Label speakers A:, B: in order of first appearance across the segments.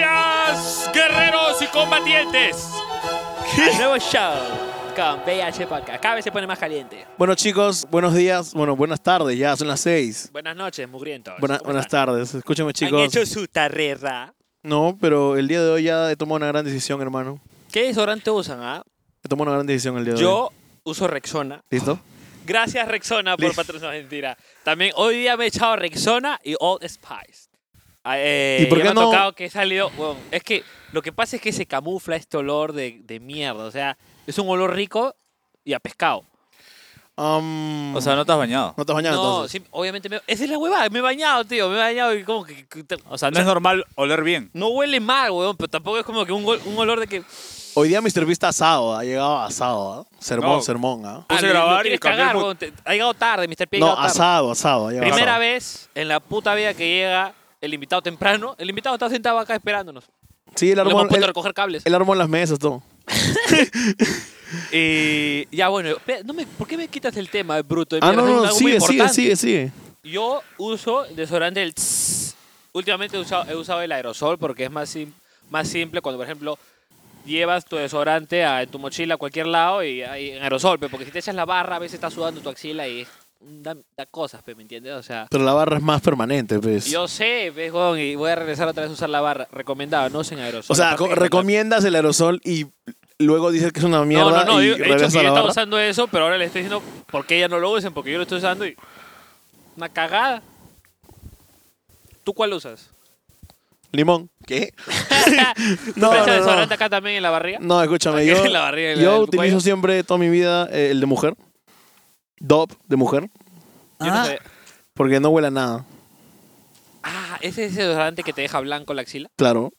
A: Buenas, guerreros y combatientes.
B: Al nuevo show con VIH Podcast. Cada vez se pone más caliente.
C: Bueno, chicos, buenos días. Bueno, buenas tardes, ya son las seis.
B: Buenas noches, mugrientos.
C: Buena-
B: ¿Cómo
C: buenas
B: están?
C: tardes. Escúchame,
B: Han
C: chicos.
B: hecho su tarrera.
C: No, pero el día de hoy ya he tomado una gran decisión, hermano.
B: ¿Qué desodorante usan, ah?
C: He tomado una gran decisión el día de hoy.
B: Yo uso Rexona.
C: ¿Listo?
B: Gracias, Rexona, por
C: Listo.
B: patrocinar. Mentira. También hoy día me he echado Rexona y Old Spice. Ah, eh,
C: ¿Y por
B: ya
C: qué
B: me ha
C: no-
B: tocado que he salido... bueno, es que lo que pasa es que se camufla este olor de, de mierda. O sea, es un olor rico y a pescado.
C: Am,
A: O sea, no te has bañado.
C: Um, no te has bañado
B: No,
C: entonces.
B: sí, obviamente me... Esa es la huevada. Me he bañado, tío. Me he bañado y como que... que- que-
A: O sea, no es normal oler bien.
B: No huele mal, weón, pero tampoco es como que un, gol- un olor de que...
C: Hoy día Mr. Beast está asado, ha llegado asado. ¿ah? Sermón,
A: No.
C: sermón. ¿ah?
A: Puse a
B: lo- lo
A: grabar y
B: quieres
A: cambié el
B: cagar,
A: mood.
B: weón, te- Ha llegado tarde, Mr. P. ha
C: No,
B: llegado tarde.
C: asado, asado. ha llegado
B: Primera
C: asado.
B: vez en la puta vida que llega el invitado temprano. El invitado está sentado acá esperándonos.
C: Sí, él
B: Le hemos
C: armó,
B: puesto a
C: él,
B: recoger cables.
C: él armó las mesas, todo.
B: Y Eh, ya, bueno, espera, no me, ¿por qué me quitas el tema, bruto? de
C: Ah,
B: mierda?
C: no,
B: Es
C: no,
B: algo muy
C: sigue, sigue,
B: importante.
C: sigue, sigue.
B: Yo uso desodorante del tss. Últimamente he usado, he usado el aerosol porque es más, sim- más simple cuando, por ejemplo, llevas tu desodorante a- en tu mochila a cualquier lado y, ahí en aerosol, pe, porque si te echas la barra a veces estás sudando tu axila y da, da cosas, pe, ¿me entiendes? O sea,
C: Pero la barra es más permanente, pues.
B: yo sé, pe, huevón, y voy a regresar otra vez a usar la barra. Recomendado, no usen aerosol.
C: o sea,
B: Aparte
C: co-
B: que-
C: recomiendas el aerosol y luego dices que es una mierda
B: No, no, no,
C: y
B: yo, he dicho que
C: regresas
B: yo
C: a la
B: estaba
C: barra.
B: usando eso, pero ahora le estoy diciendo por qué ya no lo usen, porque yo lo estoy usando y... Una cagada. ¿Tú cuál usas?
C: Limón. ¿Qué?
B: No, no,
C: no, no, no.
B: acá también en la barriga?
C: No, escúchame, yo,
B: La barriga y la
C: yo
B: del
C: utilizo
B: cuello.
C: siempre toda mi vida eh, el de mujer. Dop de mujer.
B: Yo
C: Ah.
B: no sé.
C: Porque no huele a nada,
B: Ah, ese es ese desodorante que te deja blanco la axila.
C: claro.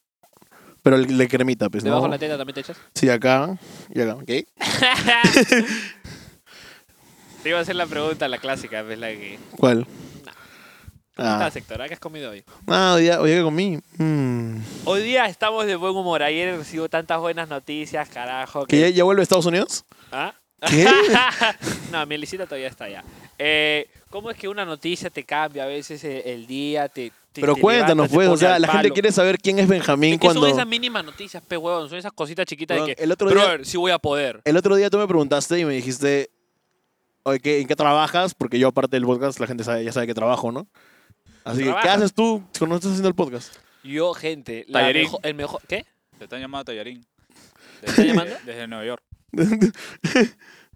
C: Pero el de cremita, pues,
B: Debajo
C: ¿no?
B: de la teta también te echas.
C: Sí, acá y acá. ¿ok?
B: te iba a hacer la pregunta, la clásica, ¿ves? La que.
C: ¿Cuál?
B: Ah.
C: Ah,
B: sector, ¿ah? ¿qué has comido hoy?
C: ah hoy día, hoy día comí. Mm.
B: Hoy día estamos de buen humor. Ayer recibo tantas buenas noticias, carajo.
C: ¿Que ya,
B: Que...
C: ya vuelve a Estados Unidos?
B: ¿Ah?
C: ¿Qué?
B: no, mi licita todavía está allá. Eh, ¿Cómo es que una noticia te cambia a veces el, el día? Te, te-
C: Pero
B: te
C: cuéntanos,
B: levanta, te
C: pues. O
B: pone
C: sea,
B: al
C: la gente
B: palo?
C: quiere saber quién es Benjamín
B: Es que
C: cuando.
B: son esas mínimas noticias, pe huevón. Son esas cositas chiquitas de
C: Huevón,
B: que.
C: el otro día-
B: Brother, sí voy a poder.
C: El otro día tú me preguntaste y me dijiste, oye, ¿qué- ¿en qué trabajas? Porque yo aparte del podcast, la gente sabe- ya sabe que trabajo, ¿no? Así que, ¿qué
B: ¿Trabajas?
C: haces tú cuando estás haciendo el podcast?
B: Yo, gente, la
A: Tallarín.
B: mejo- el mejor. ¿Qué?
A: Te están llamando Tallarín. ¿Te
B: están llamando?
A: Desde Nueva York.
B: No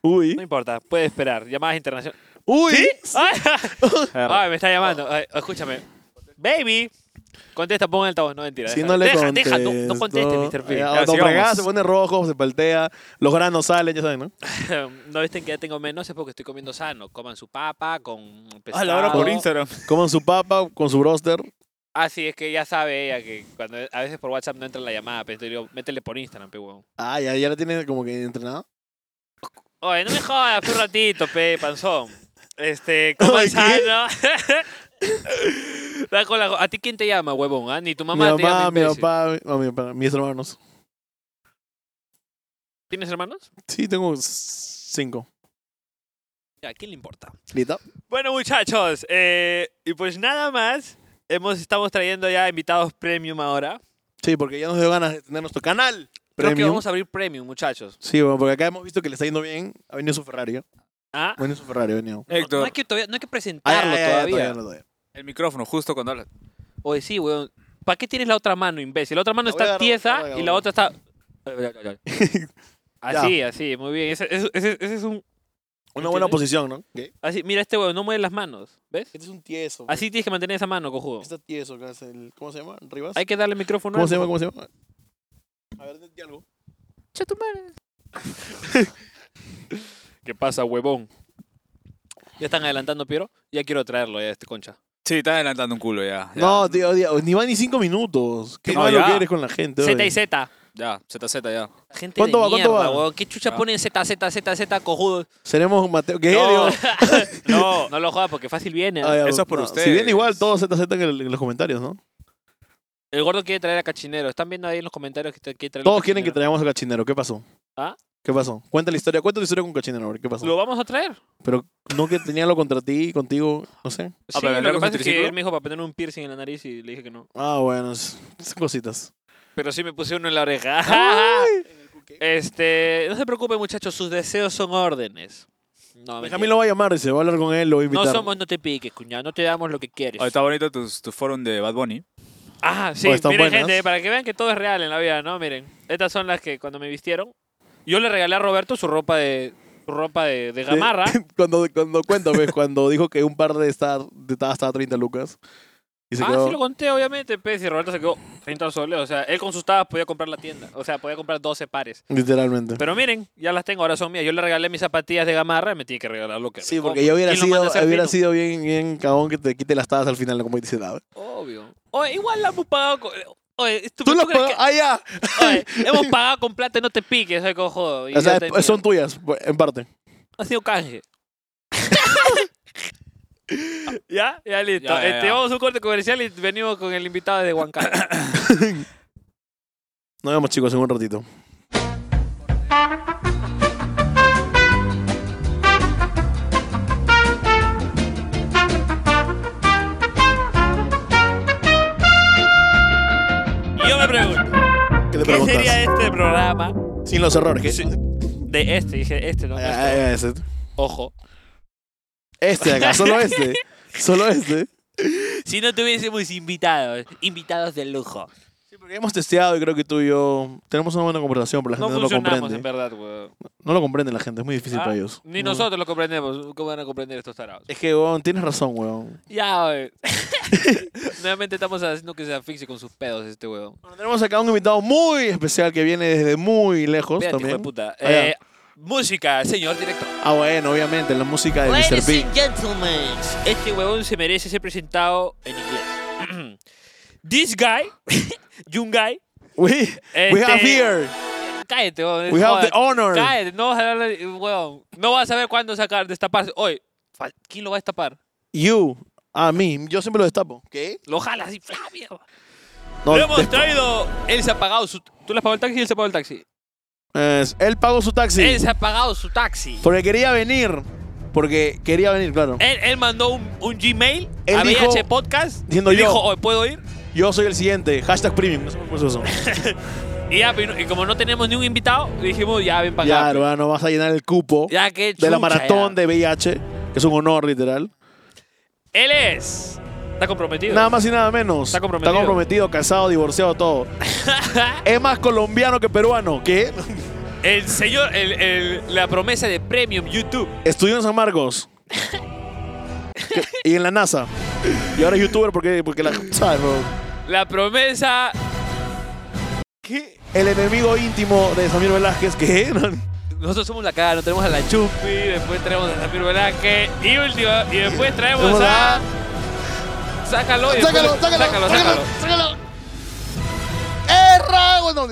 C: Uy.
B: importa, puede esperar. Llamadas internacionales.
C: Uy.
B: ¡Ay! Ay, me está llamando. Ay, escúchame. Baby. Contesta, ponga el altavoz. No, mentira.
C: Si
B: deja-
C: no le Eh,
B: deja,
C: contestas,
B: deja, no, no conteste, Mr. P.
C: Ya,
A: Ya,
C: Don
A: sigamos.
C: Fregada se pone rojo, se paltea, los granos salen, ya saben, ¿no?
B: no visten que ya tengo menos, es porque estoy comiendo sano. Coman su papa con pescado.
A: Ah, la hora por Instagram.
C: Coman su papa con su broster.
B: Ah, sí, es que ya sabe ella que cuando a veces por WhatsApp no entra la llamada, pero yo digo, métele por Instagram, pe huevón.
C: Ah, ya, ya la tiene como que entrenada.
B: Oye, no me jodas, fue un ratito, pe, panzón. Este, ¿cómo
C: Ay,
B: estás, no? Da con la- ¿A ti quién te llama, huevón? ah? Ni tu
C: Mi
B: mamá te llama,
C: mamá, mi
B: imbécil.
C: papá, mi- no, mi papá, mis hermanos.
B: ¿Tienes hermanos?
C: Sí, tengo cinco.
B: ¿A quién le importa?
C: ¿Lita?
B: Bueno, muchachos, eh, y pues nada más. Hemos, estamos trayendo ya invitados premium ahora.
C: Sí, porque ya nos dio ganas de tener nuestro canal.
B: Creo que
C: premium.
B: vamos a abrir premium, muchachos.
C: Sí, bueno, porque acá hemos visto que le está yendo bien. Ha venido su Ferrari. ¿eh?
B: ¿Ah?
C: Ha venido su Ferrari, ha venido.
B: No, no
A: Héctor,
B: hay que, todavía- no hay que
C: Ah, ya,
B: presentarlo
C: ya, ya,
B: todavía.
C: no, todavía.
A: el micrófono, justo cuando hablas.
B: Oye, sí, weón. ¿Para qué tienes la otra mano, imbécil? La otra mano
C: La voy a
B: está
C: agarrar, la voy a
B: tiesa y la
C: agarrar.
B: otra está. Así, así, muy bien. Ese, ese- ese- ese es un.
C: Una buena
B: ¿Entiendes?
C: posición, ¿no? ¿Qué?
B: Así, mira, este weón no mueve las manos. ¿Ves?
C: Este es un tieso.
B: Así tienes que mantener esa mano, cojudo.
C: Está tieso acá. es el- ¿Cómo se llama? ¿Rivas?
B: Hay que darle micrófono.
C: ¿Cómo
B: al-
C: se llama? ¿Cómo se llama? A ver, di algo.
B: Che tu madre. ¿Qué pasa, huevón? Ya están adelantando, Piero. Ya quiero traerlo ya, este concha.
A: Sí, estás adelantando un culo ya. ya.
C: No, tío, tío, ni van ni cinco minutos. Qué
A: No,
C: malo
A: ya.
C: que eres con la gente.
B: Z
C: oye.
B: y Z.
A: Ya, ZZ ya.
B: Gente
C: ¿Cuánto
B: de
C: va?
B: mierda,
C: ¿Cuánto va?
B: huevón. ¿Qué chucha
A: Ah.
B: ponen Z, Z, Z, Z, cojudo?
C: Seremos Mateo. ¿Qué?
B: No,
C: Digo,
A: No,
B: no lo jodas porque fácil viene.
C: ah, ya,
A: Eso es por
C: Si bien
A: ustedes.
C: igual, todos ZZ en, el- en los comentarios, ¿no?
B: El gordo quiere traer a Cachinero. Están viendo ahí en los comentarios que te- quiere traer a
C: Todos quieren que
B: Cachinero?
C: traigamos a Cachinero. ¿Qué pasó?
B: ¿Ah?
C: ¿Qué pasó? Cuenta la historia. Cuenta tu historia con Cachinero, a ver, ¿qué pasó?
B: ¿Lo vamos a traer?
C: Pero no que tenía lo contra ti, contigo, no sé.
B: Sí,
A: Ah,
B: lo
A: pero ¿vendrá
B: Ah, que
A: con
B: pasa
A: su
B: es que
A: triciclo?
B: él me dijo para poner un piercing en la nariz y le dije que no.
C: Ah, bueno, es- son cositas.
B: pero sí me puse uno en la oreja. este, no se preocupe, muchachos, sus deseos son órdenes. No,
C: Benjamín lo va a llamar, dice, va a hablar con él, lo va a
B: no
C: invitar.
B: somos, no te piques, cuñado, no te damos lo que quieres.
A: Oh, está bonito tu, tu forum de Bad Bunny.
B: Ah, sí,
C: Oh, están
B: miren,
C: buenas.
B: gente, para que vean que todo es real en la vida, ¿no? Miren, estas son las que cuando me vistieron, yo le regalé a Roberto su ropa de su ropa de, de gamarra.
C: Cuando, cuando cuento, ¿ves? cuando dijo que un par de estar de tadas estaba 30 lucas. Y se
B: ah,
C: quedó.
B: sí lo conté, obviamente, pues, y Roberto se quedó 30 soles. O sea, él con sus tabas podía comprar la tienda. O sea, podía comprar 12 pares.
C: Literalmente.
B: Pero miren, ya las tengo, ahora son mías. Yo le regalé mis zapatillas de gamarra, me tiene que regalar lo que
C: Sí,
B: me
C: porque
B: compre.
C: yo hubiera
B: ¿Quién lo manda a
C: sido,
B: hacer
C: hubiera
B: fino?
C: sido bien, bien cagón que te quite las tadas al final, como dice Dave.
B: Obvio. Oye, igual la hemos pagado con... Oye,
C: Tú
B: lo
C: las pagas. Ah, ya.
B: hemos pagado con plata y no te piques, oye, cojo. y
C: O sea, pues,
B: ya está ahí,
C: son
B: mira.
C: tuyas, en parte.
B: Ha sido canje. ¿Ya? Ya listo.
A: Ya, ya,
B: Este,
A: ya.
B: Vamos a un corte comercial y venimos con el invitado de Huancayo.
C: Nos vemos, chicos, en un ratito.
B: Y yo me pregunto,
C: ¿Qué te
B: ¿qué
C: preguntas?
B: sería este programa
C: Sin los errores. ¿qué?
B: Sí. de este? Dije, este no.
C: Ah,
B: este.
C: ah, ah, ese.
B: Ojo.
C: Este de acá, solo este. Solo este.
B: Si no tuviésemos invitados, invitados de lujo.
C: Sí, porque hemos testeado y creo que tú y yo tenemos una buena conversación, pero la
B: No
C: gente no lo
B: funcionamos, en
C: comprende.
B: verdad, weón.
C: No lo comprende la gente, es muy difícil
B: Ah,
C: para ellos.
B: Ni
C: No. Eh.
B: nosotros lo comprendemos. ¿Cómo van a comprender estos tarados?
C: Es que, weón, tienes razón, weón.
B: Ya, weón. Nuevamente estamos haciendo que se asfixie con sus pedos este weón.
C: Bueno, tenemos acá un invitado muy especial que viene desde muy lejos
B: Espérate, hijo de
C: también.
B: puta.
C: Ah, ya.
B: Eh, música, señor director.
C: Ah, bueno, obviamente, la música de Mr.
D: Ladies
C: P.
D: and gentlemen,
B: Este huevón se merece ser presentado en inglés. This guy, young guy.
C: We, we have
B: este,
C: here.
B: Cállate, huevón.
C: We have
B: joda.
C: the honor.
B: Cállate, no vas a hablar, de- huevón. No vas a saber cuándo sacar, destaparse. Oye, fal- ¿quién lo va a destapar?
C: You. A mí. Yo siempre lo destapo. ¿Qué?
B: Lo jalas así, ¡ah, mierda!
C: No,
B: Lo hemos
C: desp-
B: traído. Él se ha pagado su. ¿Tú le has pagado el taxi y él se ha pagado el taxi?
C: es- él pagó su taxi.
B: Él se ha pagado su taxi.
C: Porque quería venir. Porque quería venir, claro.
B: Él, él mandó un, un Gmail
C: Él
B: a
C: dijo-
B: VH Podcast.
C: Diciendo
B: y
C: yo.
B: dijo, "Oye, ¿puedo ir?
C: Yo soy el siguiente. Hashtag premium. No sé cómo es eso.
B: Y, ya, pero- y como no tenemos ni un invitado, dijimos, ya, ven para acá.
C: ya,
B: pues.
C: hermano, vas a llenar el cupo
B: Ya que
C: de la maratón de VIH. Que es un honor, literal.
B: Él es. Está comprometido.
C: Nada más y nada menos.
B: Está comprometido.
C: Está comprometido, casado, divorciado, todo. es más colombiano que peruano. ¿Qué?
B: El señor, el, el- la promesa de Premium YouTube.
C: Estudió en San Marcos. Que- y en la NASA. Y ahora es youtuber porque, porque la. ¿Sabes, bro?
B: La promesa.
C: ¿Qué? El enemigo íntimo de Samir Velázquez, que
B: Nosotros somos la cara, no tenemos a la Chupi, después traemos a Samir Velázquez y último, y después traemos
C: Vamos
B: a.
C: a-
B: Sácalo, y después-
C: Sácalo, sácalo,
B: sácalo,
C: sácalo.
B: sácalo.
C: ¡Erra! Bueno,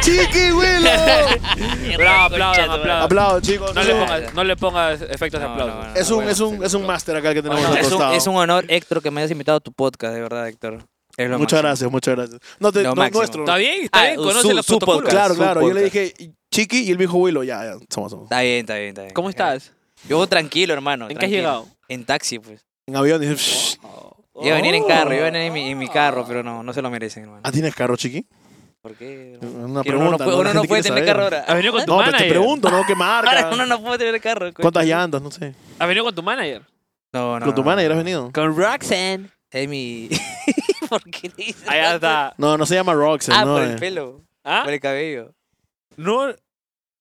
C: ¡Chiqui Willow!
B: Bravo, aplaudan, aplaudan.
C: Aplaudo, chicos.
B: No
C: Es
B: le
C: un-
B: pongas, no le pongas efectos de
A: No,
B: aplauso.
A: no, no.
C: es un, es un, es un máster acá que tenemos al
D: es un,
C: costado.
D: es un honor, Héctor, que me hayas invitado a tu podcast, de verdad, Héctor. Es lo
C: Muchas
D: máximo.
C: gracias, muchas gracias. No, te,
D: Lo
C: no,
D: máximo.
C: nuestro.
B: Está bien, está
D: Ah,
B: bien, conoce
D: su-
B: los
D: su
B: protocolos.
D: podcast.
C: Claro, claro. Yo le
D: podcast.
C: dije Chiqui y el viejo Willow. Ya, ya, somos, somos.
D: Está bien, está bien, está bien.
B: ¿Cómo estás?
D: Yo tranquilo, hermano.
B: ¿En qué has
D: tranquilo.
B: llegado?
D: En taxi, pues.
C: En avión dije, "Shh".
D: Iba a venir en
B: Oh.
D: carro, iba a venir en mi, en mi carro, pero no, no se lo merecen, hermano.
C: ¿Ah, tienes carro, Chiqui?
D: ¿Por qué? hermano?
C: Una
D: Que uno no
C: pregunta.
D: puede, uno
C: La
D: no
C: gente
D: puede
C: quiere
D: tener
C: saber.
D: carro ahora.
B: ¿Has venido con tu
C: No, pues te, te
B: manager?
C: pregunto, ¿no? ¿Qué marca?
D: Ahora uno no puede tener carro. coño.
C: ¿Cuántas llantas? No sé.
B: ¿Has venido con tu manager?
D: No, no.
C: ¿Con tu
D: no.
C: manager has venido?
D: Con Roxanne. Es mi. ¿Por qué le dices?
B: Allá está.
C: No, no se llama Roxanne,
D: Ah,
C: no.
D: por el
C: eh.
D: pelo.
B: ¿Ah?
D: Por el cabello.
B: No,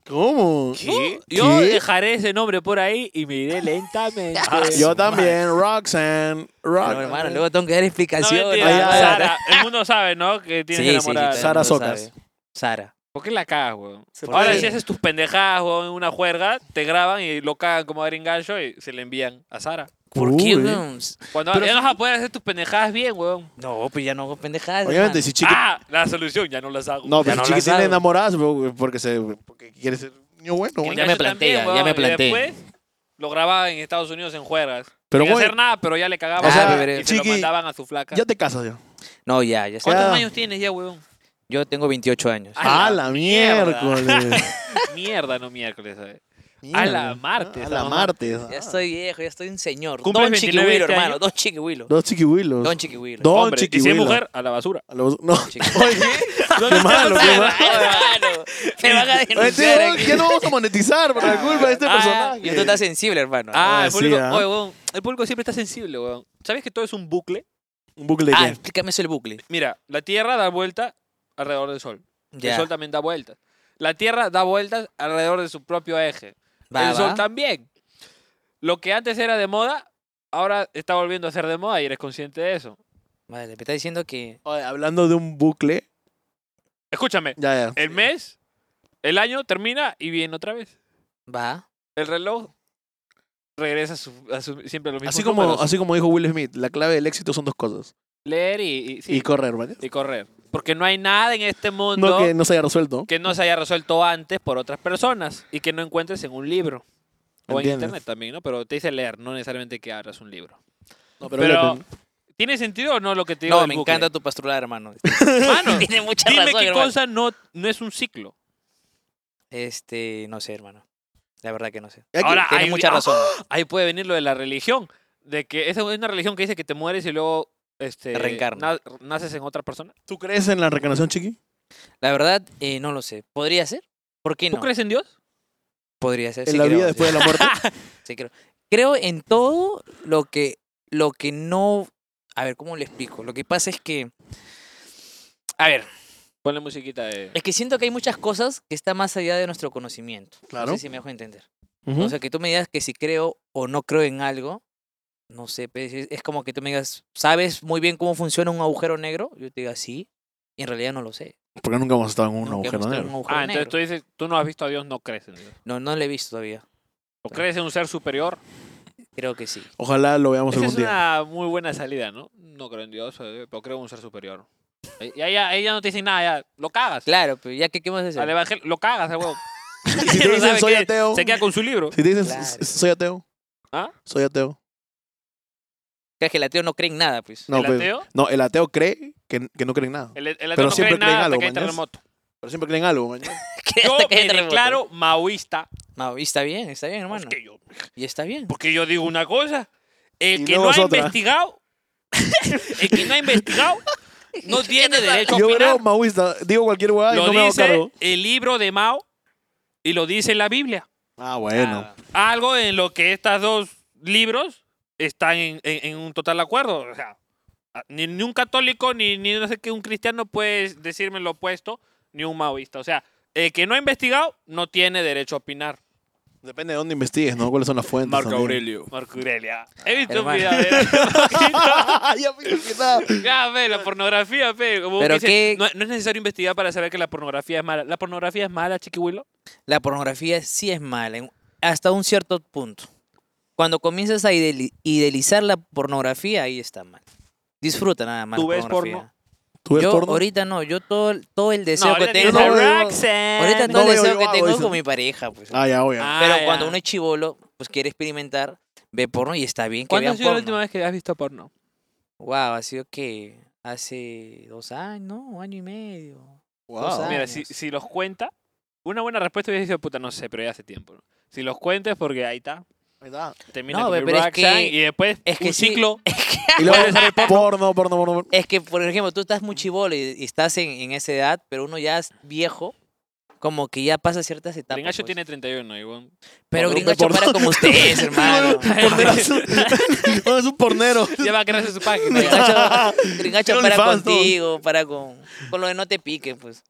C: ¿Cómo?
B: ¿Qué? Yo
C: ¿Qué?
B: dejaré ese nombre por ahí y me iré lentamente.
C: Ah,
D: Ah,
C: Yo también, Roxanne.
D: No,
C: Roxanne.
D: hermano, luego tengo que dar
B: Ah, No,
D: explicaciones.
B: mentira,
C: Ay, ay, ay.
B: Sara, el mundo sabe, ¿no? Que tienes
D: Sí, sí, sí,
B: enamorada.
D: todo el
C: Sara
D: mundo
C: Socas.
D: sabe. Sara.
B: ¿Por qué la cagas, weón?
C: puede.
B: Ahora, si haces tus pendejadas, weón, en una juerga, te graban y lo cagan como a gancho y se le envían a Sara.
D: ¿Por
C: Uy.
D: qué, weón?
B: Cuando
C: Pero-
B: ya vas a poder hacer tus pendejadas bien, weón.
D: No, pues ya no hago pendejadas.
C: Obviamente,
D: hermano.
C: si Chiqui.
B: ¡Ah! La solución, ya no las hago.
C: No,
D: Ya
C: pero
D: no
C: si Chiqui
D: las
C: tiene
D: hago.
C: enamoradas porque- porque, se, porque quiere ser un niño bueno.
B: Que
C: bueno.
D: Ya me
B: gancho
D: plantea,
B: también,
D: ya me
B: weón,
D: plantea.
B: Y después lo grababan en Estados Unidos en juergas.
C: Pero,
B: Sin
C: güey,
B: hacer nada, pero ya le cagaban.
D: O sea,
B: y se lo
C: Chiqui,
B: mandaban a su flaca.
C: Ya te casas ya.
D: No, ya, ya
B: ¿Cuántos
D: está.
C: Ya.
B: años tienes ya, weón?
D: Yo tengo 28 años.
B: A
C: A
B: la
C: la
B: mierda.
C: miércoles.
B: Mierda, no miércoles, eh. ¿sabes? A la martes,
C: A
B: a
C: la
B: la
C: martes.
D: Ya estoy viejo, ya estoy un señor.
B: ¿Cumples
D: Don
B: 29
D: Chiquihuilo,
B: este
D: hermano.
B: año?
D: Don Chiquihuilo.
C: Dos chiquihuilos.
D: Don Chiquihuilo.
C: Don
B: Hombre, y si es
C: Chiquihuilo.
B: mujer, a la basura.
C: A los- No.
D: Chiqui-
C: Oye, Qué malo, qué malo.
B: Ah,
D: Hermano, Me van a
C: Oye, tío,
D: denunciar aquí.
C: ya no vamos a monetizar por la culpa de este
D: Ah,
C: personaje.
D: y tú estás sensible, hermano.
B: Ah,
C: Ah,
B: el
C: sí,
B: público.
C: ¿ah?
B: Oye, weón, el público siempre está sensible, weón. ¿Sabes que todo es un bucle?
C: Un bucle de
D: Ah,
C: qué?
D: explícame eso el bucle.
B: Mira, la Tierra da vuelta alrededor del Sol.
D: Ya.
B: El Sol también da vueltas. La Tierra da vueltas alrededor de su propio eje.
D: Va,
B: el Sol
D: va.
B: también. Lo que antes era de moda, ahora está volviendo a ser de moda y eres consciente de eso.
D: Vale, me está diciendo que.
C: Oye, hablando de un bucle.
B: Escúchame,
C: Ya, ya.
B: el mes, el año termina y viene otra vez.
D: Va.
B: El reloj regresa a su- a su- siempre a los mismos
C: Así como,
B: números.
C: así como dijo Will Smith, la clave del éxito son dos cosas.
B: leer y, y- sí,
C: Y correr, ¿vale?
B: y correr. Porque no hay nada en este mundo
C: No que
B: que...
C: no se haya resuelto.
B: no se haya resuelto antes por otras personas y que no encuentres en un libro. O en
C: Entiendo.
B: internet también, ¿no? Pero te dice leer, no necesariamente que abras un libro.
C: No,
B: pero- ¿Tiene sentido o no lo que te digo?
D: No,
B: del
D: me
B: bucle?
D: encanta tu pastrular, hermano.
B: Mano,
D: Tiene mucha
B: dime
D: razón,
B: qué
D: hermano.
B: cosa no, no es un ciclo.
D: Este, no sé, hermano. La verdad que no sé.
C: Aquí-
B: Ahora- Ah,
D: Tiene
B: ahí-
D: mucha
B: ah,
D: razón.
B: Ahí puede venir lo de la religión. De que esa es una religión que dice que te mueres y luego este,
D: Te reencarnas.
B: na- naces en otra persona.
C: ¿Tú crees en la reencarnación, Chiqui?
D: La verdad, eh, no lo sé. ¿Podría ser? ¿Por qué
B: ¿Tú
D: no?
B: crees en Dios?
D: Podría ser.
C: ¿En
D: sí
C: la
D: creo,
C: vida después de la muerte?
D: sí creo. Creo en todo lo que, lo que no. A ver, ¿cómo le explico? Lo que pasa es que. A ver,
B: Ponle musiquita de...
D: es que siento que hay muchas cosas que están más allá de nuestro conocimiento.
C: Claro.
D: No sé si me dejo entender.
C: Ujú.
D: O sea, que tú me digas que si creo o no creo en algo, no sé, pues, es, es como que tú me digas, ¿sabes muy bien cómo funciona un agujero negro? Yo te diga, sí, y en realidad no lo sé.
C: Porque nunca hemos estado en un
D: Nunca hemos
C: agujero
D: tenido
C: negro.
D: un agujero
B: Ah, entonces
D: negro.
B: tú dices, tú no has visto a Dios, no crees en Dios.
D: No, no lo he visto todavía.
B: ¿O crees en un ser superior?
D: Creo que sí.
C: Ojalá lo veamos
B: Esa es
C: algún día.
B: una muy buena salida, ¿no? No creo en Dios, eh, pero creo en un ser superior. Y ahí ya, ahí ya no te dicen nada, ya lo cagas.
D: Claro, pero ya que qué más hacer.
B: Al evangelio, lo cagas, al huevo.
C: Y si
B: No
C: te dicen
B: sabe
C: soy
B: qué-
C: ateo.
B: Se queda con su libro.
C: Si te dicen
D: Claro.
C: "S- soy ateo.
B: ¿Ah?
C: Soy ateo.
D: Claro que el ateo no cree en nada, pues.
C: No,
B: ¿El
C: pues,
B: ateo?
C: no, el ateo cree que, que no cree en nada.
B: El, el ateo
C: Pero
B: no cree
C: siempre
B: en nada
C: creen
B: hasta
C: algo,
B: que hay
C: mañas.
B: terremoto.
C: Pero siempre creen algo, man.
D: Que
B: Yo
D: hasta que
B: me
D: haya terremoto.
B: declaro maoísta.
D: No, y está bien, está bien, hermano.
B: Porque yo,
D: Y está bien.
B: porque yo digo una cosa. El
C: Y
B: que
C: luego
B: no ha
C: es otra.
B: investigado, el que no ha investigado, no tiene derecho a
C: Yo creo
B: opinar.
C: maoísta, digo cualquier hueá y
B: Lo
C: no me hago
B: dice
C: cargo.
B: el libro de Mao y lo dice la Biblia.
C: Ah, bueno.
B: algo en lo que estos dos libros están en, en- en un total acuerdo. O sea, a- ni, ni un católico, ni, ni no sé qué, un cristiano puede decirme lo opuesto, ni un maoísta. O sea, el que no ha investigado no tiene derecho a opinar.
C: Depende de dónde investigues, ¿no? ¿Cuáles son las fuentes?
A: Marco
C: también.
A: Aurelio.
B: Marco Aurelia. He visto un
D: Hermano.
B: video de él.
C: ya fui conquistado.
B: Ya, ve, la pornografía, ve. como
D: Pero
B: que
D: qué-
B: no, no es necesario investigar para saber que la pornografía es mala. ¿La pornografía es mala, Chiquihuilo?
D: La pornografía sí es mala, en- hasta un cierto punto. Cuando comienzas a ideli- idealizar la pornografía, ahí está mal. Disfruta nada más.
B: ¿Tú
D: la
B: ves
D: pornografía.
B: porno?
C: ¿Tú ves
D: Yo
C: porno?
D: ahorita no, yo todo, el- todo el deseo que
B: ahorita
D: tengo.
B: tienes a
C: No, no, no.
B: Roxanne.
D: ahorita todo
C: No
D: el
C: veo,
D: deseo
C: yo
D: que
C: hago
D: tengo es
C: eso.
D: con mi pareja. Pues.
C: Ah, ya, obvio.
B: Ah,
D: Pero
B: ya.
D: cuando uno es chivolo, pues quiere experimentar, ve porno y está bien que
B: ¿Cuándo ha
D: vean
B: sido la
D: porno.
B: última vez que has visto porno?
D: Wow, ha sido que hace dos años, ¿no? Un año y medio.
C: Wow.
B: Mira, si,
D: años.
B: si los cuenta, una buena respuesta hubiese sido, puta, no sé, pero ya hace tiempo. ¿no? Si los cuentas, porque ahí está.
C: Ahí está.
B: Termina
D: No,
B: con
D: ve,
B: mi
D: pero es
B: Roxanne
D: que-
B: y después
D: es que
B: un
D: sí.
B: ciclo.
C: Y luego
B: Puede ser
C: porno, porno, porno, porno.
D: Es que, por ejemplo, tú estás muy chivolo y, y estás en, en esa edad, pero uno ya es viejo, como que ya pasa ciertas etapas.
B: Gringacho
D: pues.
B: tiene 31, igual.
D: Pero
C: Por-
D: Gringacho
C: por-
D: para como ustedes, hermano.
C: Pornerazo. No, es un pornero.
B: Ya va a crecer su página. ya.
D: Gringacho, Gringacho
C: Tiene
D: para
C: OnlyFans, todo.
D: contigo, para con, con lo de no te pique, pues.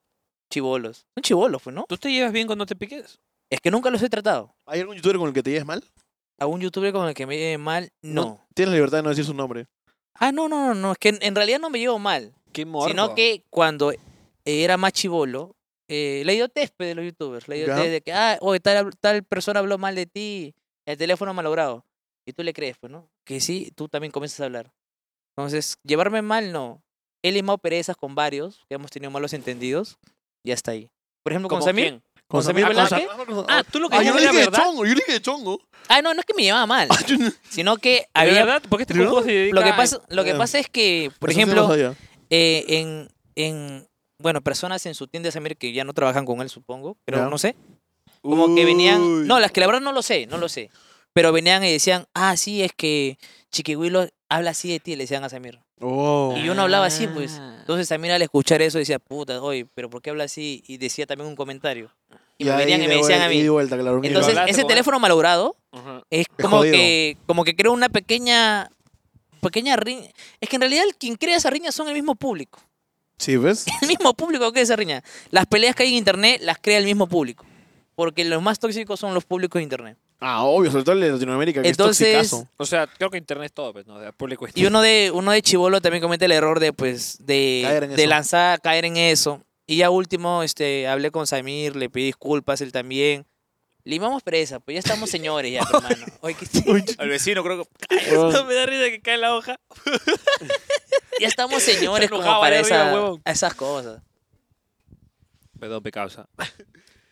D: Chivolos. Son chivolos, pues, ¿no?
B: ¿Tú te llevas bien cuando te piques?
D: Es que nunca los he tratado.
C: ¿Hay algún youtuber con el que te lleves mal?
D: A un youtuber con el que me lleve mal, no.
C: Tienes la libertad de no decir su nombre.
D: Ah, no, no, no, no. Es que en, en realidad no me llevo mal.
B: Qué morbo.
D: Sino que cuando era más chivolo, eh, la idiotez pe, de los youtubers, la
C: Ya.
D: idiotez de que, ah, oye, tal, habl- tal persona habló mal de ti, el teléfono malogrado. Y tú le crees, pues, ¿no? Que sí, tú también comienzas a hablar. Entonces, llevarme mal, no. He limado perezas con varios, que hemos tenido malos entendidos, y hasta ahí. Por ejemplo, con
B: ¿Como
D: Samir.
B: quién?
D: ¿Con Samir
B: Velázquez? Ah,
C: Ah,
B: tú lo que
C: ah, yo
B: dices es
C: le
B: la
C: dije de
B: verdad.
C: chongo, yo le dije de chongo.
D: Ah, no, no es que me llevaba mal, sino que
B: ¿De
D: había...
B: verdad? ¿Por qué este
C: ¿No?
B: juego se dedica
D: Lo que,
B: a-
D: pasa, lo que
C: Ah.
D: pasa es que, por
C: Eso sí no
D: ejemplo,
C: lo sabía.
D: eh, en, en, bueno, personas en su tienda de Samir que ya no trabajan con él, supongo, pero
C: Ya.
D: no sé, como que venían,
C: Uy.
D: no, las que la verdad no lo sé, no lo sé, pero venían y decían, ah, sí, es que Chiquihuilo habla así de ti, le decían a Samir.
C: Oh.
D: Y yo no hablaba así, pues.
B: Ah.
D: Entonces Samir al escuchar eso decía, puta, oye, pero ¿por qué habla así? Y decía también un comentario. Y, me
C: ahí
D: venían
C: de
D: y me decían a
C: vuelta, y de
D: mí.
C: vuelta, claro, un hilo.
D: Entonces,
B: hablaste
D: ese
B: con él?
D: teléfono malogrado
B: Ajá.
D: es como
C: jodido.
D: que, como que creo una pequeña, pequeña riña. Es que en realidad el- quien crea esa riña son el mismo público.
C: sí, ¿ves?
D: El mismo público crea esa riña. Las peleas que hay en internet las crea el mismo público. Porque los más tóxicos son los públicos de internet.
C: Ah, obvio, sobre todo en Latinoamérica, que
D: Entonces-
C: es toxicazo.
B: O sea, creo que internet es todo, pues, ¿no? O sea, público es
D: Y uno de, uno de chivolo también comete el error de, pues, de,
C: Caer en
D: de
C: eso.
D: lanzar, caer en eso. Y ya último, este, hablé con Samir, le pedí disculpas, él también. Limamos presa, pues ya estamos señores ya, pues, hermano. Oye, que-
A: Al vecino creo que...
C: Weón.
B: me da risa que cae la hoja.
D: ya estamos señores
B: Se
D: como
B: enojaba
D: para
B: ahí arriba,
D: esa-
B: huevón.
D: esas cosas.
B: Perdón, pecausa.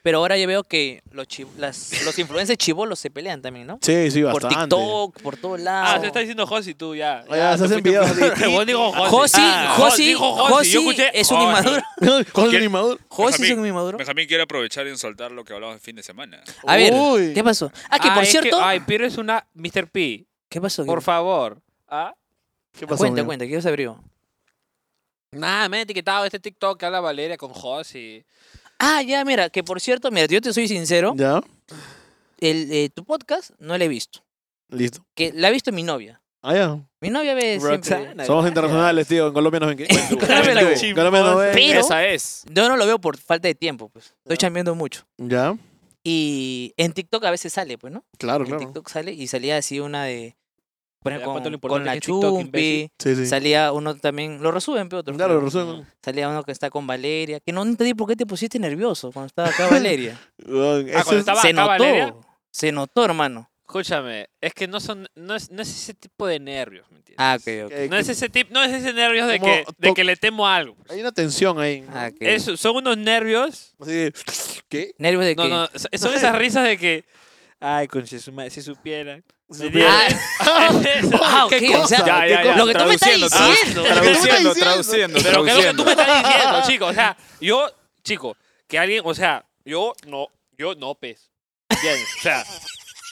D: Pero ahora yo veo que los, chi- las- los influencers chivolos se pelean también, ¿no?
C: Sí, sí,
D: Por
C: bastante.
D: TikTok, por todos lados.
B: Ah, se está diciendo Josi tú ya.
C: Ah, ya, se hacen
B: te fuiste-
C: videos así.
B: Vos dijo Josi.
D: Josi,
B: Ah,
D: Josi,
B: dijo
D: Josi
B: Yo escuché
D: es un
B: Josi.
D: inmaduro.
C: Con el
A: ¿Qué?
C: animador.
D: Josi es
A: Benjamín,
D: un inmaduro.
A: Benjamín quiere aprovechar y insultar lo que hablamos el fin de semana.
D: A ver,
C: Uy.
D: ¿qué pasó? Ah, que
B: Ah,
D: por
B: es
D: cierto.
B: ay, pero es una Mr. P.
D: ¿Qué pasó?
B: Por favor. ¿Ah?
C: ¿Qué pasó,
D: Cuenta,
C: amigo?
D: cuenta, quiero saber yo.
B: Nada, me han etiquetado este TikTok que habla Valeria con Josi.
D: Ah, ya, mira, que por cierto, mira, yo te soy sincero,
C: ¿Ya?
D: el, eh, tu podcast no lo he visto.
C: Listo.
D: Que la ha visto mi novia.
C: Ah, ya.
D: Mi novia ve siempre.
C: Somos internacionales, tío. En Colombia nos ven que. En
D: Colombia no ven.
C: En Colombia no ven.
D: Pero-
B: Esa es.
D: Yo no lo veo por falta de tiempo, pues. Estoy chambeando mucho.
C: Ya.
D: Y en TikTok a veces sale, pues, ¿no?
C: Claro,
D: En
C: claro.
D: TikTok sale y salía así una de. Por
B: ¿Te das
D: ejemplo,
B: cuenta lo
D: con, con
B: importante que
D: la
B: es TikTok,
D: Chumpi.
B: imbécil?
C: Sí, sí.
D: Salía uno también. Lo resuben, pero otro.
C: Claro, resumen.
D: Salía uno que está con Valeria. Que no entendí por qué te pusiste nervioso cuando estaba acá Valeria.
C: Weón,
B: Ah,
C: eso
B: cuando
C: es-
B: estaba
D: Se
B: acá
D: notó.
B: Valeria.
D: Se notó, hermano.
B: Escúchame, es que no son, no es, no es ese tipo de nervios, ¿me entiendes?
D: Ah, ok, ok.
C: eh,
B: No es ese tipo, no es ese nervios de
C: Como
B: que, de
C: to-
B: que le temo a algo.
C: Hay una tensión ahí.
D: Ah, ok.
B: Es- son unos nervios
C: Así de, ¿Qué?
D: Nervios de Oh,
B: No,
D: que.
B: no, so- son esas risas de que. Ay, con si, suma- si supieran. Me dieron-
D: Ah, ah,
C: ¿Qué
D: ok, o sea,
C: cosa? Ya, ya, ya.
D: Lo que tú me estás
A: Traduciendo,
B: Ah,
A: tra-
C: diciendo?
A: Traduciendo,
D: diciendo.
A: traduciendo,
B: Pero ¿qué es lo que tú me
A: traduciendo.
B: estás diciendo, chico? O sea, yo, chico, que alguien, o sea, yo no, yo no pez. ¿Entiendes? O sea.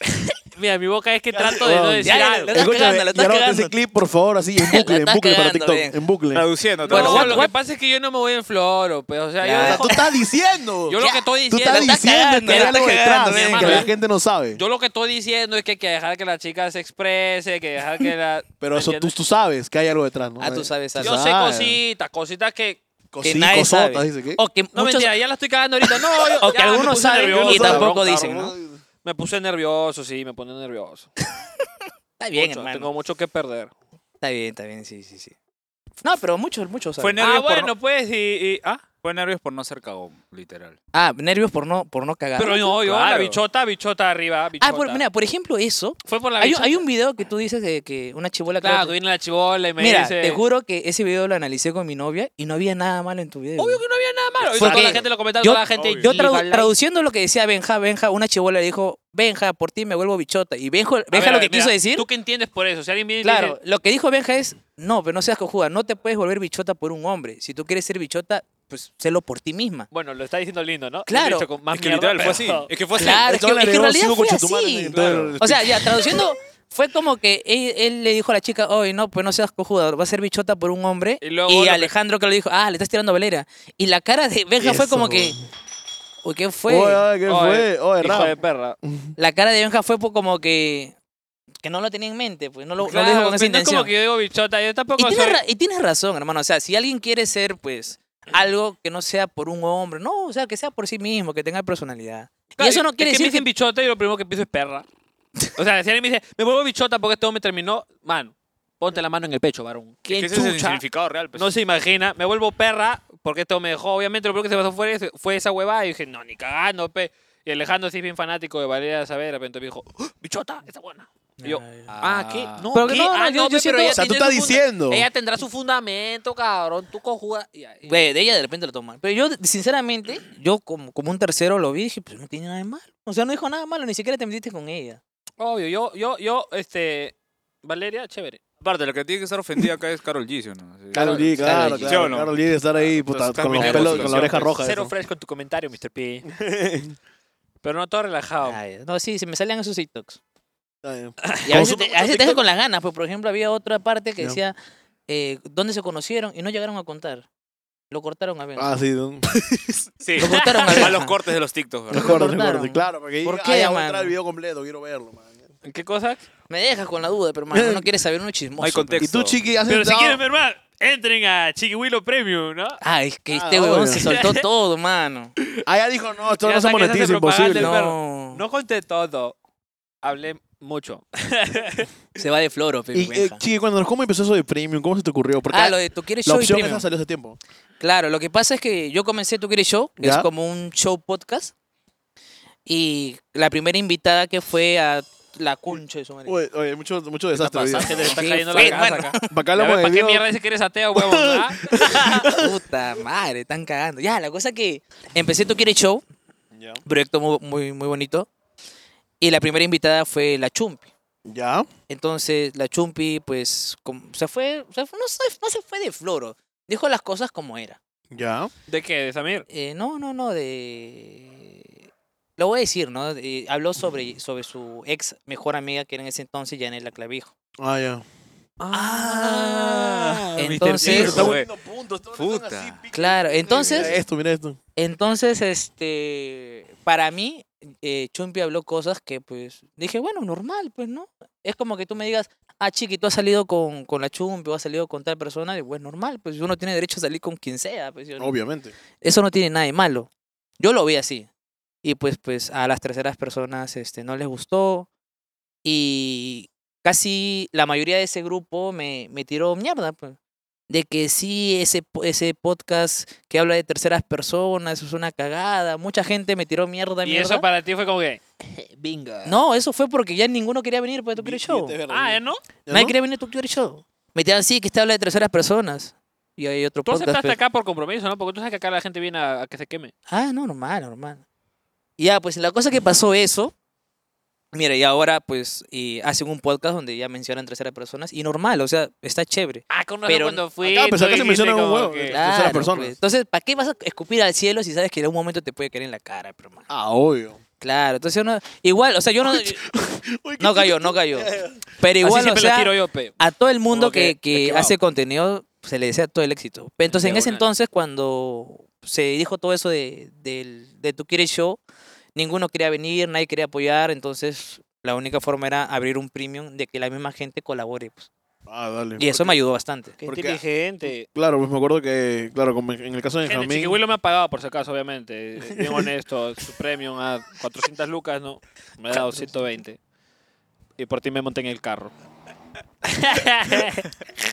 B: Mira, mi boca es que trato de no
C: Wow.
B: decir
D: Ya, ya,
B: algo.
D: la- estás
C: Escúchame,
D: cagando, la estás
C: Yaron,
D: cagando.
C: ese clip, por favor, así, en bucle, en
D: estás
C: bucle para
D: cagando,
C: TikTok.
D: bien.
C: En bucle.
A: Traduciendo,
B: Bueno,
D: Bueno,
A: traduciendo.
B: lo
D: what-
B: que pasa es que yo no me voy en floro, pues. O sea,
C: O sea,
D: Claro.
B: yo,
C: tú estás diciendo.
B: yo lo
D: Ya.
B: que estoy
C: Tú
B: diciendo.
C: estás
D: la estás
C: diciendo
D: cagando,
C: que hay
D: la
C: algo
D: estás
C: detrás,
D: cagando,
C: ven,
B: mi
C: que la
B: hermano.
C: gente no sabe.
B: Yo lo que estoy diciendo es que hay que dejar que la chica se exprese, que dejar que la.
C: Pero
B: ¿me
C: eso tú,
B: entiendes?
C: tú sabes que hay algo detrás, ¿no?
D: Ah, tú sabes algo.
B: Yo sé
C: Sabe.
B: cositas, cositas que.
C: Cosí,
D: que nadie
C: cosotas,
D: sabe.
C: Ah, dice, ¿qué?
D: O que
B: No
D: muchos.
B: mentira, ya la estoy cagando ahorita. No, yo,
D: O que
B: ya, me
D: algunos
B: puse
D: saben y
B: nervioso,
D: tampoco
B: cabrón,
D: dicen,
B: cabrón.
D: ¿no?
B: Me puse nervioso, sí, me pone nervioso.
D: Está bien,
B: Mucho,
D: hermano.
B: Tengo mucho que perder.
D: Está bien, está bien, sí, sí, sí. No, pero muchos, muchos.
A: Fue
D: saben.
A: nervios
B: ah,
A: por
B: bueno, pues, y. y- ah,
A: Fue nervios por no ser cagón, literal.
D: Ah, nervios por no, por no cagar.
B: pero no, yo, la
A: Claro.
B: bichota, bichota arriba, bichota.
D: ah, por, mira, por ejemplo, eso.
B: Fue por la
D: Hay, un-
B: bichota.
D: hay un video que tú dices de que una chibola creo
B: Claro, que
D: que-
B: viene la chibola y me
D: Mira,
B: dice.
D: te juro que ese video lo analicé con mi novia y no había nada malo en tu video.
B: Obvio que no había nada malo. Y
D: Porque
B: toda la gente lo comentaba,
D: yo-
B: toda la gente.
D: Yo
B: y
D: tradu-
B: ojalá-
D: traduciendo lo que decía Benja, Benja, una chibola le dijo, Benja, por ti me vuelvo bichota. Y Benjo-
B: A ver,
D: Benja
B: a
D: lo que
B: ver,
D: quiso
B: mira,
D: decir,
B: ¿Tú qué entiendes por eso? Si alguien viene y te
D: claro,
B: dice,
D: lo que dijo Benja es, no, pero no seas cojuda, no te puedes volver bichota por un hombre. Si tú quieres ser bichota, pues sélo por ti misma.
B: Bueno, lo está diciendo lindo, ¿no?
D: Claro.
B: Lo he dicho con más
A: Es que
B: mierda,
A: literal fue así.
B: pero-
A: Es que fue así.
D: Claro, es que,
C: Entonces
D: es
C: le
D: que en
C: agregó
D: realidad
C: cinco
D: fue
C: conchetumares
D: así.
C: en todo el
D: O sea, ya, traduciendo, fue como que él, él le dijo a la chica, oye, no, pues no seas cojuda, va a ser bichota por un hombre.
B: Y
D: Y,
B: luego pues lo que-
D: Alejandro que le dijo, ah, le estás tirando a Valera. Y la cara de Benja fue
C: Eso.
D: como que, uy, ¿qué fue?
C: Oye, oye, ¿qué
B: Oye,
C: fue?
A: oh,
C: Oye,
B: Hijo
C: Rafa.
B: de perra.
D: La cara de Benja fue po- como que, que no lo tenía en mente, pues no lo, no lo
B: Claro,
D: dijo con
B: pues, no
D: esa
B: es
D: intención.
B: como que yo digo bichota, yo
D: Y
B: tampoco
D: tienes,
B: soy...
D: ra- y tienes razón, hermano. O sea, si alguien quiere ser, pues, algo que no sea por un hombre, no, o sea, que sea por sí mismo, que tenga personalidad.
B: Claro,
D: y eso no
B: es
D: quiere
B: que me
D: decir que
B: dicen bichota y lo primero que pienso es perra. O sea, si alguien me dice, me vuelvo bichota porque este hombre terminó, mano, ponte la mano en el pecho, varón.
A: Es que
B: ¿Quién
A: ese es el
B: chucha?
A: significado real. pues.
B: No se imagina, me vuelvo perra porque este hombre me dejó. Obviamente lo primero que se pasó fue, eso- fue esa huevada y dije, no, ni cagando, pe. Y Alejandro sí es bien fanático de Valeria Saber, de repente me dijo, "¡Ah, bichota, esa buena. Y yo,
D: Ay.
B: ah, ¿qué? No,
D: Pero
B: ¿qué?
D: no, no,
B: ah,
D: yo- yo
B: pero
D: siento-
B: ella
D: O
C: sea, tú
B: tiene su
C: estás
B: funda-
C: diciendo.
B: Ella tendrá su fundamento, cabrón, tú cojuda. y- y-
D: Güey, de ella de repente lo toma. Pero yo, sinceramente, yo como, como un tercero lo vi y dije, pues no tiene nada de malo. O sea, no dijo nada de malo, ni siquiera te metiste con ella.
B: Obvio, yo, yo, yo, este. Valeria, chévere.
A: Aparte, lo que tiene que estar ofendida acá es Carol G, ¿sí o no? Sí.
C: Carol G, claro,
D: Karol G.
A: ¿Sí o
C: claro.
A: no?
C: Carol G de estar ahí, puta,
A: Entonces,
C: con los
A: cambia
B: la
C: pelos, con la
A: conversación,
C: oreja
A: pues.
C: roja.
B: Cero
C: eso.
B: fresh con tu comentario, Mr. P. Pero no todo relajado. Ah,
D: Ay, no, sí, se me salían esos TikToks.
C: Está bien.
D: Y a veces
C: Consume
D: te, a
C: mucho
D: veces te deja
C: TikTok.
D: con las ganas, pues por ejemplo había otra parte que
C: Ya.
D: decía eh, dónde se conocieron y no llegaron a contar. Lo cortaron a ver.
C: Ah, sí. ¿no?
A: Sí.
D: Lo cortaron a ver.
A: Malos cortes de los TikToks. ¿verdad?
C: Recuerdo, recuerdo.
D: cortaron.
C: Claro, porque ahí
D: ¿Por
C: ah,
D: qué,
C: ya voy a
D: mano?
C: entrar al video completo, quiero verlo, man.
B: ¿Qué cosa?
D: Me dejas con la duda, pero mano, no quieres saber uno es chismoso.
A: No hay
D: pues.
A: contexto.
C: Y tú, Chiqui, has
B: Pero si
C: entrado-
B: quieren ver más, entren a Chiqui Willow Premium, ¿no?
D: Ah, es que
C: Ah,
D: este huevón
C: obvio.
D: se soltó todo, mano.
C: Ah, ya dijo, no, esto
B: Ya
C: no se
B: saqué, se hace
C: monetiza,
B: propaganda,
C: imposible.
B: Del
D: No.
B: No conté todo. Hablé mucho.
D: Se va de floro, pe,
C: Y, eh,
D: pendeja.
C: Chiqui, cuando nos cómo empezó eso de premium, ¿cómo se te ocurrió? Porque
D: Ah, lo de tú quieres
C: la
D: show y
C: opción
D: premium.
C: esa salió hace tiempo.
D: Claro, lo que pasa es que yo comencé Tú quieres show, que es
C: Ya.
D: como un show podcast. Y la primera invitada que fue a la cuncha de su madre.
C: Oye, oye, mucho, mucho desastre. hoy día.
B: Pasaje, te está
D: Sí,
B: cayendo
D: fue,
B: la casa
D: mano.
B: acá.
C: Para acá
B: Ya
C: hablamos
B: ves,
C: de
B: ¿Para qué
C: Dios.
B: mierda dice que eres ateo, huevón? ah?
D: Puta madre, están cagando. Ya, la cosa que empecé Tú quieres show,
C: Ya.
D: proyecto muy, muy, muy bonito. Y la primera invitada fue la Chumpi.
C: Ya.
D: Entonces, la Chumpi, pues, com- se fue, se fue- no, se, no se fue de floro. Dijo las cosas como era.
C: Ya.
B: ¿De qué? ¿De Samir?
D: Eh, no, no, no, de... Lo voy a decir, ¿no? Eh, habló sobre, sobre su ex mejor amiga, que era en ese entonces Yanela Clavijo.
C: Ah, ya.
B: Ah, Mr.
D: entonces-
B: Pijo,
C: Está
A: Hijo,
B: güey.
C: poniendo puntos. todos
A: Puta.
C: están así, pica,
D: Claro,
C: pica, pica.
D: entonces-
C: Mira esto, mira esto.
D: Entonces, este, para mí, eh, Chumpi habló cosas que, pues, dije, bueno, normal, pues, ¿no? Es como que tú me digas, ah, chiqui, tú has salido con, con la Chumpi o has salido con tal persona, y bueno, normal, pues, uno tiene derecho a salir con quien sea, pues, yo no-
C: Obviamente.
D: eso no tiene nada de malo. Yo lo vi así. Y pues, pues a las terceras personas este, no les gustó. Y casi la mayoría de ese grupo me, me tiró mierda. pues, De que sí, ese, po- ese podcast que habla de terceras personas es una cagada. Mucha gente me tiró mierda.
B: Y
D: mierda.
B: eso para ti fue como que.
D: No, eso fue porque ya ninguno quería venir porque tú
C: Vi-
D: quieres show.
C: billetes verdes.
B: Ah, ¿eh, ¿no?
C: ¿Ya
D: Nadie
C: no?
D: quería venir tú quieres show. Me tiraron, sí, que este habla de terceras personas. Y hay otro
B: Tú
D: podcast.
B: aceptaste
D: pues,
B: acá por compromiso, ¿no? Porque tú sabes que acá la gente viene a, a que se queme.
D: Ah, no, normal, normal. Y Ya, pues la cosa que pasó eso, mira, y ahora pues y hacen un podcast donde ya mencionan terceras personas y normal, o sea, está chévere.
B: Ah, con
D: Pero-
B: cuando fui.
C: Acá, pues,
B: tú
C: acá se
B: dijiste
C: menciona un
B: como
C: huevo,
B: que-
C: Terceras
D: Claro,
C: personas.
D: pues. Entonces, ¿para qué vas a escupir al cielo si sabes que en algún momento te puede caer en la cara, pero man?
C: Ah, obvio.
D: Claro, entonces uno, igual, o sea, yo no,
C: Uy, qué
D: no cayó, no cayó.
B: Así
D: Pero igual, o
B: siempre la
D: sea, ah,
B: tiro yo, pe.
D: a todo el mundo
B: Como que
D: que, que
B: esquivado.
D: hace contenido se le desea todo el éxito. Pero Entonces, en ese
B: Diagonal.
D: entonces, cuando se dijo todo eso de, del de Tú Quieres Show, ninguno quería venir, nadie quería apoyar, entonces la única forma era abrir un premium de que la misma gente colabore. pues.
C: Ah, dale.
D: Y eso me ayudó bastante.
B: Qué
C: porque-
B: inteligente.
C: Claro, pues me acuerdo que, claro, como en el caso de
B: Gente,
C: Benjamín.
B: Chiquihuilo me ha pagado, por si acaso, obviamente. Eh, Bien honesto. Su premium a 400 lucas, ¿no? Me ha dado 120. Y por ti me monté en el carro.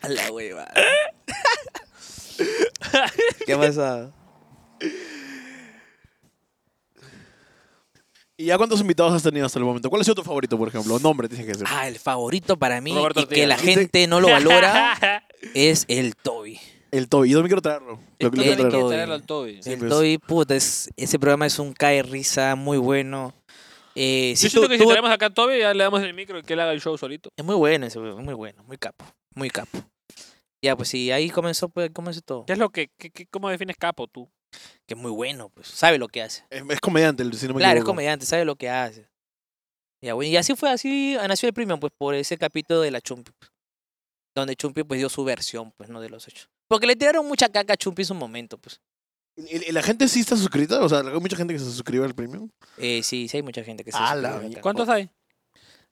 D: A la hueva. ¿Qué ha pasado?
C: ¿Y ya cuántos invitados has tenido hasta el momento? ¿Cuál ha sido tu favorito, por ejemplo? Nombre, tienes que decir.
D: Ah, el favorito para mí
B: Roberto
D: y que
B: Ortega.
D: la gente no lo valora es el Toby.
C: El Toby. Yo también quiero traerlo. Lo
D: Toby.
C: quiero
B: Tienen
C: traer.
B: que
D: Toby.
B: traerlo al Toby.
C: Sí,
D: el
C: pues.
D: Toby, puta, es- ese programa es un cae risa muy bueno. Eh,
B: Yo
D: sí,
B: siento
D: tú-
B: que si
D: tú-
B: traemos acá a Toby, ya le damos el micro y que él haga el show solito.
D: Es muy bueno ese huevón, muy bueno, muy capo, muy capo. Ya, pues sí, ahí comenzó, pues, comenzó todo.
B: ¿Qué es lo que, qué- qué- cómo defines capo tú?
D: Que es muy bueno, pues, sabe lo que hace.
C: Es, es comediante, el- si no me
D: claro, es
C: equivoco.
D: comediante, sabe lo que hace. Ya, bueno, y así fue, así nació el premium, pues, por ese capítulo de la Chumpi. pues, donde Chumpi, pues, dio su versión, pues, no de los hechos. Porque le tiraron mucha caca a Chumpi en su momento, pues.
C: ¿Y- y ¿La gente sí está suscrita? O sea, ¿hay mucha gente que se suscribe al premium?
D: Eh, sí, sí hay mucha gente que se
C: A
D: suscribe
C: la
D: acá.
C: mierda.
B: ¿Cuántos hay?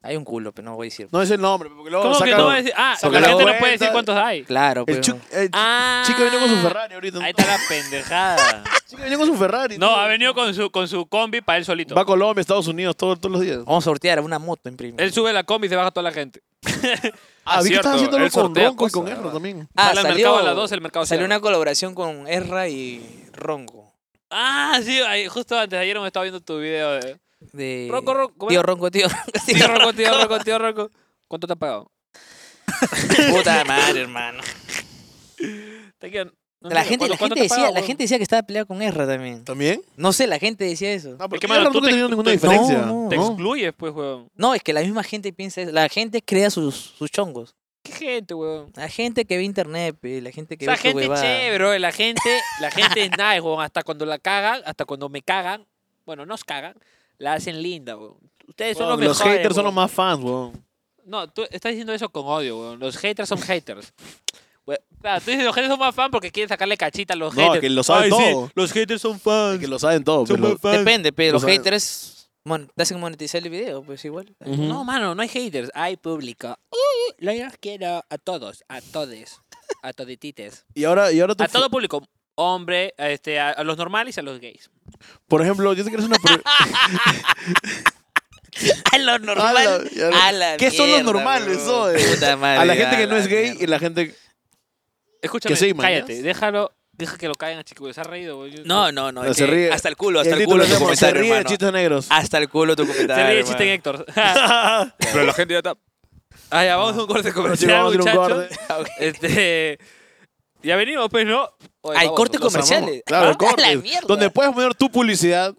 D: Hay un culo, pero no voy a decir.
C: No es el nombre, porque luego
B: ¿Cómo que
C: saca-
B: no va a decir? Ah,
C: saca
B: porque la
C: la
B: gente no
C: vuelta.
B: puede decir cuántos hay.
D: Claro, pues,
C: El
D: pero...
C: chu- el
B: Ah,
C: chico vino con su Ferrari ahorita.
B: Ahí está la pendejada.
C: Chico vino con su Ferrari.
B: No,
C: tío.
B: ha venido con su, con su combi para él solito.
C: Va a Colombia, Estados Unidos, todo- todos los días.
D: Vamos a sortear una moto en premium.
B: Él sube la combi y se baja toda la gente.
C: Ah, vi que
A: cierto,
C: estás haciéndolo
A: él
C: con
A: sortea
C: Ronco y
A: cosas,
C: con
A: ¿verdad?
C: Erro también.
D: Ah,
B: Sale al mercado a las 12, el mercado
D: salió
B: cierra.
D: una colaboración con Erra y Ronco.
B: Ah, sí, ahí- justo antes de ayer me estaba viendo tu video de...
D: De...
B: Ronco, Ronco, ¿cómo
D: Tío
B: era?
D: Ronco, tío Ronco, tío
B: Tío Rocco, tío Rocco, tío Rocco. ¿Cuánto te han pagado?
D: Puta madre, hermano.
B: Te quiero- no
D: La
B: sé,
D: gente,
B: ¿cuánto- cuánto
D: la gente
B: te han
D: decía,
B: pagado,
D: la
B: weón?
D: gente decía que estaba peleado con Erra también.
C: ¿También?
D: No sé, la gente decía eso.
C: Ah, pero
B: Es que,
C: qué
B: mano,
C: Erro
B: tú
C: nunca ha
B: te-
C: tenido
B: tú
C: ninguna
B: te-
C: diferencia.
D: No,
B: Te
C: ¿no?
B: excluyes, pues, weón.
D: No, es que la misma gente piensa eso. La gente crea sus, sus chongos.
B: ¿Qué gente, weón?
D: La gente que ve internet, pe, la gente que
B: Esa
D: ve esta
B: gente
D: huevada.
B: chévere, bro. La gente, la gente es nice, weón. Hasta cuando la cagan, hasta cuando me cagan, bueno, nos cagan, la hacen linda, weón.
D: Ustedes son los
C: Weón,
D: mejores.
C: los haters son los
D: weón.
C: más fans, weón.
B: No, tú estás diciendo eso con odio, weón. Los haters son haters. We- Claro, tú dices los haters son más fan porque quieren sacarle cachita a los
C: No,
B: haters.
C: que lo saben
B: Ay, sí,
C: todo.
B: los haters son fans.
C: Que lo saben todo.
B: Son
C: pero-
B: más fans.
D: Depende, pero los
C: O sea-
D: haters mon- te hacen monetizar el video, pues igual.
C: Ujú.
B: No, mano, no hay haters, hay público. Uh, los quiero a todos, a todes, a toditites.
C: Y ahora, y ahora tú,
B: A todo público. Hombre, a, este, a, a los normales y a los gays.
C: por ejemplo, yo te quiero hacer una pre-
D: A lo normal.
C: A la-
D: A la
C: ¿Qué son los
D: mierda,
C: normales,
D: weón.
C: oe?
D: Puta madre,
C: A la gente
D: a
C: que no
D: la
C: es gay
D: mierda.
C: y la gente...
B: Escúchame,
C: Que sí, man,
B: cállate,
C: ¿ya?
B: déjalo, deja que lo caigan a chicos, se ha reído. güey. Yo-
D: No, no, no. es
C: Se
D: que
C: ríe.
D: Hasta el culo,
C: y
D: hasta
C: el
D: el
C: título
D: culo
C: es
D: tu
C: como, se
D: comentario,
C: ríe de
D: hermano.
C: chistes negros.
D: Hasta el culo tu comentario.
B: Se ríe el chiste en
D: hermano.
B: Héctor.
A: eh, Pero la gente ya está.
B: Ah, ya, vamos a un corte
C: Sí,
B: comercial,
C: vamos a hacer un
B: muchachos. Ah,
C: corte.
B: Este, ya venimos, pues, ¿no? Oye,
D: Hay
B: vamos,
D: cortes
B: los amamos.
D: comerciales.
C: Claro,
D: Ah, A la
C: cortes.
D: mierda.
C: Donde puedes poner tu publicidad.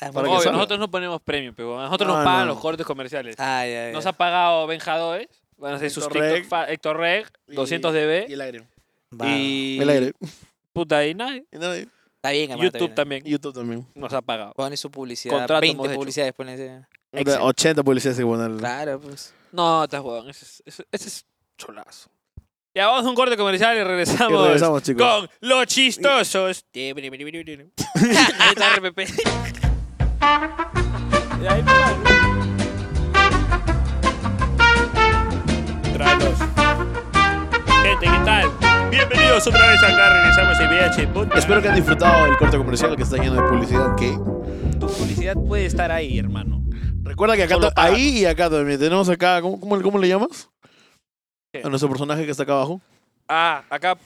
D: Ah,
C: para que
B: Obvio,
C: salga.
B: nosotros no ponemos premium, pero nosotros
C: Ah,
B: nos pagan
C: no.
B: los cortes comerciales.
D: Ay, ay, ay.
B: Nos ha pagado Benjadoes, van a hacer sus
C: Héctor
B: TikTok
C: Reg.
B: fa- Héctor Reg, 200 DB
C: el aire.
D: Va.
B: y
C: El aire.
B: puta y nada,
C: Y nada,
D: Está bien, hermano, está
B: YouTube
D: bien.
B: también
C: YouTube también.
B: nos ha pagado.
D: Pone su publicidad.
B: Contrato
D: 20
B: hemos hecho.
D: publicidades, ponle.
C: Ahorita 80 publicidades hay que ponerle.
D: Claro, pues.
B: No, estás huevón, ese es, ese- ese es cholazo. Ya vamos a un corte comercial y
C: Y
B: regresamos,
C: regresamos, chicos.
B: con los chistosos. Ahí está RPP. Y ahí nomás. Tralos. Gente, ¿qué tal? Bienvenidos otra vez acá, regresamos en VH Podcast.
C: Espero que han disfrutado del corte comercial que está lleno de publicidad. Que
B: tu publicidad puede estar ahí, hermano.
C: recuerda que acá
B: Solo
C: ta-
B: páganos.
C: ahí y acá también tenemos acá ¿cómo, cómo, cómo le llamas?
B: ¿Qué?
C: A nuestro personaje que está acá abajo.
B: Ah, acá.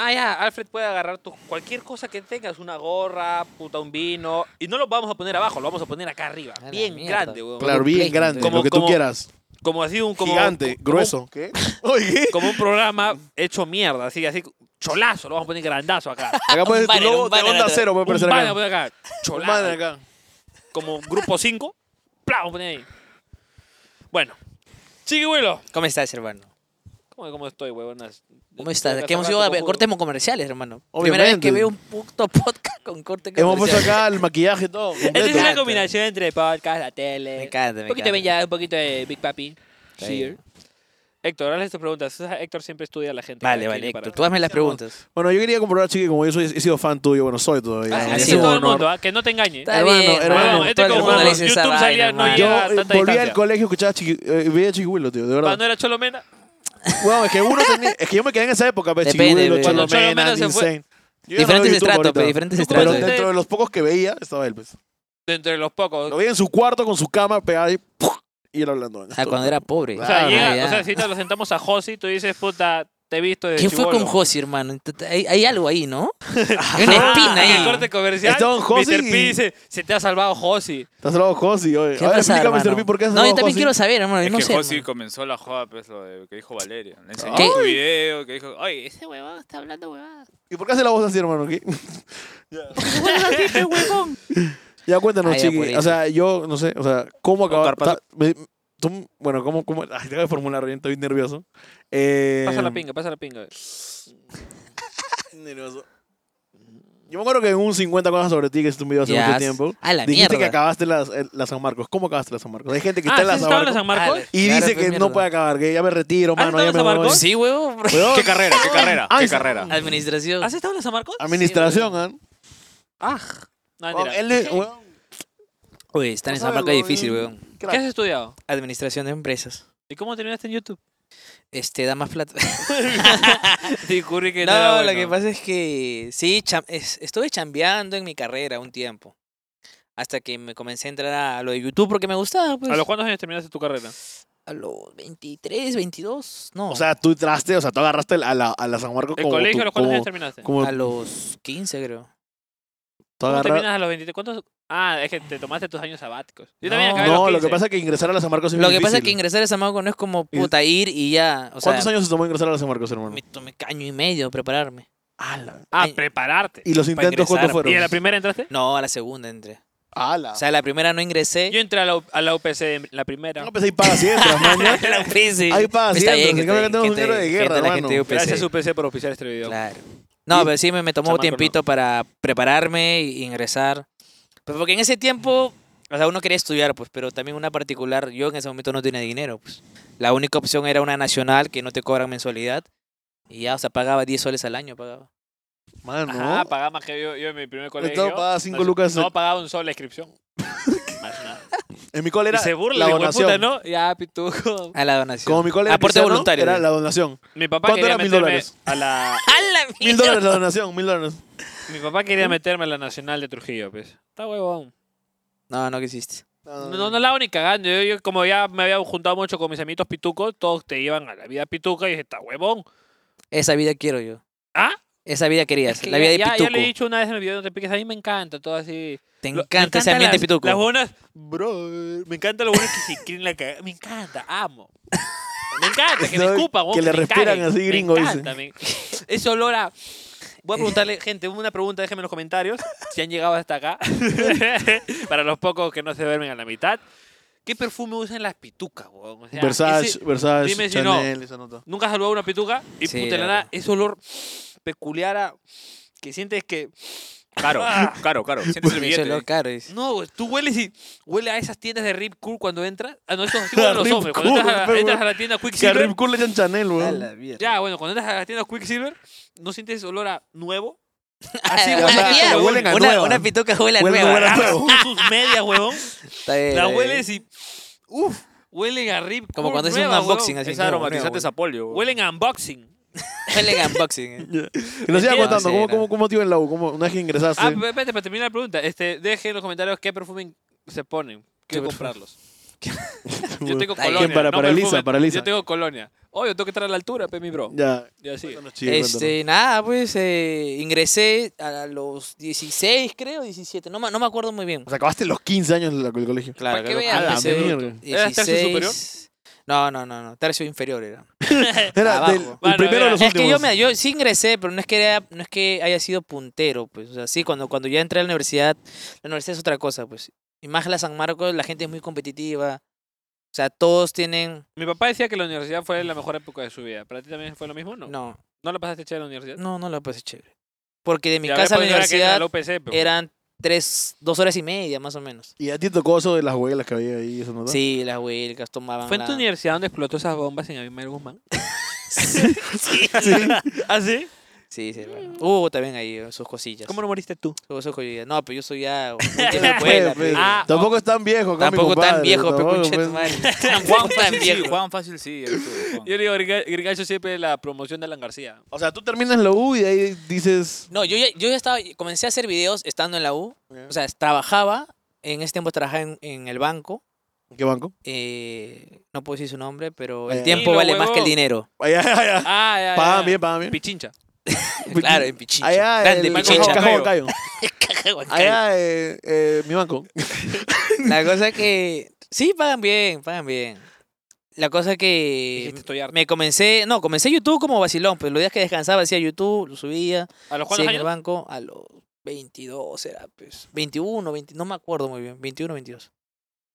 B: Ah, ya, Alfred puede agarrar tu, cualquier cosa que tengas, una gorra, puta, un vino. Y no lo vamos a poner abajo, lo vamos a poner acá arriba.
D: A la
B: bien
D: mierda.
B: grande, weón.
C: Claro, bien
D: placement,
C: grande,
B: como-
C: lo que tú
B: como-
C: quieras.
B: Como así un como,
C: Gigante,
B: como-
C: grueso. ¿Qué? Oye,
B: Como un programa hecho mierda, así, así, cholazo, lo vamos a poner grandazo acá.
C: acá puedes tu
D: banner, un
C: este logo de
D: banner
C: onda
D: atrás.
C: cero, puede
B: Un
C: aparecer
B: banner,
C: acá.
B: poner acá.
C: Un
B: Cholazo.
C: banner acá.
B: Como grupo 5. Pla, vamos a poner ahí. Bueno. Chiquihuilo.
D: ¿Cómo estás, hermano?
B: ¿Cómo, ¿Cómo estoy, huevonas?
D: ¿Cómo estás?
B: Hace
D: Que hemos
B: rato
D: ido a
B: cojudo.
D: cortes comerciales, hermano. Primera vez
C: Obviamente.
D: que veo un puto podcast con corte comercial.
C: Hemos puesto acá el maquillaje y todo.
D: Este
B: Esta es
C: Completo.
B: una
D: Exacto.
B: combinación entre podcast, la tele.
D: Me encanta, me
B: Un poquito de
D: encanta.
B: Benja, un poquito de Big Papi.
D: Está bien.
B: Héctor, hazle tus preguntas. Tú sabes, Héctor siempre estudia a la gente.
D: Vale,
B: que
D: vale,
B: escribe para-
D: Héctor. Tú hazme las preguntas.
C: Bueno, yo quería comprobar, chiqui, como yo soy, he sido fan tuyo, bueno, soy todavía.
D: Ah,
C: ¿no?
D: así
C: Es
B: Así
C: un
B: todo el
C: honor.
B: mundo, ¿ah? que no te engañe.
D: Está
C: Hermano,
D: bien,
C: hermano,
D: hermano.
B: este
D: Todo el
B: como
D: mundo le dice
B: YouTube
D: esa vaina,
B: salía, no
D: hermano.
C: Yo
B: llega. a
C: eh,
B: tanta
C: volví al
B: distancia.
C: colegio, escuchaba chiqui, eh, veía Chiquihuilo, tío, de verdad.
B: Cuando era Cholomena,
C: Bueno, es que uno tenía, es que yo me quedé en esa época, pues, pe,
D: Depende,
C: Chiquihuilo,
D: pe.
B: Cuando
C: Cholomena,
B: Cholomena se fue.
C: Insane. Yo ya no veo
D: Diferentes
C: YouTube
D: estratos,
C: ahorita.
D: pero diferentes
B: ¿Tú cómo
C: Pero
D: estratos.
B: Espérate.
C: dentro de los pocos que veía, estaba él, pues.
B: de entre los pocos.
C: Lo veía en su cuarto con su cama pegada ahí, ¡puf! y él hablando.
D: Ah, cuando era pobre.
B: O sea,
C: Ah,
B: llega,
D: ya.
B: o sea, si te lo sentamos a Josi, tú dices, puta, te he visto de
D: ¿Quién fue con Josi, hermano? Entonces, Hay, hay algo ahí, ¿no? Hay una espina
B: En el Ah, corte
D: ahí.
B: comercial,
C: Estaban Josi
B: Mr. P
C: y-
B: dice, se te ha salvado Josi.
C: Estás hablando Josi, oye.
D: ¿Qué
C: A
D: ha
C: ver,
D: pasado,
C: explícame, Mr.
D: hermano?
C: P, ¿por qué has
D: No, yo
C: hablado
D: también
C: Josi?
D: quiero saber, hermano.
A: Es
D: yo No
A: que
D: sé.
A: Josi
D: hermano.
A: comenzó la joda, pues, lo de que dijo Valeria. Le enseñó
D: ¿Qué?
A: un video que dijo, oye, ese huevón está hablando huevadas.
C: ¿Y por qué hace la voz así, hermano? ¿Qué? Ya cuéntanos,
D: Ah, ya, por
C: chiqui.
D: ahí.
C: O sea, yo no sé, o sea, ¿cómo acabar?
B: Carpazo.
C: ta- me- tú- Bueno, ¿cómo? cómo ay, tengo que formular bien, estoy nervioso. Eh,
B: Pasa la pinga, pasa la pinga.
C: Nervioso. Yo me acuerdo que en un 50 cosas sobre ti, que es un video hace
D: Ya,
C: mucho tiempo,
D: a la
C: dijiste que
D: mierda.
C: acabaste la, el- la San Marcos. ¿Cómo acabaste la San Marcos? Hay gente que
B: Ah,
C: está en
B: ¿sí
C: la
B: has
C: San
B: estado en la
C: Marcos.
B: San Marcos?
D: Ah,
C: Y
D: claro,
C: dice
D: pues,
C: que no
D: mierda.
C: puede acabar, que ya me retiro,
B: ¿Has
C: mano,
B: estado
C: ya
B: en
C: me
B: San
C: voy.
B: Marcos?
D: Sí, huevo.
C: Weón,
A: ¿Qué carrera? ¿Qué carrera?
C: Ay,
A: ¿Qué
C: sí.
A: carrera?
D: Administración.
B: ¿Has estado en la San Marcos?
C: Administración, ¿ah?
B: Ah, no,
C: Weón,
B: mentira.
C: él es- weón,
D: Oye, estar
C: no
D: en San
C: sabe,
D: Marcos es
C: weón,
D: difícil,
C: bien
D: weón.
B: ¿Qué
C: crack.
B: has estudiado?
D: Administración de empresas.
B: ¿Y cómo terminaste en YouTube?
D: Este, da más plata.
B: Descubrí que no, era
D: No, lo
B: bueno.
D: que pasa es que sí, cham- es- estuve chambeando en mi carrera un tiempo. Hasta que me comencé a entrar a lo de YouTube porque me gustaba, pues.
B: ¿A los cuántos años terminaste tu carrera?
D: a los 23, 22, no.
C: O sea, tú entraste, o sea, tú agarraste a la, a la San Marcos
B: ¿El
C: como
B: colegio
C: Oh, tú-
B: a los cuántos
C: como-
B: años terminaste?
C: como
D: a los 15, creo.
C: tú
B: ¿Cómo
C: agarras-
B: terminas a los 23? ¿Cuántos? Ah, es que te tomaste tus años sabáticos. Yo también
D: No.
B: acabé a los
C: No, lo que
B: 15.
C: pasa es que ingresar a la San Marcos es
D: Lo que
C: bien
D: pasa es que
C: difícil.
D: ingresar a San Marcos no es como
C: Y-
D: puta ir y ya. O sea,
C: ¿Cuántos años se tomó ingresar a la San Marcos, hermano?
D: me tomé año y medio prepararme.
C: Ala.
B: Ah,
D: Ay.
B: prepararte.
C: ¿Y los
D: Para
C: intentos cuántos
D: ingresar,
C: fueron?
B: ¿Y a la primera entraste?
D: No, a la segunda entré.
C: Ala.
D: O sea, a la primera no ingresé.
B: Yo entré a la, U- a la UPC en la primera.
C: No, pues ahí pagas y entras, maña.
D: la UPC.
C: Ahí pagas
D: Está
C: asientos,
D: bien,
C: en cambio
D: está
C: acá
D: bien,
C: tenemos un
D: gente-
C: dinero de
D: gente,
C: guerra,
D: la
C: hermano.
D: gente de UPC.
B: Gracias UPC por oficiar este video.
D: Claro. No,
C: Y-
D: pero sí me, me tomó
B: Chamaco,
D: tiempito para prepararme e ingresar. Pero porque en Pues ese tiempo O sea, uno quería estudiar, pues, pero también una particular, yo en ese momento no tenía dinero, pues. La única opción era una nacional que no te cobran mensualidad. Y ya, o sea, pagaba 10 soles al año, pagaba.
C: Mano.
B: Ajá, pagaba más que yo, yo en mi primer colegio.
C: pagaba cinco
B: no,
C: lucas.
B: No pagaba un sol la inscripción. Más nada.
C: en mi cole
B: Y
C: era
B: se burla
C: la
B: de hijueputa,
C: donación.
B: ¿no? Ah, Ya, pituco.
D: A la donación.
C: Como mi cole era
D: Aporte
C: cristiano,
D: voluntario,
C: Era
D: ya.
C: la donación.
B: Mi papá
C: ¿Cuánto
B: quería
C: era mil
B: meterme
C: dólares?
B: a la
D: ¡A la
C: Mil
D: mierda!
C: dólares la donación, mil dólares.
B: mi papá quería meterme a la Nacional de Trujillo, pues. Está huevón.
D: No, no quisiste.
B: No, no, no la hago ni cagando. Yo, yo como ya me había juntado mucho con mis amiguitos pitucos, todos te iban a la vida pituca y dije, está huevón.
D: Esa vida quiero yo.
B: ¿Ah?
D: Esa vida querías.
B: Es que
D: la
B: ya,
D: vida de
B: ya-
D: pituco.
B: ya le he dicho una vez en el video, no te piques, a mí me encanta todo así.
D: Te
B: Lo- me
D: encanta ese
B: encantan
D: ambiente
B: las-
D: pituco.
B: Las buenas, bro, me encanta lo bueno que se quieren la cagada. Me encanta, amo. Me encanta, que me
C: No,
B: escupan, weón,
C: que le
B: me
C: respiran
B: caguen.
C: así, gringo,
B: Me
C: dice.
B: encanta, me- Ese olor a... Voy a preguntarle, gente, una pregunta, déjenme en los comentarios si han llegado hasta acá. Para los pocos que no se duermen a la mitad. ¿Qué perfume usan las pitucas, weón? O sea,
C: Versace,
B: ese-
C: Versace,
B: dime si no.
C: Chanel, esa nota.
B: Nunca has saludado a una pituca y
D: Sí,
B: puta de la
D: claro.
B: nada, ese olor peculiar a- que sientes que.
A: Caro, caro, caro. Sientes el
D: Ese olor
A: billete.
D: caro, Pues, dice.
B: No, güey, tú hueles y huele a esas tiendas de Rip Curl cuando entras. Ah, no, eso es así como los
C: Rip
B: hombres. Cuando entras a,
C: Curl,
B: la- entras
C: güey.
B: a la tienda
C: Que a Rip
B: Quicksilver.
C: Curl le echan Chanel,
D: A
C: weón.
D: la mierda.
B: Ya, bueno, cuando entras a la tienda Quicksilver, no sientes olor a nuevo.
D: Ah,
B: Así,
D: la
B: huele
C: sea,
B: a
D: mierda.
C: lo huelen a
D: una,
C: nueva.
D: una pituca huele a
C: Huele-
D: nueva.
C: huele a nueva.
B: Agarras tú sus medias, huevón.
D: Está bien,
B: Las
D: está bien.
B: Ah, hueles y. Uff, huelen a Rip
D: Como
B: Curl
D: cuando haces un
B: nueva,
D: unboxing,
B: huevón.
D: así.
A: Es
D: nuevo,
A: aromatizante
D: nuevo,
A: a polio.
B: Huelen a unboxing.
D: Huele a unboxing. eh.
C: Que nos siga
B: Mentira.
C: contando,
D: Sí,
C: ¿cómo,
D: era.
C: cómo, cómo te iba en la U? ¿Cómo, una vez que ingresaste?
B: Ah, espérate, para terminar la pregunta. Este, dejen en los comentarios qué perfume se ponen. Quiero
C: perfume?
B: comprarlos. pues, Yo tengo
D: Está bien.
B: colonia.
C: Para-
B: no
C: para Elisa,
B: perfume.
C: para Elisa.
B: Yo tengo colonia. Oh, yo tengo que estar a la altura, pe, mi bro.
C: Ya.
B: Ya sí.
C: Sí,
D: este, nada, pues eh, ingresé a los 16, creo, 17. No, me- no me acuerdo muy bien.
C: O sea, acabaste los 15 años del del colegio.
D: Claro,
B: que
D: creo
B: vean,
C: A la
D: empecé
C: mierda.
B: ¿Eras tercio
D: 16.
B: superior?
D: pues, eh, No, no, no, no, tercio inferior era.
C: Era
D: Abajo.
C: del el
B: Bueno,
C: primero
B: mira,
C: de los
D: Es
C: últimos.
D: que yo, me, yo sí ingresé, pero no es que era- no es que haya sido puntero, pues. O sea, sí, cuando, cuando ya entré a la universidad, la universidad es otra cosa, pues. Y más la San Marcos, la gente es muy competitiva. O sea, todos tienen.
B: Mi papá decía que la universidad fue la mejor época de su vida. ¿Para ti también fue lo mismo? No. ¿No,
D: No,
B: lo pasaste chévere en la universidad?
D: no, no la pasé chévere. Porque de mi
B: Ya ves,
D: casa a la
B: porque era que era
D: universidad
B: la UPC, pero-
D: eran tres, dos horas y media, más o menos.
C: Y a ti te tocó eso de las huelgas que había ahí, eso, ¿no?
D: Sí, las huelgas tomaban.
B: ¿Fue en tu
D: la-
B: universidad donde explotó esas bombas en Abimael Guzmán?
D: ¿Ah, sí? Sí, sí. bueno. Hubo también ahí sus cosillas.
B: ¿Cómo no moriste tú?
D: Hubo sus cosillas. No, pero yo soy ya. de
C: Pe,
D: escuela,
C: pe.
D: pe.
B: Ah,
C: tampoco es tan viejo, acá pues, mi
D: Tampoco tan
C: compadre,
D: viejo,
C: tampoco,
D: pero conche
C: pues.
D: tu madre. Tampoco tan viejo.
A: Juan fácil sí. el tuyo, Juan.
B: Yo le digo, Griga- Grigacho siempre la promoción de Alan García.
C: O sea, tú terminas la U y de ahí dices...
D: No, yo ya, yo ya estaba, comencé a hacer videos estando en la U. O sea, trabajaba, en ese tiempo trabajaba en, en el banco.
C: ¿Qué banco?
D: eh, no puedo decir su nombre, pero el
C: Eh.
D: tiempo
B: Dilo,
D: vale más que el
B: huevón.
D: dinero.
C: Allá, allá.
B: Ah, ya, ya,
C: Pagan
B: ya.
C: bien, pagan bien.
B: Pichincha.
D: claro, en Pichincha.
C: Allá,
D: Grande
C: el
D: Pichincha.
C: Cajón Huancayo.
D: Caja de Huancayo.
C: Allá, eh, eh, mi banco.
D: La cosa que... Sí, pagan bien, pagan bien. La cosa que...
B: Dijiste, estoy harto.
D: Me comencé, no, comencé YouTube como vacilón, pues los días que descansaba hacía YouTube, lo subía,
B: ¿A los
D: hacía
B: cuántos
D: en el
B: años?
D: banco a los 22 era, pues, 21, 20, no me acuerdo muy bien, 21, 22.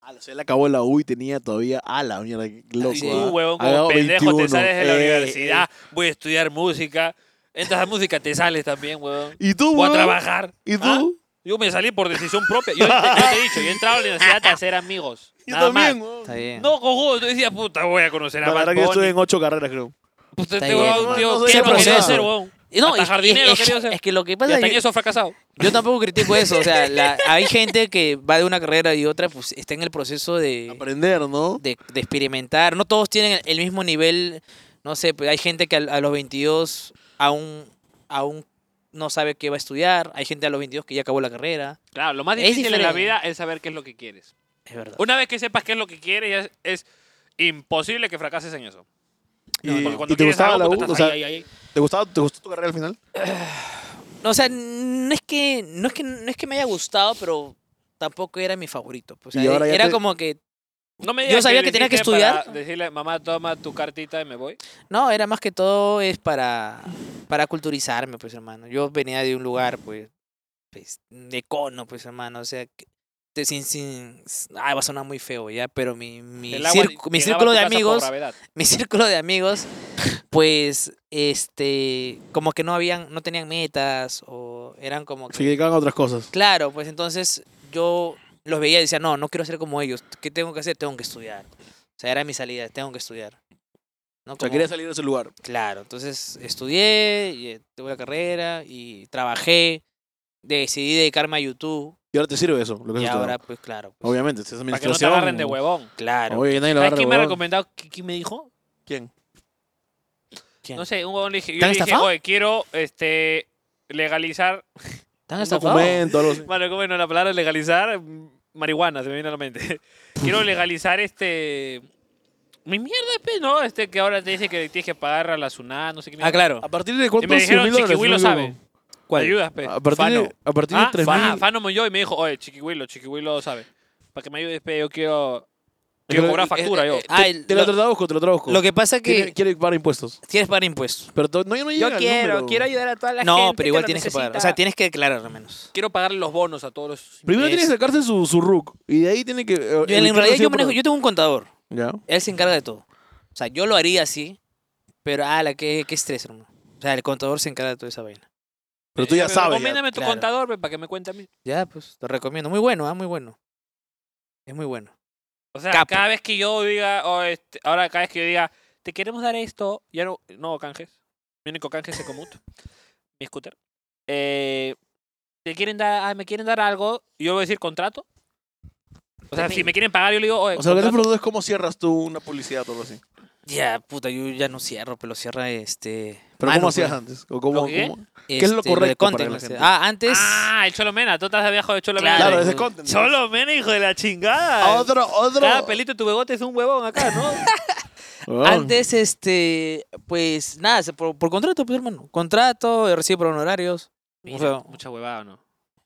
C: Ah, se le acabó la U y tenía todavía... Ah, la mierda, qué loco.
B: Y
C: ah.
B: tú, huevón,
C: Hago
B: como pendejo,
C: 21,
B: te sales de la
C: eh,
B: universidad. Voy a estudiar música. Entras a música, te sales también, huevón.
C: ¿Y tú,
B: Voy a
C: huevón?
B: trabajar.
C: ¿Y tú?
B: ¿Ah? Yo me salí por decisión propia. Yo, te- yo te he dicho, yo he entrado a la universidad a hacer amigos.
C: Yo
B: nada
C: también,
B: más.
C: huevón.
D: Está bien.
B: No, cojo, yo decía, puta, voy a conocer a
C: La verdad
B: Bad
C: que yo estuve
B: Bunny.
C: en ocho carreras, creo.
B: Puta,
D: Está
B: este huevón,
D: bien.
B: tío,
C: No,
B: ¿qué
C: no soy
B: no quería
D: profesor.
B: hacer, huevón?
D: Y no,
B: hasta
D: es- es-
B: jardinero
D: es,
B: quería ser.
D: es que lo que
B: Y
D: pasa
B: hasta
D: es
B: en
D: que
B: eso ha fracasado.
D: yo tampoco critico eso, o sea, la- hay gente que va de una carrera y otra, pues está en el proceso de,
C: Aprender, ¿no?
D: de, de experimentar. No todos tienen el mismo nivel. No sé, pues hay gente que al- a, los 22 aún, aún no sabe qué va a estudiar. Hay gente a los 22 que ya acabó la carrera.
B: Claro, lo más
D: Es
B: difícil en la vida
D: diferente.
B: es saber qué es lo que quieres.
D: Es verdad.
B: Una vez que sepas qué es lo que quieres, ya es, es imposible que fracases en eso.
C: Y,
B: Porque
C: y
B: cuando
C: te
B: quieres
C: gustaba la
B: algo,
C: U,
B: puta,
C: o
B: estás
C: sea,
B: ahí, ahí, ahí.
C: ¿te gustaba, te gustó tu carrera al final?
D: No, O sea, no es que no es que no es que me haya gustado, pero tampoco era mi favorito. pues, o
C: Y
D: sea,
C: ahora ya
D: era
C: te-
D: como que
B: No me
D: Yo
B: digas
D: sabía
B: lo
D: que tenía que
B: hiciste para
D: estudiar.
B: Decirle, mamá, toma tu cartita y me voy.
D: no, era más que todo es para para culturizarme, pues hermano. Yo venía de un lugar pues pues de cono, pues hermano, o sea, que- de- sin sin ah, va a sonar muy feo ya, pero mi mi,
B: El agua
D: círcu-
B: llegaba
D: mi
B: a tu
D: círculo de
B: casa por
D: amigos
B: gravedad.
D: mi círculo de amigos, pues, este, como que no habían, no tenían metas o eran como
C: Se
D: que...
C: dedicaban a otras cosas.
D: Claro, pues entonces yo los veía y decía, no, no quiero ser como ellos. ¿Qué tengo que hacer? Tengo que estudiar. O sea, era mi salida, tengo que estudiar. ¿No?
C: O sea,
D: Como-
C: quería salir de ese lugar.
D: Claro, entonces estudié, y, eh, tuve la carrera y trabajé. Decidí dedicarme a YouTube
C: Y ahora te sirve eso, lo que
D: y
C: has
D: ahora,
C: estudiado.
D: pues claro. pues,
C: Obviamente, si es
B: Para que no te
C: administración.
B: agarren de huevón.
D: Claro.
C: Oye, nadie
B: ¿Sabes
C: lo agarra de
B: quién me ha
C: huevón.
B: recomendado? ¿Qui- ¿Quién me dijo?
C: ¿Quién?
D: ¿Quién?
B: No sé, un huevón le dije, yo le
D: ¿Te han
B: dije,
D: estafado?
B: oye, quiero este, legalizar,
D: ¿Están
C: Un
D: estafados?
C: documento, algo así.
B: bueno, ¿cómo no la palabra legalizar? Mm, Marihuana, se me viene a la mente. quiero legalizar este... Mi mierda, pe, ¿no? Este que ahora te dice que tienes que pagar a la SUNAT, no sé qué
D: Ah,
B: mierda.
D: claro.
C: ¿A partir de
B: Y
C: cuántos
B: me dijeron,
C: 100.000 dólares? Ah,
B: Chiquihuil lo
C: no
B: sabe.
D: ¿Cuál?
B: Ayudas, pe.
C: A partir
B: Fano.
C: de, a partir de
B: Ah, Fano,
C: 3.000.
B: Fano Monjoy me dijo, oye, Chiquihuilo, Chiquihuilo sabe. Para que me ayudes, pe, yo quiero... Quiero
C: Pero,
B: cobrar
C: eh,
B: factura,
D: eh,
B: yo.
D: eh, Ah, el-
C: Te lo
D: lo,
C: traduzco, te lo traduzco.
D: lo que pasa
C: quiere,
D: que
C: quiere pagar impuestos.
D: tienes que pagar impuestos.
C: Pero to- no, yo no llega el número.
A: ayudar a toda la
D: No, pero igual tienes que pagar. O sea, tienes que declarar al menos.
B: Quiero pagarle los bonos a todos los...
C: Primero tiene que sacarse su, su RUC. Y de ahí tiene que. eh,
D: Yo, en realidad yo manejo, yo tengo un contador.
C: Ya.
D: Él se encarga de todo. O sea, yo lo haría así, pero ala, qué, qué estrés, hermano. O sea, el contador se encarga de toda esa vaina.
C: Pero tú ya sabes. ya.
B: Eh, Recomiéndame tu
D: claro.
B: contador, pe, para que me cuente a mí.
D: Ya, pues, te recomiendo. Muy bueno, ah, muy bueno. Es muy bueno.
B: O sea,
D: Capo.
B: cada vez que yo diga, o este, ahora cada vez que yo diga, te queremos dar esto, ya no, no canjes. Mi único canje es Ecomut, mi scooter. Eh, te quieren dar, ah, me quieren dar algo, y yo voy a decir contrato. O sea, si me quieren pagar, yo le digo, oye,
C: O sea, lo que te
B: contrato.
C: pregunto es cómo cierras tú una publicidad o algo así.
D: Ya, puta, yo ya no cierro, pero cierra este.
C: Pero
D: mano,
C: ¿cómo hacías
D: pues.
C: antes? ¿O cómo,
B: ¿Lo qué?
C: cómo? ¿Qué es Ah, lo
D: Este, de
C: correcto para
D: content,
C: la
D: o sea.
C: gente?
D: Ah, antes.
B: Ah, el Cholomena, tú estás debajo de Cholomena.
D: Claro,
C: Claro,
D: ese
C: ese
D: es
C: content.
B: Cholomena, hijo de la chingada.
C: Otro, otro.
B: Cada pelito de tu begote es un huevón acá, ¿no?
C: Weón.
D: Antes, este, pues nada, se- por, por contrato, pues hermano. Contrato, recibo por honorarios.
B: Mira,
D: O sea,
B: mucha huevada, ¿o ¿no?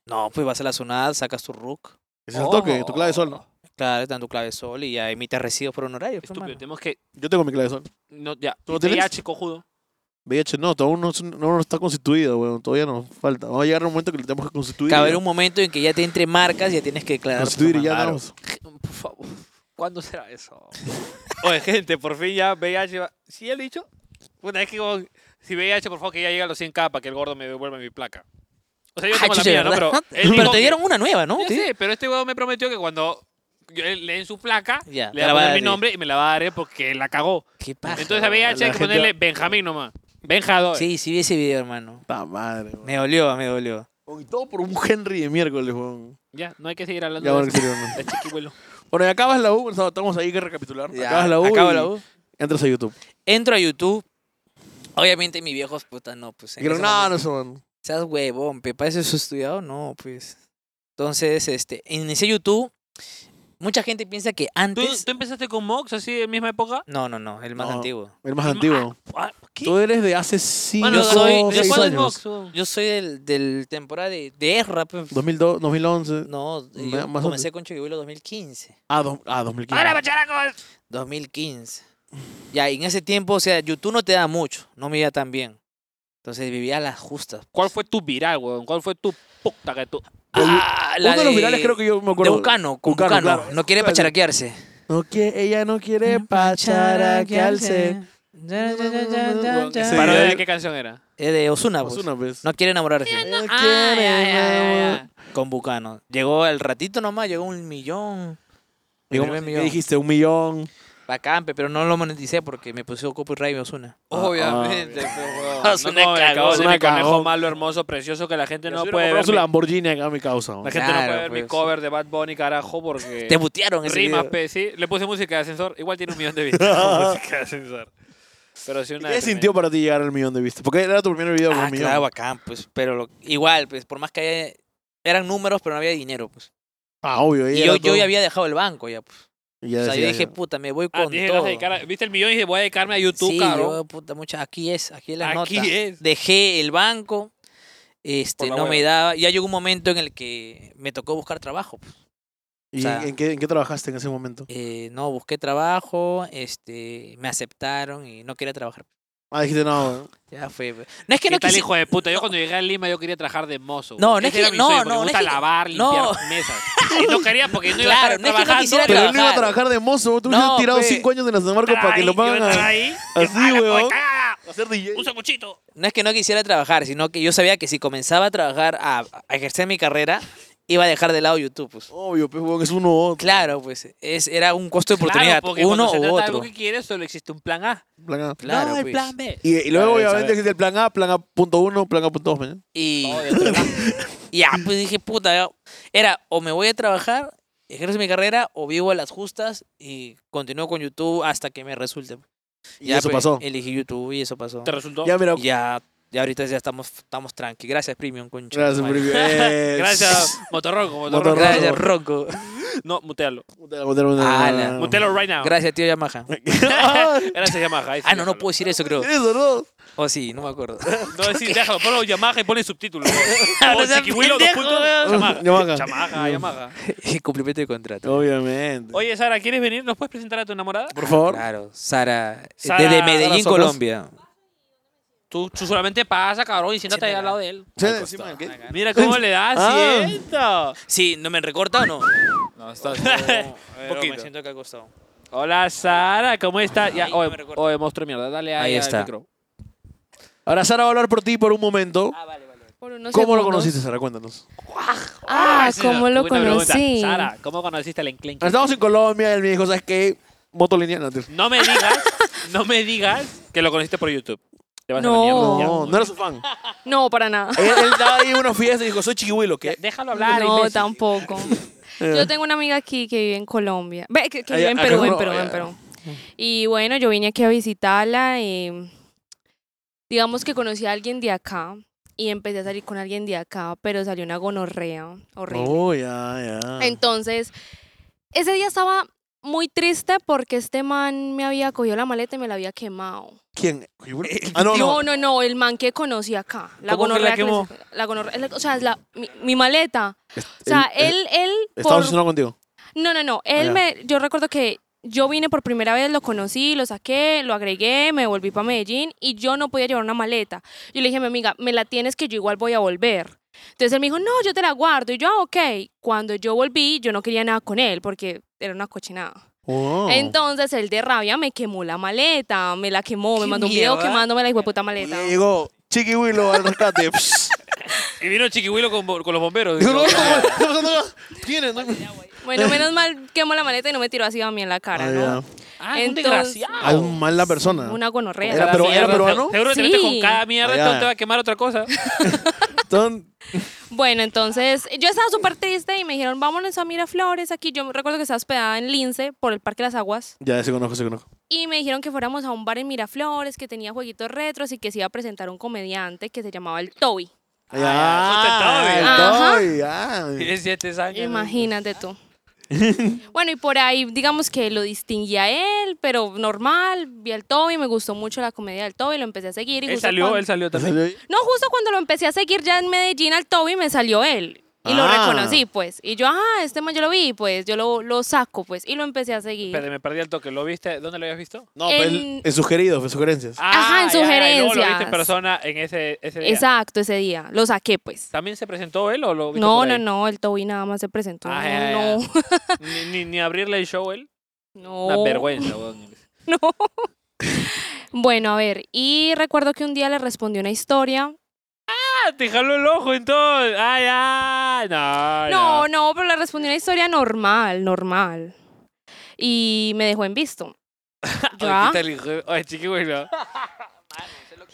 D: No, pues vas a la zonada, sacas tu rook.
C: Ese es el toque, tu clave sol. ¿no?
D: Claro, te dan tu clave sol y ya emites recibos por honorarios. pues,
B: Estúpido,
D: hermano.
B: tenemos que...
C: Yo tengo mi clave sol.
B: No, ya,
C: ¿Tú lo tienes?
B: ya, chico judo.
C: VIH no, aún no, es- no, no está constituido, weón. Todavía nos falta. Vamos a llegar a un momento que lo tenemos que constituir.
D: Cabe
C: ya.
D: un momento en que ya te entre marcas y ya tienes que declarar. pues,
C: Constituir y ya
D: hermano.
C: damos.
B: Por favor, ¿cuándo será eso? Oye, gente, por fin ya VIH va... ¿Sí ya lo he dicho? Una vez que como- si VIH, por favor, que ya llegue a los 100k para que el gordo me devuelva mi placa. O sea, yo
D: Ah,
B: tengo la
D: chucha,
B: mía, ¿no? Pero,
D: ¿verdad?
B: él
D: Pero
B: dijo
D: te
B: que-
D: dieron una nueva, ¿no?
B: Ya
D: Te-
B: sé, pero este huevón me prometió que cuando yo le den su placa,
D: Ya, Ah,
B: le
D: te
B: va
D: la
B: a
D: va a
B: poner mi
D: dar.
B: nombre y me la va a dar él porque la cagó.
D: Qué paja.
B: Entonces a VIH hay
C: la
B: que
C: gente
B: ponerle Benjamín nomás. Benjador.
D: Sí, sí vi ese video, hermano.
C: Ta madre, weón.
D: Me dolió, me dolió.
C: Y todo por un Henry de miércoles, weón.
B: Ya, no hay que seguir hablando
C: Ya, bueno,
B: de
C: en
B: eso.
C: serio, no.
B: Es chiquibuelo.
C: Bueno, y acabas la U, o sea, estamos ahí que recapitular.
D: Ya,
C: acabas la U.
D: acabo
C: y
D: la U.
C: Entras a YouTube.
D: Entro a YouTube. Obviamente mis viejos puta no, pues. en
C: Dijeron,
D: ese
C: no,
D: momento-
C: no, eso, man.
D: Seas huevón, pe, ¿para eso es estudiado? No, pues. Entonces, este, inicié YouTube. Mucha gente piensa que
B: ¿Tú,
D: antes.
B: tú empezaste con Mox así en misma época?
D: No, no, no, el más
C: No.
D: antiguo.
C: El más antiguo.
B: Ah, ¿Qué?
C: Tú eres de hace 5
B: Bueno,
D: yo soy-
B: ¿de
D: yo
B: cuándo
D: soy-
B: es Mox? huevón?
D: Yo soy del, del temporada de, de Erra, pe.
C: 2002, 2011.
D: pues, No,
C: Me-
D: yo
C: más
D: comencé con Chiquibuelo 2015.
C: Ah, dos- ah, 2015.
B: ¡Ahora, bacharacos!
D: 2015. Ya, y en ese tiempo, o sea, YouTube no te da mucho, no me iba tan bien. Entonces vivía a las justas.
B: ¿Cuál fue tu viral, weón? ¿Cuál fue tu puta que tú?
D: Ah, la
C: Uno de los virales creo que yo me
D: De
C: acuerdo.
D: Bucano, con
C: Bucano,
D: Bucano.
C: claro.
D: No quiere
C: Claro.
D: pacharaquearse.
C: No que- ella no quiere pacharaquearse.
D: Ah,
C: Sí,
B: ¿Parodia
C: ya-
B: de qué canción era?
D: Es de Osuna, pues.
C: Ah, Una vez.
D: No quiere enamorarse.
C: Ella
B: Ah,
C: quiere,
B: ya, ya, ya,
C: amor.
B: ya.
D: Con Bucano. Llegó al ratito nomás, llegó un millón.
C: Digo,
D: Primer
C: ¿Qué
D: millón.
C: dijiste? Un millón.
D: Bacán, pe, pero no lo moneticé porque me puso copyright de Osuna.
B: Obviamente,
D: ah, Es una cagó,
C: es una
B: mi conejo
C: cagó.
B: malo, hermoso, precioso, que la gente no
C: Yo
B: puede
C: compré
B: ver.
C: su
B: mi-
C: Lamborghini acá a mi causa. man.
B: La gente no
D: Claro,
B: puede ver mi
D: pues.
B: cover de Bad Bunny, carajo, porque...
D: Te butearon eh, ese
B: Rimas,
D: video.
B: pe, sí. Le puse música de ascensor. Igual tiene un millón de vistas. con música de ascensor. Pero sí una...
C: ¿Qué sintió para ti llegar al millón de vistas? Porque era tu primer video con
D: Ah,
C: un millón.
D: claro, bacán, pues. Pero lo- igual, pues, por más que haya- eran números, pero no había dinero, pues.
C: Ah, obvio.
D: Y yo, yo ya había dejado el banco, ya, pues.
C: Ya
D: O sea, yo
C: decía
D: dije,
C: yo.
D: puta, me voy
B: Ah,
D: con
B: dije, "Vas a
D: todo.
B: dedicar a- ¿Viste el millón? Y dije, voy a dedicarme a YouTube,
D: sí,
B: cabrón.
D: yo, puta, mucha, aquí es, aquí es la
B: Aquí
D: nota.
B: es.
D: Dejé el banco, este,
B: Por la
D: no me
B: hueva.
D: daba. Ya llegó un momento en el que me tocó buscar trabajo. pues.
C: ¿Y
D: o sea-
C: en, qué, en qué trabajaste en ese momento?
D: Eh, no, busqué trabajo, este, me aceptaron y no quería trabajar.
C: Ah, dijiste, no, man.
D: Ya fue. pues. No es que
B: ¿Qué
D: no
B: tal,
D: quise-
B: hijo de puta? Yo cuando llegué a Lima yo quería trabajar de mozo.
D: No,
B: güey.
D: no es
B: Ese era
D: que-
B: mi
D: no,
B: sueño, porque
D: no,
B: Me
D: no es
B: gusta
D: que-
B: lavar, limpiar
D: no.
B: mesas. Y no quería porque no iba
D: Claro,
B: a estar
D: no es que no
B: trabajando.
D: quisiera
C: Pero él no iba a
D: trabajar.
C: trabajar de mozo, tú
D: No, pues.
C: hubieras tirado
D: pe.
C: 5 años en la San Marcos para que lo
B: van
C: paguen a,
B: ahí.
C: así, weón. a ser DJ.
B: Un sacuchito.
D: no es que no quisiera trabajar, sino que yo sabía que si comenzaba a trabajar, a, a ejercer mi carrera, iba a dejar de lado YouTube, pues.
C: Obvio, pues, huevón, es uno u otro.
D: Claro, pues, es, era un costo de
B: Claro,
D: oportunidad,
B: porque
D: uno
B: cuando se
D: u
B: trata de
D: otro.
B: algo que quieres, solo existe un plan A.
C: Plan A.
D: Claro,
B: no, el
D: pues.
B: plan B.
C: Y, y luego,
A: Claro, esa
C: obviamente,
A: vez.
C: existe el plan A, plan A.1, plan A.2, mañana.
D: Y
B: No, del plan A.
D: ya, pues dije, puta, ya. era o me voy a trabajar, ejerzo mi carrera, o vivo a las justas y continúo con YouTube hasta que me resulte.
C: Y
D: Ya,
C: eso
D: pues,
C: pasó.
D: Elegí YouTube y eso pasó.
B: ¿Te resultó?
C: Ya, mira.
D: Y Ya, ya ahorita ya estamos, estamos tranqui. Gracias, Premium, concha.
C: Gracias,
D: Vale.
C: Felipe. Eh,
B: Gracias, Motorroco. Motorroco.
C: Motorroco.
D: Gracias, Rocco.
B: No, mutealo.
C: Mutela, mutela, mutela.
D: Ala.
B: Mutealo right now.
D: Gracias, tío Yamaha.
B: Gracias, Yamaha. ahí sí,
D: Ah, no, no
B: déjalo.
D: puedo decir eso, creo.
C: Eso, ¿no?
D: O sí, no me acuerdo.
B: No, sí, déjalo. Ponlo Yamaha y ponle subtítulos.
D: Ah, no
B: Pon
D: seas
B: Chiquihuilo, dos
D: pendejo,
B: puntos,
D: weón.
B: Yamaha.
C: Yamaha.
B: Yamaha, Yamaha.
D: Y cumplimiento de contrato.
C: Obviamente.
B: Oye, Sara, ¿quieres venir? ¿Nos puedes presentar a tu enamorada?
C: Por favor.
D: Claro, Sara,
B: Sara-
D: desde Medellín,
C: Sara Socos.
D: Colombia.
B: Tú, tú solamente pasa, cabrón, y siéntate ahí al lado de él.
C: Sí,
A: Al
C: sí,
A: costado.
C: ¿qué?
B: Mira cómo le das,
C: Ah.
B: siento.
D: Sí, ¿no me recorta o no?
A: No, estás.
D: Pero Me siento que ha costado.
B: Hola, Sara, ¿cómo estás? Ya,
D: Ay, no
B: oye,
D: me recuerdo.
B: oye, monstruo de mierda, dale ahí,
D: Ahí
B: al
D: está.
B: micro.
C: Ahora Sara va a hablar por ti por un momento.
D: Ah, vale, vale.
E: Por unos
C: ¿Cómo lo
E: segundos.
C: conociste, Sara? Cuéntanos.
E: Ah, ¿cómo lo
B: Buena pregunta.
E: conocí?
B: Sara, ¿cómo conociste al enclenque?
C: Estamos en Colombia, él me dijo, ¿sabes qué? Moto lineal. tío.
B: No me digas, no me digas que lo conociste por YouTube. Te vas a la
E: No.
B: mierda, ya.
C: No, no era su fan.
E: No, para nada.
C: él, él estaba ahí en una fiesta y dijo, soy chiquihuilo, ¿qué?
B: Déjalo hablar,
E: no,
B: imbécil.
E: tampoco.
C: Eh.
E: Yo tengo una amiga aquí que vive en Colombia. Ve, que, que vive
C: Allá-
E: en
C: acá Ah,
E: Perú,
C: en
E: en
C: Colombia,
E: Perú, en
C: allá.
E: Perú. Y bueno, yo vine aquí a visitarla y digamos que conocí a alguien de acá y empecé a salir con alguien de acá, pero salió una gonorrea horrible.
C: Oh, ya, ya.
E: Entonces, ese día estaba muy triste porque este man me había cogido la maleta y me la había quemado.
C: ¿Quién? ¿Chiquihuilo? Ah, no, no.
E: No, no, no, el man que conocí acá. La
B: ¿Cómo que la
E: gonorrea que
B: quemó?
E: les- la gonorrea, es la- o sea, es la, mi, mi maleta. O sea,
C: Él-
E: él,
B: eh,
E: él,
C: Estaba
E: por-
C: obsesionado contigo.
E: no, no, no, él
C: ya.
E: me, yo recuerdo que yo vine por primera vez, lo conocí, lo saqué, lo agregué, me volví para Medellín y yo no podía llevar una maleta. Yo le dije a mi amiga, me la tienes que yo igual voy a volver. Entonces él me dijo, no, yo te la guardo. Y yo, ah, ok. Cuando yo volví, yo no quería nada con él porque era una cochinada.
B: Oh.
C: Wow.
E: Entonces él de rabia me quemó la maleta, me la quemó, me
D: ¡Qué
E: mandó un video
D: mierda!
E: quemándome la hijueputa
C: Y
E: maleta.
C: llegó Chiquihuilo al rescate. Psst.
B: Y vino Chiquihuilo con, bo- con los bomberos.
C: Dijo, no,
B: Dijo,
C: ¿cómo? ¿Qué está pasando acá? ¿Quién es? No-
E: Bueno, menos mal quemó la maleta y no me tiró así a mí en la cara,
C: Ah,
E: ¿no?
C: ya.
B: Ah, es un
E: Entonces-
C: Ah, es
B: desgraciado.
C: un mala persona.
E: Una gonorrea.
C: Era peru- era peruano?
B: Seguro te metes con
E: Sí.
B: cada mierda,
C: Ah, ya.
B: entonces te va a quemar otra cosa.
C: Ton-
E: Bueno, entonces yo estaba súper triste y me dijeron, vámonos a Miraflores aquí. Yo recuerdo que estaba hospedada en Lince por el Parque Las Aguas
C: Ya, se conozco, se conozco.
E: y me dijeron que fuéramos a un bar en Miraflores que tenía jueguitos retros y que se iba a presentar un comediante que se llamaba el Toby.
C: Ya,
B: Ah,
C: el Toby, ya.
B: Tiene siete años.
E: Imagínate tú. bueno, y por ahí digamos que lo distinguía a él, pero normal, vi al Toby, me gustó mucho la comedia del Toby, lo empecé a seguir. Y
B: Él
E: justo
B: salió,
E: cuando-
B: él salió
C: ¿Te
B: también.
C: salió ahí?
E: No, justo cuando lo empecé a seguir ya en Medellín al Toby me salió él. Y lo
C: Ah.
E: reconocí, pues. Y yo, ah, este man yo lo vi, pues. Yo lo, lo saco, pues. Y lo empecé a seguir.
B: Espérate, me perdí el toque. ¿Lo viste? ¿Dónde lo habías visto?
C: No, pues,
E: En-
C: en sugeridos, en sugerencias.
B: Ah,
E: Ajá,
B: ya, ya, y
E: en
B: luego lo viste en
E: sugerencias.
B: persona en ese, ese día.
E: Exacto, ese día. Lo saqué, pues.
B: ¿También se presentó él o lo viste
E: No,
B: por
E: no,
B: ahí?
E: no. El Toby nada más se presentó.
B: Ah, ya, ya,
E: no,
B: Ni, ni, ni abrirle el show él.
E: no.
B: Una vergüenza, weón.
E: No. bueno, a ver. Y recuerdo que un día le respondí una historia.
B: Ah, te jaló el ojo entonces. Ah, ya. No,
E: No, no, pero le respondí una historia normal, normal. Y me dejó en visto. Yo, ah,
B: Oye, quítale, oye, chiquihuilo.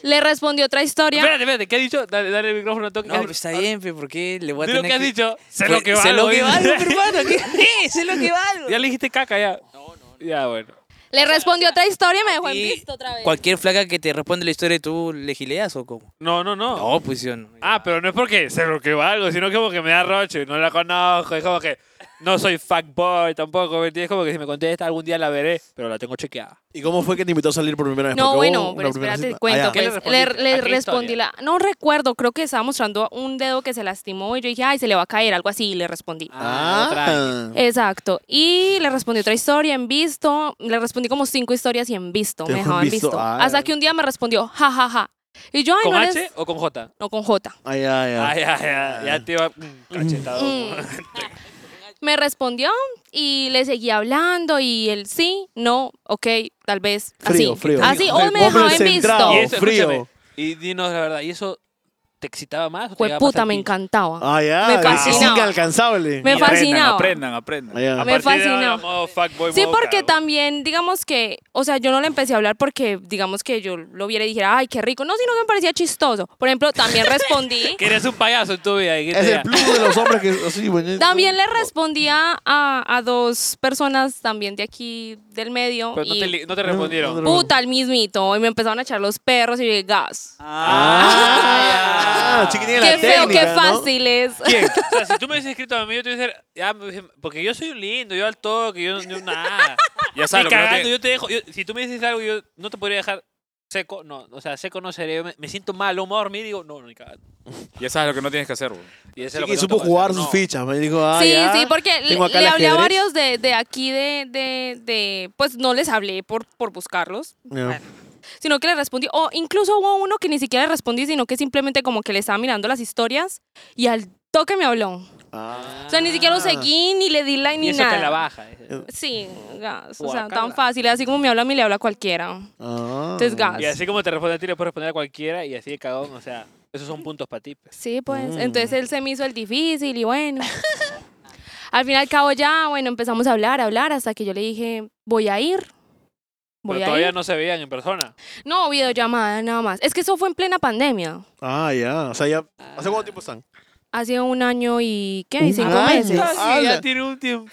E: le respondí otra historia.
B: Espérate, espérate, ¿qué has dicho? Dale, dale el micrófono a toque.
D: No, pero está bien, pe, ¿por qué le voy a
B: Dilo
D: tener
B: que has
D: que-
B: dicho. Eh, Sé
D: Pues,
B: lo que valgo.
D: Sé lo que
B: dice.
D: valgo, pe, hermano, ¿qué? Sé lo que valgo.
B: Ya le dijiste caca, ya. No, no. Ya, bueno.
E: Le respondí otra historia y me dejó en
D: Y
E: visto otra vez.
D: Cualquier flaca que te responde la historia, ¿tú le gileas o cómo?
B: No, no, no.
D: No, pues yo no.
B: Ah, pero no es porque sé lo que valgo, sino que como que me da roche y no la conozco. Es como que no soy fuckboy tampoco, ¿me entiendes? Como que si me contesta algún día la veré, pero la tengo chequeada.
C: ¿Y cómo fue que te invitó a salir por primera vez?
E: No,
C: Porque hubo
E: bueno,
C: una
E: pero
C: primera
E: espérate, te
C: cita.
E: cuento.
C: Ah, ya.
B: ¿Qué le
E: pues. le
B: respondiste?
E: le
B: ¿A qué
E: respondí la. No recuerdo, creo que estaba mostrando un dedo que se lastimó y yo dije, ay, se le va a caer, algo así, y le respondí.
B: no, tranqui.
C: Ah,
E: Exacto. Y le respondí otra historia en visto. Le respondí como cinco historias y en visto.
C: Te
E: Me
C: dejó en
E: dejaban
C: visto,
E: visto.
C: ah.
E: Hasta que un día me respondió, ja, ja, ja. Y yo, ay,
B: ¿Con
E: no
B: H
E: eres-
B: o con J?
E: No, con J.
C: ay, ay, ay.
B: Ay, ay, ay. Ah, Ya te iba. mm, Cachetado.
E: Me respondió y le seguí hablando y él sí, no, ok, tal vez.
C: Frío,
E: así.
C: frío.
E: Así,
C: Frío.
E: hoy me
C: Hombre
E: dejaba en
C: centrado.
E: visto.
B: Y eso,
C: Frío.
B: escúchame, Y dinos la verdad, ¿y eso te excitaba más? o te
E: Fue
B: llegaba más
E: puta,
B: al
E: me
B: pincho?
E: encantaba.
C: Ah, ya.
E: Me
C: es
E: fascinaba.
C: inalcanzable.
E: Me
A: Aprendan,
E: fascinaba.
A: Aprendan, aprendan.
C: Ah, ya.
E: Me
B: partir de ahora,
E: fascinaba.
B: modo fuckboy,
E: Sí,
B: modo
E: porque
B: cagón.
E: también, digamos que, o sea, yo no le empecé a hablar porque, digamos que yo lo viera y dijera, ay, qué rico. No, sino que me parecía chistoso. Por ejemplo, también respondí,
B: Que eres un payaso en tu vida. y que
C: Es
B: te-
C: el plus de los hombres que. Así, bueno,
E: también le respondía a, a dos personas también de aquí del medio.
B: Pero no
E: y
B: te, li- no te respondieron.
C: no
E: puta, el mismito. Y me empezaron a echar los perros y yo, gas.
C: Ah,
B: Ah,
C: chiquitín de la
E: Qué feo, qué
C: técnica, ¿no?
E: fácil es.
B: ¿Quién? O sea, si tú me hubieses escrito a mí, yo te hubiese... ya me hubiese- porque yo soy lindo, yo al toque, yo, yo nada.
A: Ya
B: Ni
A: sabes lo que no
B: cagando,
A: te-
B: yo te dejo. yo- si tú me dices algo, yo no te podría dejar seco. No, o sea, seco no sería. yo Me, me siento mal, humor, me voy a dormir y digo, no, no, ni cagando.
A: Ya sabes lo que no tienes que hacer, güey.
B: Y eso es lo que
C: Chiqui
B: no
C: supo
B: tengo que
C: jugar
B: hacer,
C: sus
B: no.
C: fichas. Me dijo, ah,
E: Sí,
C: ya.
E: sí, porque le,
C: Tengo acá
E: le
C: el
E: hablé a
C: ajedrez.
E: varios de, de aquí de, de, de- pues no les hablé por, por buscarlos,
C: Ya.
E: sino que les respondí, o incluso hubo uno que ni siquiera le respondí, sino que simplemente como que le estaba mirando las historias y al toque me habló.
C: Ah.
E: O sea, ni siquiera lo seguí, ni le di like,
B: Y
E: ni
B: eso
E: nada.
B: te la baja. eh.
E: Sí, gas, o sea,
B: Guacala.
E: tan fácil, así como me habla a mí, le habla a cualquiera.
C: Ah.
E: Entonces, gas.
B: Y así como te responde a ti, le puedes responder a cualquiera y así de cagón. O sea, esos son puntos para ti. pues.
E: Sí, pues.
C: Mm.
E: Entonces él se me hizo el difícil y bueno. al fin y al cabo ya, bueno, empezamos a hablar, a hablar, hasta que yo le dije, voy a ir. Voy
B: Pero
E: a
B: todavía
E: ir.
B: no se veían en persona.
E: No, videollamada, nada más. Es que eso fue en plena pandemia.
C: Ah, ya. O sea, ya. ¿Hace cuánto tiempo están?
E: Hace un año y, ¿qué?
C: Un
E: Y cinco
C: año.
E: meses.
C: Ah, sí, ya Ala.
B: tiene un tiempo.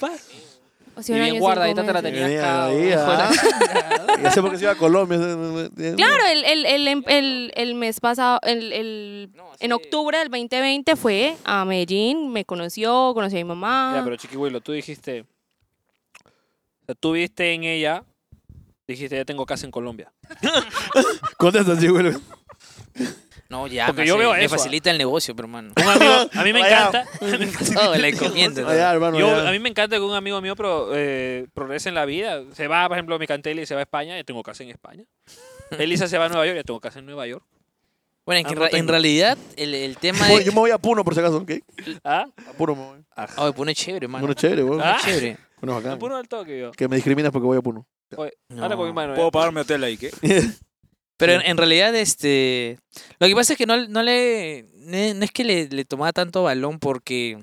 E: Hace
B: Y
E: un año
B: bien
E: y
B: guardadita
E: cinco
B: te la
E: meses.
B: tenías
C: Mira,
B: acá.
C: ahí, ah. Ya sé por qué se iba a Colombia.
E: Claro, el, el, el, el, el- el mes pasado, el, el-
D: No,
E: en
D: sí.
E: octubre del 2020 fue a Medellín, me conoció, conoció a mi mamá.
B: Ya, pero Chiquihuilo, tú dijiste. O sea, tú viste en ella. Dijiste, ya tengo casa en Colombia.
C: Contesta, sí, güey. Ah,
D: No, ya.
B: Porque
D: me
B: yo
D: hace-
B: veo
D: me
B: eso, ah.
D: facilita el negocio, pero hermano.
B: Un amigo, a mí me
C: Vaya.
B: encanta.
D: Todo la encomienda. todo.
C: Allá, hermano.
B: Yo-
C: allá.
B: a mí me encanta que un amigo mío pro- eh, progrese en la vida. Se va, por ejemplo, a mi cantela y se va a España. Ya tengo casa en España. Elisa se va a Nueva York. Ya tengo casa en Nueva York.
D: Bueno, es que
B: Ah,
D: en,
B: no
D: ra- en
B: tengo.
D: realidad el, el tema
C: Voy-
D: de...
C: Yo me voy a Puno, por si acaso, ¿ok?
B: ¿Ah?
C: A Puno me voy.
D: Ah, me pone chévere, hermano.
C: Bueno, chévere, güey.
B: Ah.
D: Chévere.
C: Bueno, bacán.
B: Puro del toque yo.
C: Que me discriminas porque voy a Puno.
B: Ahora
D: No.
B: con mi mano.
A: Puedo pagar mi hotel ahí, ¿qué?
D: Pero en, en realidad, este. Lo que pasa es que no, no le. ne- No es que le, le tomaba tanto balón porque.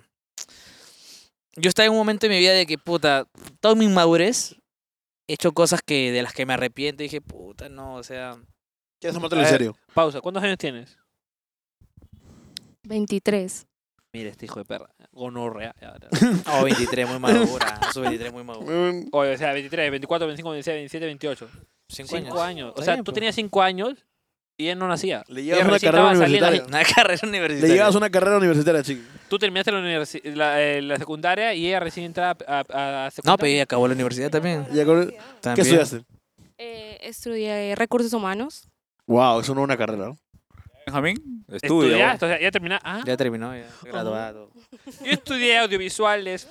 D: Yo estaba en un momento de mi vida de que, puta, toda mi inmadurez he hecho cosas que, de las que me arrepiento. Y dije, puta, no, o sea.
C: ¿Quieres
B: A
C: tomártelo en
B: ver.
C: serio?
B: Pausa. ¿Cuántos años tienes?
E: 23.
B: Mira, este hijo de perra. Gonorrea. Ya, ya.
D: Oh, 23, muy madura. Su 23, muy madura.
C: Mm,
B: Oye, o sea, 23, 24, 25, 26, 27, 28.
D: 5 años.
B: 5 años. O
D: Está
B: sea,
D: bien,
B: tú
D: pues.
B: tenías 5 años y él no nacía.
C: Le
B: Y
C: llevas una
B: recién
C: carrera
B: estaba saliendo-
C: universitaria.
D: Una carrera
C: Le
D: universitaria.
C: llevas una carrera universitaria, chico.
B: Tú terminaste la, universi- la, eh, la secundaria y ella recién entraba a, a- a secundaria.
D: No, pero ella acabó la universidad también.
C: Ya con- ¿Qué
D: También.
C: estudiaste?
E: Eh, estudié recursos humanos.
C: Wow, eso no es una carrera. ¿no?
A: Benjamín, estudia.
B: Estudiaste,
A: güey.
B: o sea, ya terminaba. Ah,
D: Ya terminó, ya. Graduado.
B: yo estudié audiovisuales.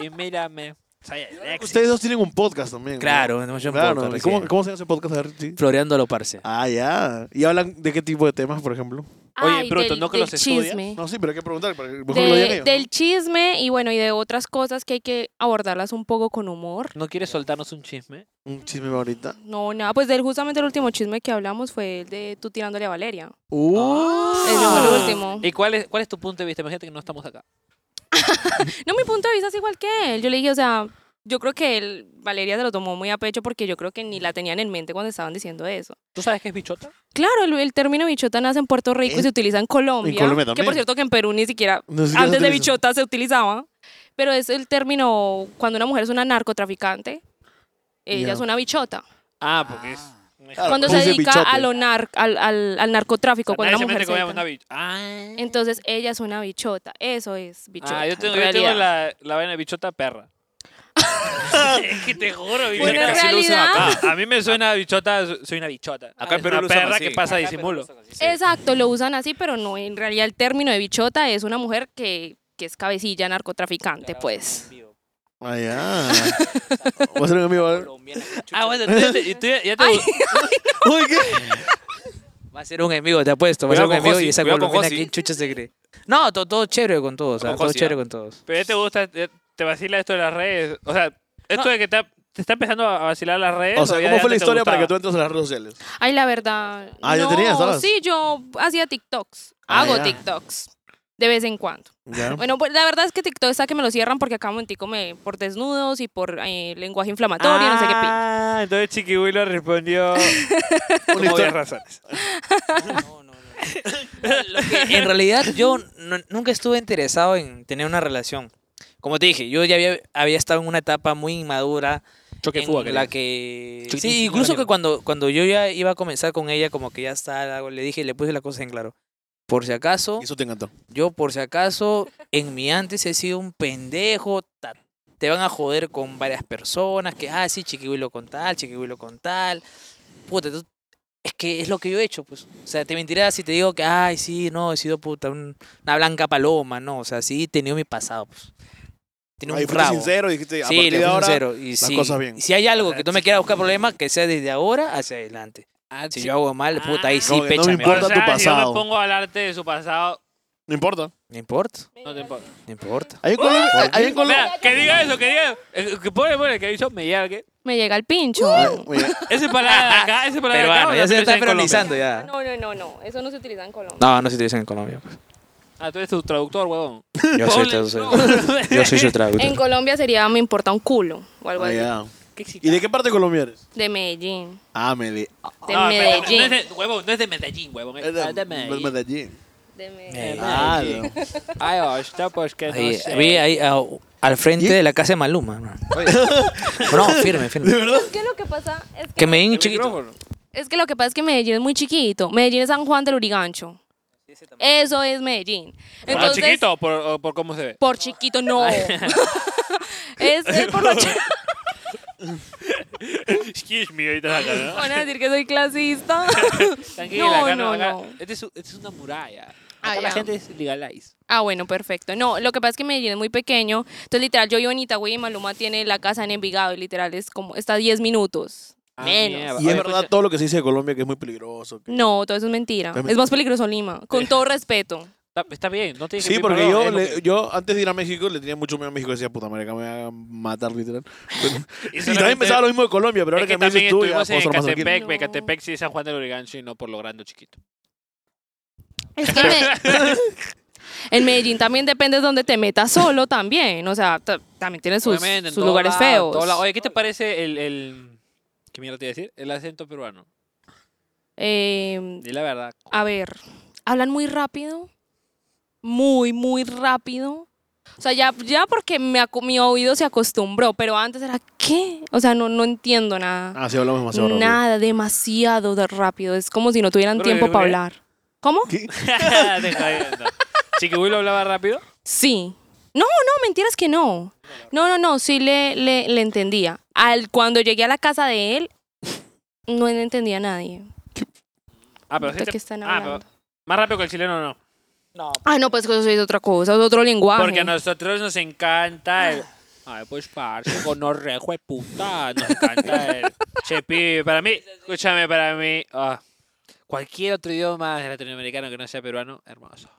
B: y mírame. Soy Alexis.
C: Ustedes dos tienen un podcast también. ¿no?
D: Claro, hemos hecho un
C: Claro.
D: podcast
C: ¿Y cómo,
D: recién.
C: cómo se hace podcast? A ver, sí.
D: Floreando a lo parce.
C: Ah, ya. ¿Y hablan de qué tipo de temas, por ejemplo?
B: Oye,
E: Ay,
B: bruto,
E: del-
B: ¿no que
E: del
B: los estudia?
E: chisme.
C: No, sí, pero hay que preguntar. para que Mejor que lo digan
E: De-
C: ellos.
E: del chisme y bueno, y de otras cosas que hay que abordarlas un poco con humor.
B: ¿No quieres soltarnos un chisme?
C: Un chisme ahorita.
E: No, nada, pues del justamente el último chisme que hablamos fue el de tú tirándole a Valeria.
D: Ah.
C: Uh,
E: Ese fue el último.
B: Ah. ¿Y cuál es, cuál es tu punto de vista? Imagínate que no estamos acá.
E: No, mi punto de vista es igual que él. Yo le dije, o sea, yo creo que él, Valeria se lo tomó muy a pecho porque yo creo que ni la tenían en mente cuando estaban diciendo eso.
B: ¿Tú sabes qué es bichota?
E: Claro, el, el término bichota nace en Puerto Rico y
C: En-
E: se utiliza en Colombia.
C: ¿Eh? en Colombia
E: que
C: también.
E: por cierto que en Perú ni siquiera
C: no sé si
E: antes
C: lo
E: de
C: utilizan.
E: bichota se utilizaba, pero es el término cuando una mujer es una narcotraficante, ella
C: Ya.
E: es una bichota.
B: Ah, porque es.
C: Claro,
E: Cuando
C: ¿cómo
E: se
C: dice
E: dedica
C: bichote?
E: a lo nar- al, al- al narcotráfico, cuando
B: Nadie
E: una
B: se
E: mujer
B: mete
E: se
B: con ella,
E: dedica-
B: una bichota. Ah.
E: Entonces ella es una bichota, eso es bichota.
B: Ah, yo
E: en
B: tengo, yo tengo
E: realidad.
B: la, la vaina de bichota perra. es que te juro,
A: Y
E: Bueno, en
A: casi lo usan
E: realidad-
A: acá.
B: Ah, a mí me suena a bichota, so- soy una bichota.
A: Acá en
B: Ah, Es
A: Perú
B: una
A: lo usan
B: perra
A: así.
B: que pasa disimulo.
E: Exacto, lo usan así, pero no, en realidad el término de bichota es una mujer que, que es cabecilla narcotraficante, pues.
C: Ah, ya. Voy a hacer un amigo. ¿eh? a ver.
B: Ah, bueno, tú ya te, y tú ya- ya te-
C: Uy, ¿qué?
D: Va a ser un enemigo, te apuesto. Va a ser
A: Cuidado
D: un
A: con
D: enemigo
A: Josi,
D: y esa
A: cuidado con
D: colombiana
A: Josi.
D: que chucha se cree. No, to- todo, chévere con todos. o sea,
A: Con
D: todo
A: Josi,
D: chévere
A: ¿ah?
D: con todos.
B: pero ya te gusta, ya te vacila esto de las redes. O sea, esto de que te, te está empezando a vacilar las redes.
C: O sea,
B: ya
C: ¿cómo
B: de
C: fue la
B: antes te
C: historia para que tú
B: gustaba?
C: entres a las redes sociales?
E: Ay, la verdad.
C: Ah, ya
E: no,
C: tenías, estabas.
E: Sí, yo hacía TikToks.
C: Ah,
E: Hago
C: ya.
E: TikToks. De vez en cuando.
C: Ya.
E: Bueno, pues la verdad es que TikTok está que me lo cierran porque acá momentico me por desnudos y por eh, lenguaje inflamatorio, no sé qué pi-
B: Ah, entonces Chiquibuy lo respondió por
C: historia-
B: varias razones.
D: No, no, no. Lo que en realidad yo no- nunca estuve interesado en tener una relación. Como te dije, yo ya había, había estado en una etapa muy inmadura. en la que...
B: Choque fuga,
D: Sí, incluso
B: querías.
D: que cuando, cuando yo ya iba a comenzar con ella, como que ya está, algo, le dije, le puse la cosa en claro. Por si acaso,
C: Y eso te encantó.
D: yo por si acaso, en mi antes he sido un pendejo, ta- te van a joder con varias personas, que, ah, sí, chiquihuilo con tal, chiquihuilo con tal. Puta, tú- es que es lo que yo he hecho, pues. O sea, te mentiré si te digo que, ay, sí, no, he sido puta, un- una blanca paloma, no, o sea, sí, he tenido mi pasado, pues. Tenía un
C: Ahí fuiste
D: rabo.
C: sincero y dijiste, a
D: Sí,
C: partir
D: le
C: de
D: fui
C: ahora...
D: sincero. Y sí,
C: cosas bien.
D: y si hay algo que tú me quieras buscar problemas, que sea desde ahora hacia adelante.
B: Ah,
D: Si
B: sí.
D: yo hago mal, puta, ahí sí,
C: Como que no me
D: péchame.
C: importa
B: o sea,
C: tu
B: si yo
C: pasado.
B: me pongo a hablarte de su pasado,
C: No importa.
D: No importa,
B: no te importa.
D: no importa.
C: Ahí en Colombia... Ahí en Colombia...
B: Mira, que diga eso, que diga. eh, Que pone, pone, que hizo me llega que.
E: Me llega el pincho.
C: Mira,
B: Ese palabra de acá, ese palabra de acá.
D: Peruano,
B: o
D: ya
B: la
D: se está
B: utiliza en Colombia?
D: peronizando ya.
E: No, no, no, no. Eso no se utiliza en Colombia.
D: No, no se utiliza en Colombia. pues.
B: Ah, tú eres tu traductor, huevón.
D: Yo soy,
B: Ponle-
D: yo soy-
B: no.
D: yo soy su traductor.
E: En Colombia sería me importa un culo o algo
C: Ah, ya.
E: así.
C: ¿Y de qué parte de Colombia eres?
E: De Medellín.
C: Ah, Medellín.
E: De
B: No, espérate,
E: Medellín.
B: No es de, huevón, no es de Medellín, huevón. Es de Medellín.
C: ah, Medellín. Ah,
E: De Medellín.
C: Claro.
B: Ay, oh, está pues que no
D: Ahí,
B: sé.
D: vi ahí a- al frente de la casa de Maluma. ¿no? No, firme,
C: ¿De
D: firme.
C: verdad?
E: Es que lo que pasa es
D: Que
E: que,
D: me den
B: El
D: un chiquito.
B: micrófono.
E: es que lo que pasa es que Medellín es muy chiquito. Medellín es San Juan del Urigancho. Eso es Medellín.
B: Por lo chiquito, por, o por cómo se ve.
E: Por chiquito, no. es, es por lo chiquito.
B: Excuse me, ahorita acá, ¿no?
E: Van a decir que soy clasista.
B: Tranquila,
E: No,
B: acá
E: no,
B: acá-
E: no.
B: Este es, este es una muralla. Acá
E: Ah,
B: la
E: ya.
B: gente es legalize.
E: ah, bueno, perfecto. No, lo que pasa es que Medellín es muy pequeño. Entonces, literal, yo vivo en Itagüí y Maluma tiene la casa en Envigado. Y literal, es como, está a 10 minutos.
B: Ah,
E: Menos.
B: mierda.
C: Y
B: Oye,
C: es verdad
B: escucha,
C: todo lo que se dice de Colombia que es muy peligroso. que-
E: No, todo eso es mentira.
C: Pero-
E: Es más peligroso Lima, con todo respeto.
B: Está, está bien, no tienes que
C: Sí,
B: pedir
C: porque
B: perdón,
C: yo,
B: es lo
C: le-
B: que-
C: yo antes de ir a México le tenía mucho miedo a México. Decía, puta madre, acá me van a matar, literal. Y, también
B: solamente-
C: pensaba lo mismo de Colombia, pero
B: Es
C: ahora que,
B: que
C: me
B: también
C: dices tú, ya
B: estuvimos
C: puedo
B: en
C: ser más tranquilo.
B: Catepec,
E: No.
B: en Catepec sí San Juan del Origancho y no por lo grande o chiquito.
E: Es que me- en Medellín también depende de dónde te metas solo también. O sea, ta- también tiene sus,
B: Obviamente, en
E: sus
B: todo
E: lugares
B: lado, en
E: feos.
B: todo lado. Oye, ¿qué te parece el, el... ¿Qué mierda te iba a decir? El acento peruano.
E: Eh,
B: Di la verdad.
E: a ver, hablan muy rápido. Muy, muy rápido. O sea, ya, ya porque me acu- mi oído se acostumbró, pero antes era ¿qué? O sea, no, no entiendo nada.
C: Ah, sí, hablamos demasiado rápido.
E: nada, demasiado de rápido. Es como si no tuvieran
B: Pero,
E: tiempo
B: ¿eh?
E: para hablar. ¿Cómo?
B: Te jodiendo. Chiquibuy lo hablaba rápido.
E: Sí. No, no, mentiras que no. No, no, no, sí le, le, le entendía. Al, cuando llegué a la casa de él, no le entendía a nadie.
B: Ah, pero
E: ¿De
B: sí te-
E: qué están
B: Ah,
E: hablando?
B: pero más rápido que el chileno no.
E: Ah, no, pues eso es otra cosa, es otro lenguaje.
B: Porque a nosotros nos encanta el. Ay, pues parce, gonorrejo de puta. Nos encanta el. Chepi, para mí, escúchame, para mí. ah, cualquier otro idioma latinoamericano que no sea peruano, hermoso.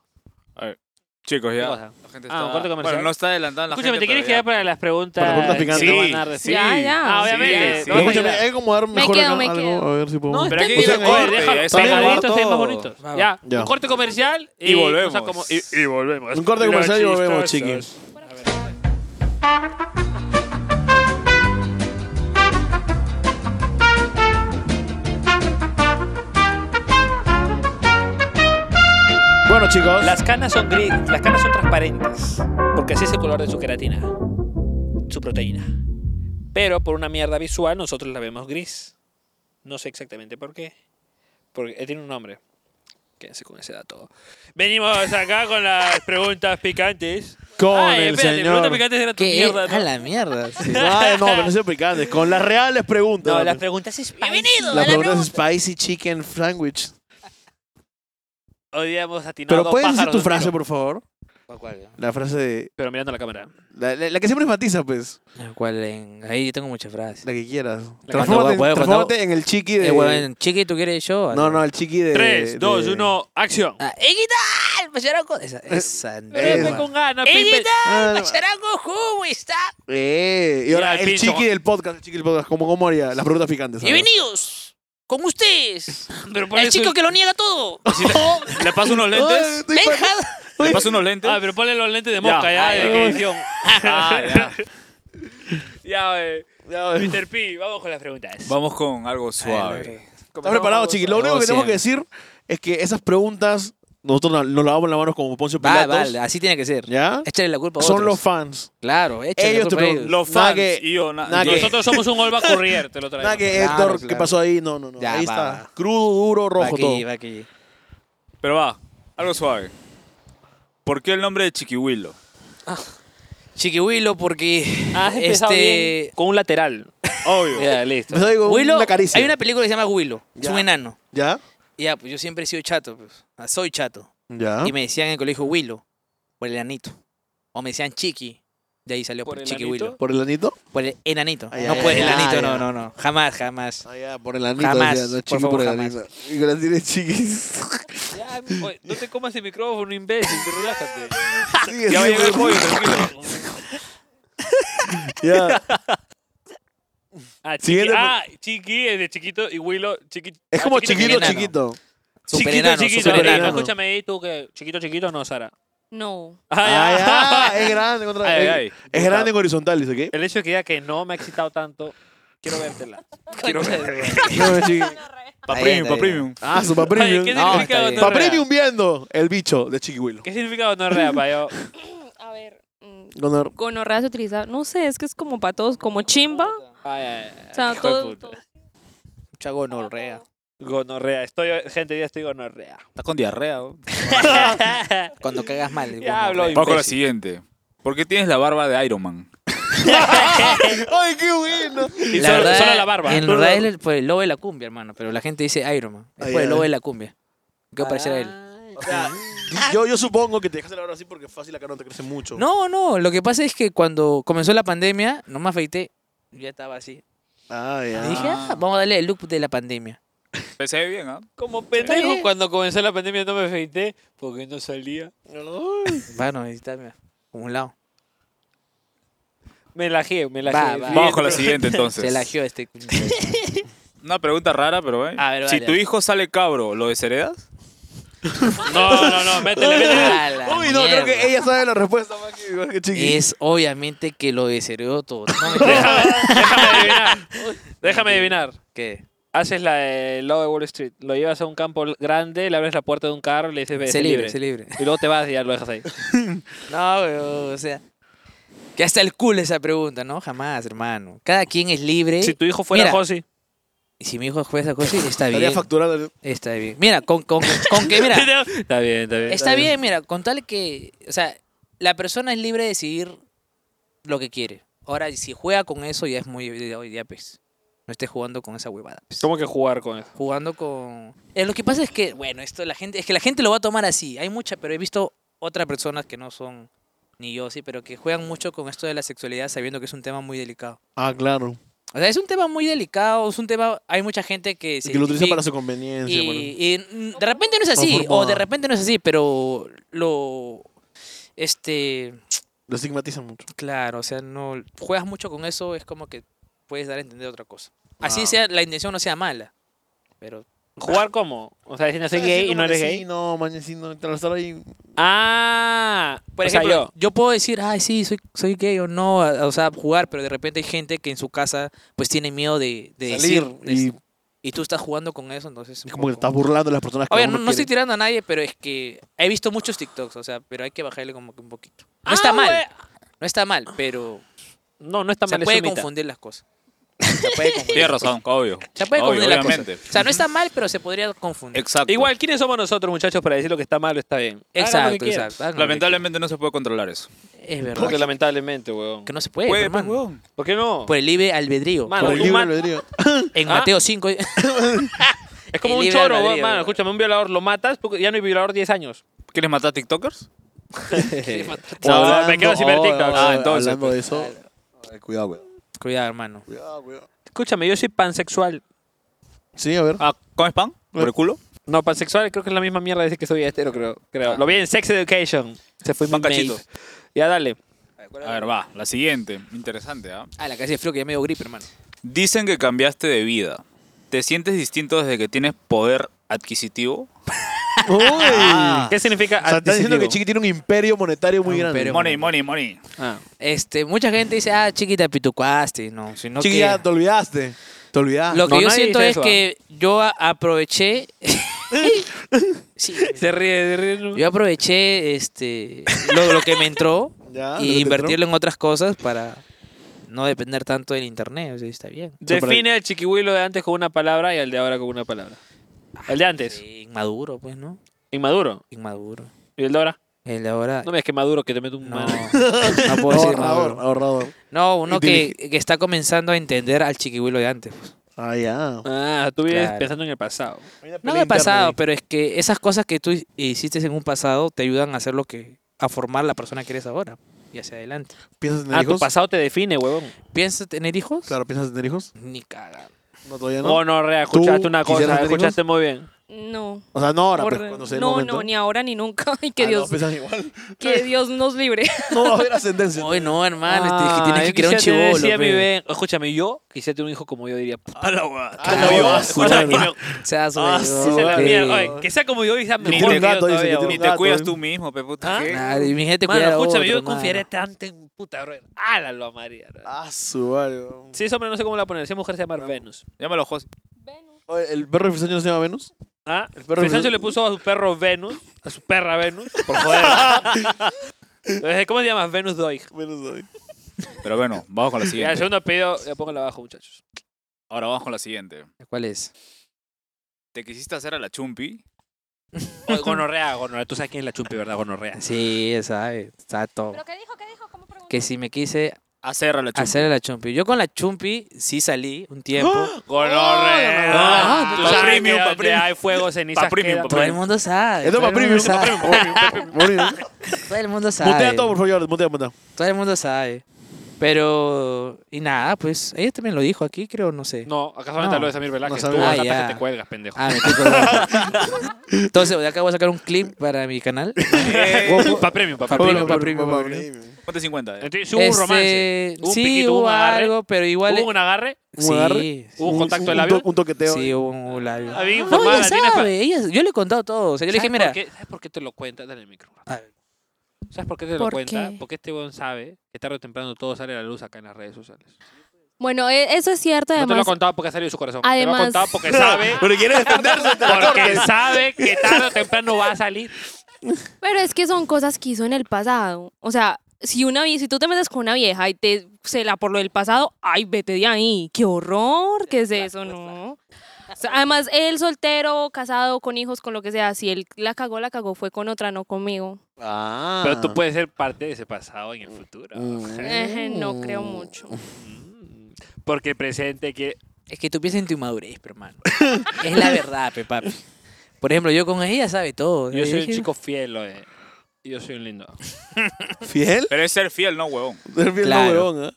A: Chicos,
B: ¿Qué
A: ya.
B: cosa?
A: La gente
B: Ah, un corte comercial.
A: Bueno, no está adelantada la
B: Escúchame,
A: gente,
B: ¿te quieres
A: pero ya.
B: quedar para las preguntas?
C: Para las preguntas
B: que no
A: picantes.
B: van a recibir?
A: Sí.
E: Ya, ya.
B: Ah, obviamente. eh,
A: sí.
C: Pero
B: No,
C: escúchame,
B: no,
C: hay que acomodar mejor
E: quedo,
C: acá
E: me
C: algo,
E: quedo.
C: a ver si podemos...
B: No,
A: Pero hay que
B: O
A: ir
B: sea,
A: a corte.
B: deja-
A: ya está
C: también
A: grabado
B: pegaditos, se ven más
A: todo.
B: bonitos.
D: Va, va.
B: Ya,
C: Ya.
B: un corte comercial y,
A: Y volvemos.
B: nos acomo- y- y volvemos.
C: Un corte
B: Los
C: comercial y volvemos,
B: chistosos.
C: chiqui. Bueno, chicos.
B: Las canas son gris, las canas son transparentes, porque así es el color de su queratina, su proteína. Pero por una mierda visual nosotros la vemos gris. No sé exactamente por qué. Porque eh, tiene un nombre. Quédense con ese dato. Venimos acá con las preguntas picantes.
C: Con
B: Ay,
C: el
B: espérate,
C: señor.
B: preguntas picantes era tu
D: ¿Qué?
B: mierda.
D: A
B: ¿no?
D: la mierda. sí.
C: Ay, no, pero no sean picantes. Con las reales preguntas.
B: No, las preguntas es
E: Bienvenido.
C: La
E: la
C: pregunta es
E: pregunta.
C: spicy chicken sandwich.
B: Odiamos atinado
C: Pero
B: dos
C: puedes decir
B: pájaros de
C: tu
B: un
C: frase,
B: tiro.
C: por favor. La frase de.
B: Pero mirando la cámara.
C: La, la- la que siempre enfatiza, pues.
D: eh? ¿Cuál en- Ahí yo tengo muchas frases.
C: La que quieras.
D: cuando-
C: Transfórmate,
D: cuando-
C: transfórmate en el chiqui de.
D: Eh, huevón, chiqui, ¿tú quieres yo?
C: no, no, el chiqui de.
B: Tres, dos,
C: de-
B: uno, acción.
D: Ah, ¿y qué tal? Pacharaco. Esa, esa.
C: Esa.
B: Pepe
D: Esa.
B: con ganas, Pepe.
D: Ellita,
C: Ah,
D: Pacharaco, ¿cómo está?
C: eh, y
B: Ya,
C: ahora
B: el
C: el
B: pincho.
C: chiqui del podcast, el chiqui del podcast, como cómo haría las preguntas picantes. a ver.
D: Bienvenidos con ustedes.
B: Pero por
D: El
B: eso-
D: chico que lo niega todo. Oh,
A: ¿Le paso unos
C: Ay,
A: lentes?
C: estoy
D: Benja.
A: ¿Le paso unos lentes?
B: Ah, pero ponle los lentes de
A: Ya.
B: mosca ya,
A: Ay,
B: de
A: ay.
B: edición.
A: Ah, ya.
B: Ya, eh.
C: pa- ¿Estás
B: Mr. P, vamos con las preguntas.
A: Vamos con algo suave.
C: preparado, chiqui? Lo único que tenemos que decir es que esas preguntas nosotros no- nos lavamos las manos como Poncio
D: Vale,
C: Pilatos.
D: vale, así tiene que ser.
C: ¿Ya?
D: Échale la culpa a
C: Son
D: otros.
C: los fans.
D: Claro, échale
C: Ellos
D: la
C: te
D: culpa a
C: pregun-
D: ellos.
A: Los
C: Nada
A: fans
C: que-
A: y yo. na-
C: nada
A: yo-
C: que-
B: Nosotros somos un Olva Courier, te lo traigo.
C: Nada que
D: Claro,
C: Héctor, ¿qué
D: claro.
C: pasó ahí? No, no, no.
D: Ya,
C: ahí
D: va,
C: está.
D: va.
C: Crudo, duro,
D: Va
C: rojo, todo.
D: aquí, va aquí.
A: Pero va, algo suave. ¿Por qué el nombre de Chiquihuilo?
D: Chiquihuilo, porque.
B: Has empezado bien
D: este.
B: con un lateral.
A: Obvio.
B: Ya, listo.
C: Me doy con
D: Willow,
C: una caricia.
D: hay una película que se llama Willow, es
C: Ya.
D: un enano.
C: ¿Ya?
D: Ya, pues yo siempre he sido chato, pues. Ah, soy chato.
C: ¿Ya?
D: Y me decían en el colegio Willow, por el enanito. O me decían Chiqui, de ahí salió
B: ¿Por
D: pues,
B: el
D: Chiqui
B: anito?
D: Willow.
C: ¿Por el anito?
D: Por el enanito,
C: Ah, ya,
D: no
C: ya,
D: por el
C: ya,
D: anito,
C: ya.
D: no, no, no. Jamás, jamás.
C: Ah, ya, por el anito.
D: Jamás,
C: decía, no,
D: por
C: chiqui,
D: favor,
C: el
D: jamás.
C: anito. Y con las tienes chiquis.
B: Ya, oye, no te comas el micrófono, imbécil, te relájate.
C: Sigue,
A: Ya va
C: sigue,
A: a llegar el
C: por
A: pollo, tranquilo.
C: favor. Ya.
B: Ah, chiqui,
C: Siguiente.
B: ah, chiqui es de chiquito y Willow, chiqui.
C: Es
B: ah,
C: como
D: chiquito,
C: chiquito,
D: enano.
C: chiquito.
D: Super
B: Chiquito,
D: enano,
B: chiquito,
D: super
B: chiquito.
D: enano.
B: Escúchame, ¿y tú que chiquito, chiquito no, Sara?
E: No.
C: Ah,
B: ya.
C: ya, Es grande. contra-
B: Ay,
C: es-
B: ay.
C: Es grande en horizontales, ¿ok?
B: El hecho de que diga que no me ha excitado tanto, quiero vértela.
D: Quiero ver.
C: No, chiqui.
A: Pa'
D: Está bien,
A: premium,
D: está
A: pa' premium.
C: Ah, su pa'
B: Oye,
C: premium.
B: ¿Qué
D: No,
B: significa
D: está bien.
B: gonorrea?
C: Pa' premium viendo el bicho de Chiqui Willow.
B: ¿Qué significa gonorrea para yo?
E: A ver. mm,
C: Gonor-
E: Gonorrea se utiliza, no sé, es que es como para todos, como chimba.
B: Ay, ay, ay,
E: O sea,
B: hijo de
E: todo,
B: puta.
E: todo.
D: Mucha gonorrea.
B: Gonorrea. Estoy, gente, ya estoy gonorrea.
A: Está con diarrea. ¿no?
D: Cuando cagas mal.
B: Ya hablo,
A: Vamos con la
B: imbécil.
A: siguiente. ¿Por qué tienes la barba de Iron Man?
C: ¡Ay, qué bueno!
B: Y solo, solo la barba.
D: En verdad es el- por el lobo de la cumbia, hermano. Pero la gente dice Iron Man. Es
C: Ay,
D: por el
C: ay.
D: lobo de la cumbia. ¿Qué va a parecer a él?
B: O sea,
C: Yo, yo supongo que te dejaste la barba así porque fácil acá no te crece mucho.
D: No, no, lo que pasa es que cuando comenzó la pandemia, no me afeité, ya estaba así.
C: Ah,
D: Y
C: ya.
D: dije, ah, vamos a darle el look de la pandemia.
A: Se ve bien, ¿ah?
B: como
D: Está
B: pendejo,
D: bien.
B: cuando comenzó la pandemia no me afeité porque no salía.
D: Bueno, ahí está, mira, como un lado.
B: Me lajé, me lajé.
D: Va, va.
B: Siguiente
A: Vamos con la
B: pregunta.
A: siguiente entonces.
D: Se lagió este.
A: Una pregunta rara, pero eh.
D: A ver,
A: si
D: vale.
A: tu hijo sale cabro, ¿lo desheredas?
B: No, no, no, métele, métele.
D: A la
C: Uy, no, creo
D: mierda.
C: que ella sabe la respuesta más que, más que Chiqui.
D: Es obviamente que lo desheredó todo. No me creas.
B: Déjame adivinar. Déjame adivinar.
D: ¿Qué?
B: Haces la del lado de Wall Street, lo llevas a un campo grande, le abres la puerta de un carro y le dices, ve,
D: Se libre, se libre.
B: Y luego te vas y ya lo dejas ahí.
D: No, pero, o sea. Que hasta el culo esa pregunta, ¿no? Jamás, hermano. Cada quien es libre.
B: Si tu hijo fuera
D: Mira.
B: Josi,
D: Y si mi hijo juega esa cosa, está
C: Estaría
D: bien.
C: facturando.
D: Está bien. Mira, con, con, con que, mira.
B: está bien, está bien.
D: Está bien, mira, con tal que, o sea, la persona es libre de decidir lo que quiere. Ahora, si juega con eso, ya es muy, de hoy día, pues, no esté jugando con esa huevada. pues.
B: ¿Cómo que jugar con eso?
D: Jugando con... Eh, lo que pasa es que, bueno, esto la gente, es que la gente lo va a tomar así. Hay mucha, pero he visto otras personas que no son ni yo, sí, pero que juegan mucho con esto de la sexualidad sabiendo que es un tema muy delicado.
C: Ah, claro.
D: O sea, es un tema muy delicado, es un tema, hay mucha gente que se...
C: Y que lo utiliza
D: identifica-
C: para su conveniencia. bueno.
D: y, y, mm, de repente no es así,
C: Conformada.
D: o de repente no es así, pero lo. Este.
C: Lo estigmatiza mucho.
D: Claro, o sea, no. Juegas mucho con eso, es como que puedes dar a entender otra cosa. Así
C: Ah.
D: sea, la intención no sea mala, pero.
B: ¿Jugar cómo? O sea, si no soy gay y no eres gay.
C: No, mañecino, te lo estará ahí.
B: Ah,
D: Por
B: o sea,
D: ejemplo,
B: yo.
D: yo. puedo decir, ay, sí, soy, soy gay o no, a- o sea, jugar, pero de repente hay gente que en su casa, pues tiene miedo de, de
C: salir.
D: decir.
C: Y
D: es- Y tú estás jugando con eso, entonces. un
C: es como que te
D: poco-
C: estás burlando de las personas que
D: Oye,
C: aún
D: no, no estoy
C: quieren.
D: tirando a nadie, pero es que he visto muchos TikToks, o sea, pero hay que bajarle como que un poquito. No está
B: Ah,
D: mal,
B: güey.
D: no está mal, pero
B: No, no está
D: se
B: mal. es
D: puede
B: un mito.
D: confundir las cosas. Se puede confundir.
A: Tienes razón, obvio.
D: Se puede
A: Obvio,
D: confundir las
A: obviamente.
D: cosas. O sea, no está mal, pero se podría confundir.
A: Exacto.
B: Igual, ¿quiénes somos nosotros, muchachos, para decir lo que está mal o está bien? Hagan lo que
D: Exacto,
B: quieran.
D: exacto. hagan lo que
A: Lamentablemente no se puede controlar eso.
D: quieran. Es verdad.
B: Porque lamentablemente, weón.
D: Que no se puede,
A: Puede,
D: hermano.
A: pues, huevón.
B: ¿Por qué no?
D: Por el libre albedrío.
B: Mano,
C: Por
D: Por-
C: el
B: Un
C: libre
B: man-
C: albedrío.
D: en
B: ¿Ah?
D: Mateo eh, 5.
B: es como
D: el
B: un
D: libre
B: choro, weón,
D: albedrío,
B: mano.
D: weón.
B: Escúchame, un violador lo matas porque ya no hay violador 10 años.
A: ¿Quieres matar TikTokers?
D: Eh,
B: No,
C: Hablando-
B: me quedo sin ver
C: oh,
B: TikTok.
C: oh,
A: Ah, entonces,
C: Hablando de eso. Ay, Cuidado, güey.
D: Cuidado, hermano.
C: Cuidado, cuidado.
B: Escúchame, yo soy pansexual.
C: Sí, a ver.
A: Ah, ¿Comes pan? ¿Por el culo?
B: No, pansexual creo que es la misma mierda decir que soy hetero, creo.
D: Ah.
B: creo. Lo vi en Sex Education. Se fue mi
A: Un
B: mail.
A: cachito.
B: Ya dale.
A: A ver, va. La siguiente. Interesante, ¿ah?
D: Ah, la casi de frío que ya me dio gripe, hermano.
A: Dicen que cambiaste de vida. ¿Te sientes distinto desde que tienes poder adquisitivo?
C: Uy.
B: ah,
D: Ah.
B: ¿Qué significa
C: O sea, están diciendo que
B: adquisitivo?
C: Chiqui tiene un imperio monetario muy
D: Un
C: grande.
D: imperio.
A: Money, money, money.
B: Ah.
D: Este, mucha gente dice, ah, chiquita, pitucuaste. No, si no
C: Chiqui,
D: que-
C: ya te olvidaste. Te olvidaste.
D: Lo que
B: No,
D: yo
B: nadie
D: siento
B: dice
D: es
B: eso, ¿ah?
D: que yo a- aproveché. sí,
B: Se ríe, se ríe. ¿no?
D: yo aproveché este, lo, lo que me entró
C: Ya, lo que
D: y
C: te
D: invertirlo en otras cosas para no depender tanto del internet. O sea, está bien.
B: Define al chiquihuilo de antes con una palabra y al de ahora con una palabra. El de antes,
D: Sí, inmaduro, pues, ¿no?
B: inmaduro.
D: Inmaduro.
B: ¿Y el de ahora?
D: El de ahora.
B: No me es que maduro, que te meto un
D: No,
B: mano.
D: no puedo
C: Ahorrador,
D: decir inmaduro.
C: ahorrador.
D: No, uno que,
C: Inteligente.
D: que está comenzando a entender al chiquihuilo de antes. pues.
C: Ah, ya.
B: Ah, tú vives
D: Claro.
B: pensando en el pasado.
D: No me he pasado, pero es que esas cosas que tú hi- hiciste en un pasado te ayudan a hacer lo que. a formar la persona que eres ahora y hacia adelante.
C: ¿Piensas en tener
B: Ah, tu
C: hijos?
B: pasado te define, huevón.
D: ¿Piensas tener hijos?
C: Claro, ¿piensas en tener hijos?
D: Ni cagar.
C: No, todavía no.
B: Oh, no, rea, escuchaste
C: ¿Tú
B: una
C: quisieras
B: cosa,
C: tener
B: escuchaste muy bien.
E: No.
C: O sea, no ahora,
E: por-
C: pero cuando sea el
E: no,
C: momento.
E: no, ni ahora ni nunca. Y
C: Ah,
E: que
C: no,
E: Dios,
C: piensas igual.
E: que Dios nos libre.
C: No va a haber ascendencia.
D: Oye, no, hermano,
B: Ah,
D: este, que tienes
B: yo
D: que crear un
B: quisiera tener-
D: chivolo.
B: decía mi
D: pe.
B: ven- Escúchame, yo quisiera tener un hijo como yo diría. puta,
A: A la hueá.
C: Ah, no, yo-
B: o sea, que me-
D: Seas
B: Ah,
D: oye,
B: sí, se la
D: pe.
B: mierda. Oye, que sea como yo y sea
A: Ni
B: mejor
A: te
B: que yo
C: gato, dice que
B: todavía,
C: tiene
A: Ni
B: huevón.
C: un
A: te
C: gato,
A: cuidas
C: ¿eh?
A: tú mismo, pe puta.
B: ¿Ah?
A: ¿Qué?
D: Madre, mi gente
B: Mano,
D: cuida a
B: escúchame, yo
D: otro, mano.
B: confiaré tanto en puta, bro. Álalo a María. bro.
C: Ah, su madre, weón.
B: Si es hombre, no sé cómo la poner. Si es mujer, se llama Venus.
A: Llámalo José.
C: Oye, ¿el perro de Frisancho no se llama Venus?
B: ¿Ah?
C: El perro
B: Frisancho
C: Frisancho-
B: le puso a su perro Venus, a su perra Venus, por joder. Entonces, ¿Cómo te llamas? Venus Doig.
C: Venus hoy.
A: Pero bueno, vamos con la
B: Y al
A: siguiente.
B: segundo apellido, ya póngalo abajo, muchachos.
A: Ahora vamos con la siguiente.
D: ¿Cuál es?
A: ¿Te quisiste hacer a la chumpi?
B: Oye, Gonorrea, gonorrea. Tú sabes quién es la chumpi, ¿verdad? Gonorrea.
D: Sí, sabe, está todo.
E: qué dijo? ¿Qué dijo? ¿Cómo preguntó?
D: Que si me quise
A: Hacer a la chumpi.
D: hacerle la chumpi. Yo con la chumpi sí salí un tiempo.
C: ¡Ah!
B: Gonorrea.
D: Ah,
B: Tú
D: pa'
B: sabes que
A: premium, pa'
B: donde
A: premium.
B: hay fuego, cenizas
A: premium,
B: quedan.
A: pa'
D: Todo el mundo sabe.
C: Esto es
D: todo
C: para
D: el mundo
C: premium.
D: sabe,
C: Bonito.
D: Todo el mundo
C: Mutea
D: sabe.
C: todo, por favor, Jordan. Mutea, mutea.
D: Todo el mundo sabe. Pero, y nada, pues, ella también lo dijo aquí, creo, no sé.
B: No, acá solamente
D: No,
B: habló de Samir Velázquez.
C: no
B: Tú
C: sabía.
B: vas
D: Ah,
B: hasta
D: ya.
B: que te cuelgas, pendejo.
D: Ah, me estoy colgando. Entonces, de acá voy a sacar un clip para mi canal.
B: Pa' premium, pa' premium.
D: Pa' premium, pa' premium, pa'
A: Ponte 50. eh.
B: Entonces, hubo un romance.
D: Este,
B: Hubo un
D: sí,
B: piquito, hubo
D: hubo,
B: un agarre.
D: algo, pero igual.
B: ¿Hubo un agarre?
C: ¿Hubo un
D: Sí,
C: agarre?
B: ¿Hubo un contacto de labio?
C: to- Un toqueteo.
D: sí, hubo un labio.
B: Ah, bien
D: No,
B: informada,
D: ella
B: tiene fa-
D: sabe. ella- yo le he contado todo. O sea, yo le dije,
B: ¿Sabes
D: mira.
B: por qué- ¿Sabes por qué te lo cuenta? Dale el micro.
D: A ver.
B: ¿Sabes por qué te lo
E: ¿Por
B: cuenta?
E: qué?
B: Porque este weón sabe que tarde o temprano todo sale a la luz acá en las redes sociales.
E: Bueno, e- eso es cierto.
B: no te lo ha
E: Además,
B: contado porque ha salido de su corazón. te lo ha
E: Además-
B: contado porque sabe.
A: Pero quiere defenderse. te la
B: porque
A: cortes.
B: sabe que tarde o temprano va a salir.
E: pero es que son cosas que hizo en el pasado. O sea, si una vie- si tú te metes con una vieja y te cela por lo del pasado, ay, vete de ahí. Qué horror, ¿qué es eso, no? O sea, además, él soltero, casado, con hijos, con lo que sea, si él la cagó, la cagó fue con otra, no conmigo.
C: Ah.
B: Pero tú puedes ser parte de ese pasado en el futuro.
D: Mm.
E: Eh, no creo mucho.
B: Mm. Porque el presente que.
D: Es que tú piensas en tu inmadurez, pero hermano. es la verdad, pe, papi. Por ejemplo, yo con ella sabe todo.
B: Yo soy un
D: dije,
B: chico fiel, oye. Y Yo soy un lindo.
C: ¿Fiel?
A: Pero es ser fiel, no, huevón.
C: Ser fiel, no,
D: Claro.
C: huevón, ¿eh?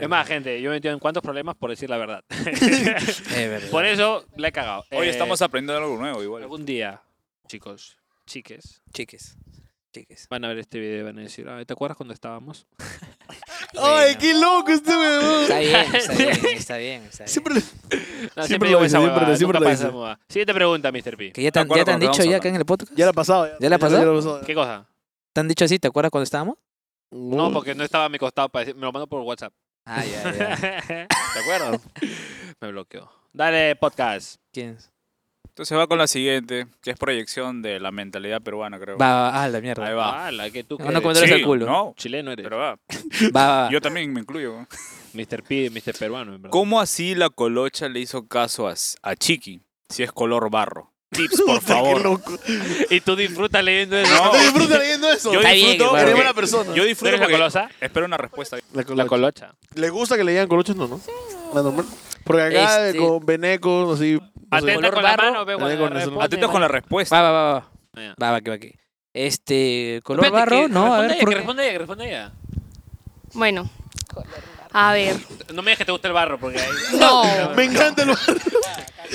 B: Es más, gente, yo me metido en cuántos problemas por decir la verdad.
D: "Es verdad".
B: por e-, eso la he cagado.
A: Hoy
B: Eh,
A: estamos aprendiendo algo nuevo, igual.
B: Algún día, chicos, chiques,
D: Chiques. Chiques.
B: van a ver este video y van a decir, "Ay, ¿te acuerdas cuando estábamos?
C: Ay, qué loco este huevón.
D: Está bien, está bien, está bien. está bien.
C: Siempre le-
B: No,
C: Siempre
B: siempre,
C: lo
B: digo
C: dice,
B: esa
C: siempre-
B: huevada, nunca
C: siempre lo
B: pasa
C: dice.
B: esa huevada. Siguiente pregunta, Mr. P.
D: Que ya, te
A: Me
D: han-
A: acuerdo
D: ya te han
A: cuando
D: dicho
A: vamos
D: ya
A: a
D: acá en el podcast.
C: Ya la ha pasado.
D: ¿Ya la ha pasado?
C: Ya la ha pasado.
B: ¿Qué cosa?
D: ¿Te han dicho así? ¿Te acuerdas cuando estábamos?
B: No, porque no estaba a mi costado para decir, me lo mando por WhatsApp.
D: Ah, ya, ya.
B: ¿Te acuerdas? me bloqueó. Dale, podcast.
D: ¿Quién? es?
A: Entonces va con la siguiente, que es proyección de la mentalidad peruana, creo.
D: Va, va, va, ah, la
A: Ahí
D: mierda.
A: va.
B: Ah, la que tú
D: No,
B: quieres.
D: no comentarios
A: Sí,
D: al culo.
A: No,
B: Chileno eres.
A: pero va.
D: Va, va, va.
A: Yo también me incluyo.
B: Mr. P, Mr. Peruano, en verdad.
A: ¿Cómo así la colocha le hizo caso a, a Chiqui si es color barro? Tips, por
C: Qué
A: favor.
C: loco.
B: Y tú disfrutas leyendo eso.
A: No.
C: Te disfruta leyendo eso.
A: Yo
D: Está bien,
A: disfruto.
D: claro.
C: Eres
A: porque-
C: buena persona.
A: Yo
B: ¿Tú
A: disfruto
B: eres la
A: porque-
B: colosa?
A: Espero una respuesta.
C: La colocha.
B: La colocha.
C: ¿Le gusta que le digan colochos? No, ¿no? La normal. Porque acá
D: Este-
C: con venecos, así. no sé.
B: Atenta
D: color
B: con la
D: barro,
B: mano, ve,
C: atenta
B: cuando
C: con eso.
B: responde,
A: Atentos con la respuesta.
D: Va, va, va, va.
B: Ya.
D: Va, va, que va, que. Este, color
B: Espérate,
D: barro,
B: que
D: no, a
B: responde
D: ver,
B: ella,
D: ¿por
B: que
D: qué?
B: responde ella, que responde ella.
E: Bueno, a ver.
B: No me digas que te gusta el barro, porque ahí...
E: No.
C: Me encanta el barro.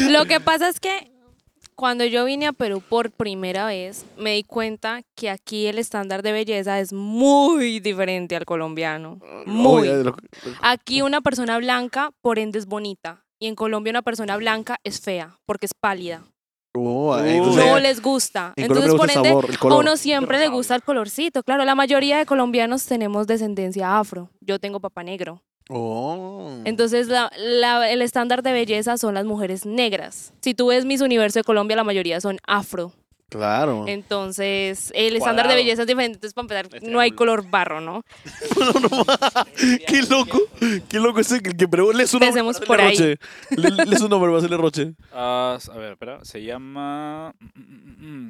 E: Lo que pasa es que Cuando yo vine a Perú por primera vez, me di cuenta que aquí el estándar de belleza es muy diferente al colombiano. Muy.
C: Oye, de lo-
E: Aquí una persona blanca, por ende, es bonita. Y en Colombia una persona blanca es fea, porque es pálida.
C: Oh, ah,
B: No
C: entonces,
E: No
C: en
E: les gusta.
C: Colombia
E: Entonces,
C: le gusta
E: por
C: el
E: ende,
C: sabor, el
E: a
C: color.
E: uno siempre le gusta el colorcito. Claro, la mayoría de colombianos tenemos descendencia afro. Yo tengo papá negro.
C: Oh.
E: Entonces, la- la- el estándar de belleza son las mujeres negras. Si tú ves Miss Universo de Colombia, la mayoría son afro.
C: Claro.
E: Entonces, el estándar de
B: Mm. Cuadrado.
E: belleza es diferente. Entonces, para empezar,
B: Este
E: no hay
B: ángulo.
E: color barro, ¿no?
C: Qué loco. Qué loco ese que, que pero lees un nombre.
E: Empecemos
C: Marcelo
E: por ahí.
C: Roche. Le- Lees un nombre, Marcelo Roche.
A: Ah, a ver, espera. Se llama. mm,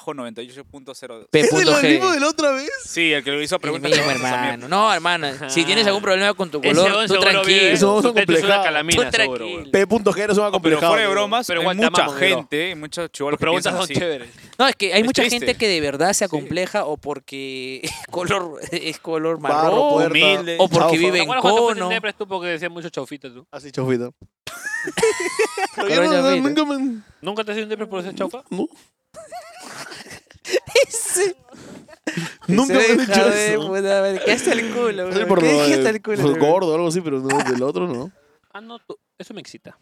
A: P.G-98.02.
D: P.G.
C: la otra vez?
A: Sí, el que lo hizo
D: El
A: pregunta.
D: mismo, hermano. No, hermano. Si tienes algún problema con tu
B: Ese
D: color,
B: don
D: tú
B: seguro vive-
D: tranquilo.
C: Eso es
B: su techo es una
C: complicado.
B: calamina,
D: Tú
B: seguro,
D: tranquilo.
B: weón.
C: P.G es un
A: Pero
C: acomplejado.
A: fuera de bromas,
B: Pero
A: pero hay
B: igual te
A: mucha
B: amamos, bro.
A: gente, hay muchos chivolos
B: Las
A: que
B: preguntas
A: piensan
B: son
A: así.
B: chéveres.
D: No, es que hay
A: Es
D: mucha
A: triste.
D: gente que de verdad se acompleja o porque color, es color
C: Barro,
D: marrón.
C: puerta,
A: humilde.
D: o porque
C: chaufa.
D: vive
B: ¿Te
D: en-
B: acuerdas cuando fuiste
D: cono.
B: en Nepres tú porque decías mucho chaufita tú?
C: Así, chofita. Pero
D: Pero
C: yo
D: ya
C: no-
D: vi, ¿no?
C: nunca me-
B: ¿Nunca te has ido en Nepres por ser chaufa?
C: no.
D: Sí.
C: Nunca me
D: Se
C: han
D: deja
C: dicho
D: de
C: eso.
D: puta madre. ¿Qué hasta el culo,
C: Así
D: bro?
C: por lo
D: ¿Qué dijiste
C: de-
D: al culo,
C: pues,
D: bro?
C: gordo o algo así, pero no, del otro no.
B: Ah, no, tú- eso me excita.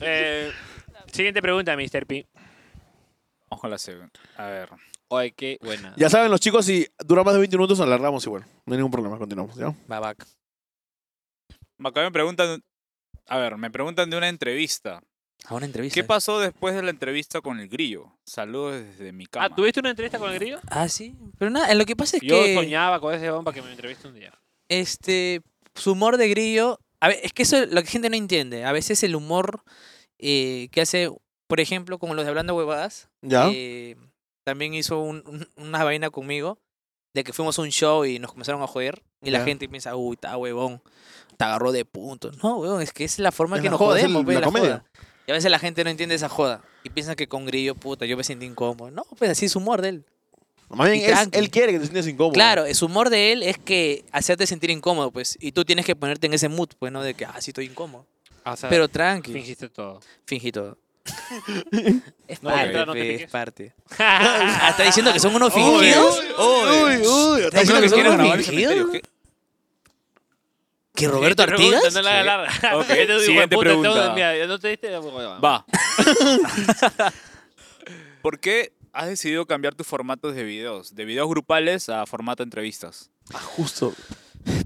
B: Eh, siguiente pregunta, Mr. P.
A: Vamos con la segunda. A ver.
B: Ay, qué buena.
C: Ya saben los chicos, si dura más de 20 minutos, alargamos igual. No hay ningún problema, continuamos. ¿ya?
D: Babac.
A: Acá me preguntan. A ver, me preguntan de una entrevista.
D: A una entrevista.
A: ¿Qué pasó después de la entrevista con el grillo? Saludos desde mi
B: Ah,
A: cama.
B: ¿tuviste una entrevista con el grillo?
D: Ah, sí. Pero nada, lo que pasa es
B: Yo
D: que
B: soñaba con ese hombre para que me entreviste un día.
D: este su humor de grillo. A ver, es que eso es lo que gente no entiende. A veces el humor eh, que hace, por ejemplo, como los de Hablando Huevadas,
C: ¿Ya?
D: eh, también hizo un- un- una vaina conmigo de que fuimos a un show y nos comenzaron a joder. Y la
C: Ya.
D: gente piensa, uy, está huevón, te agarró de punto. No, huevón, es que es la forma
C: Es
D: que
C: la
D: nos
C: joda, es el-
D: jodemos, pues,
C: la
D: la
C: comedia.
D: joda. Y a veces la gente no entiende esa joda. Y piensa que con grillo, puta, yo me sentí incómodo. No, pues así es humor de él.
C: Más bien,
D: y
C: es-
D: tranqui.
C: él quiere que te sientas incómodo.
D: Claro, su humor de él es que hacerte sentir incómodo, pues. Y tú tienes que ponerte en ese mood, pues, ¿no? De que, ah, sí estoy incómodo.
B: O sea,
D: Pero tranqui,
B: fingiste todo.
D: fingí todo. es
B: No,
D: parte,
B: claro, no te
D: pe, es
B: piques.
D: parte. Ah, ¿está diciendo que son unos fingidos?
C: Uy, uy, uy.
D: ¿Está diciendo que
A: ¿Quieres
D: son
A: grabar
D: unos
A: el cementerio?
D: fingidos?
A: ¿Qué?
D: ¿Que Roberto
B: Siguiente pregunta,
D: Artigas?
B: No la Este larga.
A: Ok,
B: Yo te digo,
A: siguiente
B: puta, tengo-
A: pregunta.
B: mira, ya no te diste. pues, bueno,
A: Va. ¿Por qué has decidido cambiar tus formatos de videos? De videos grupales a formato entrevistas.
C: Ah, justo.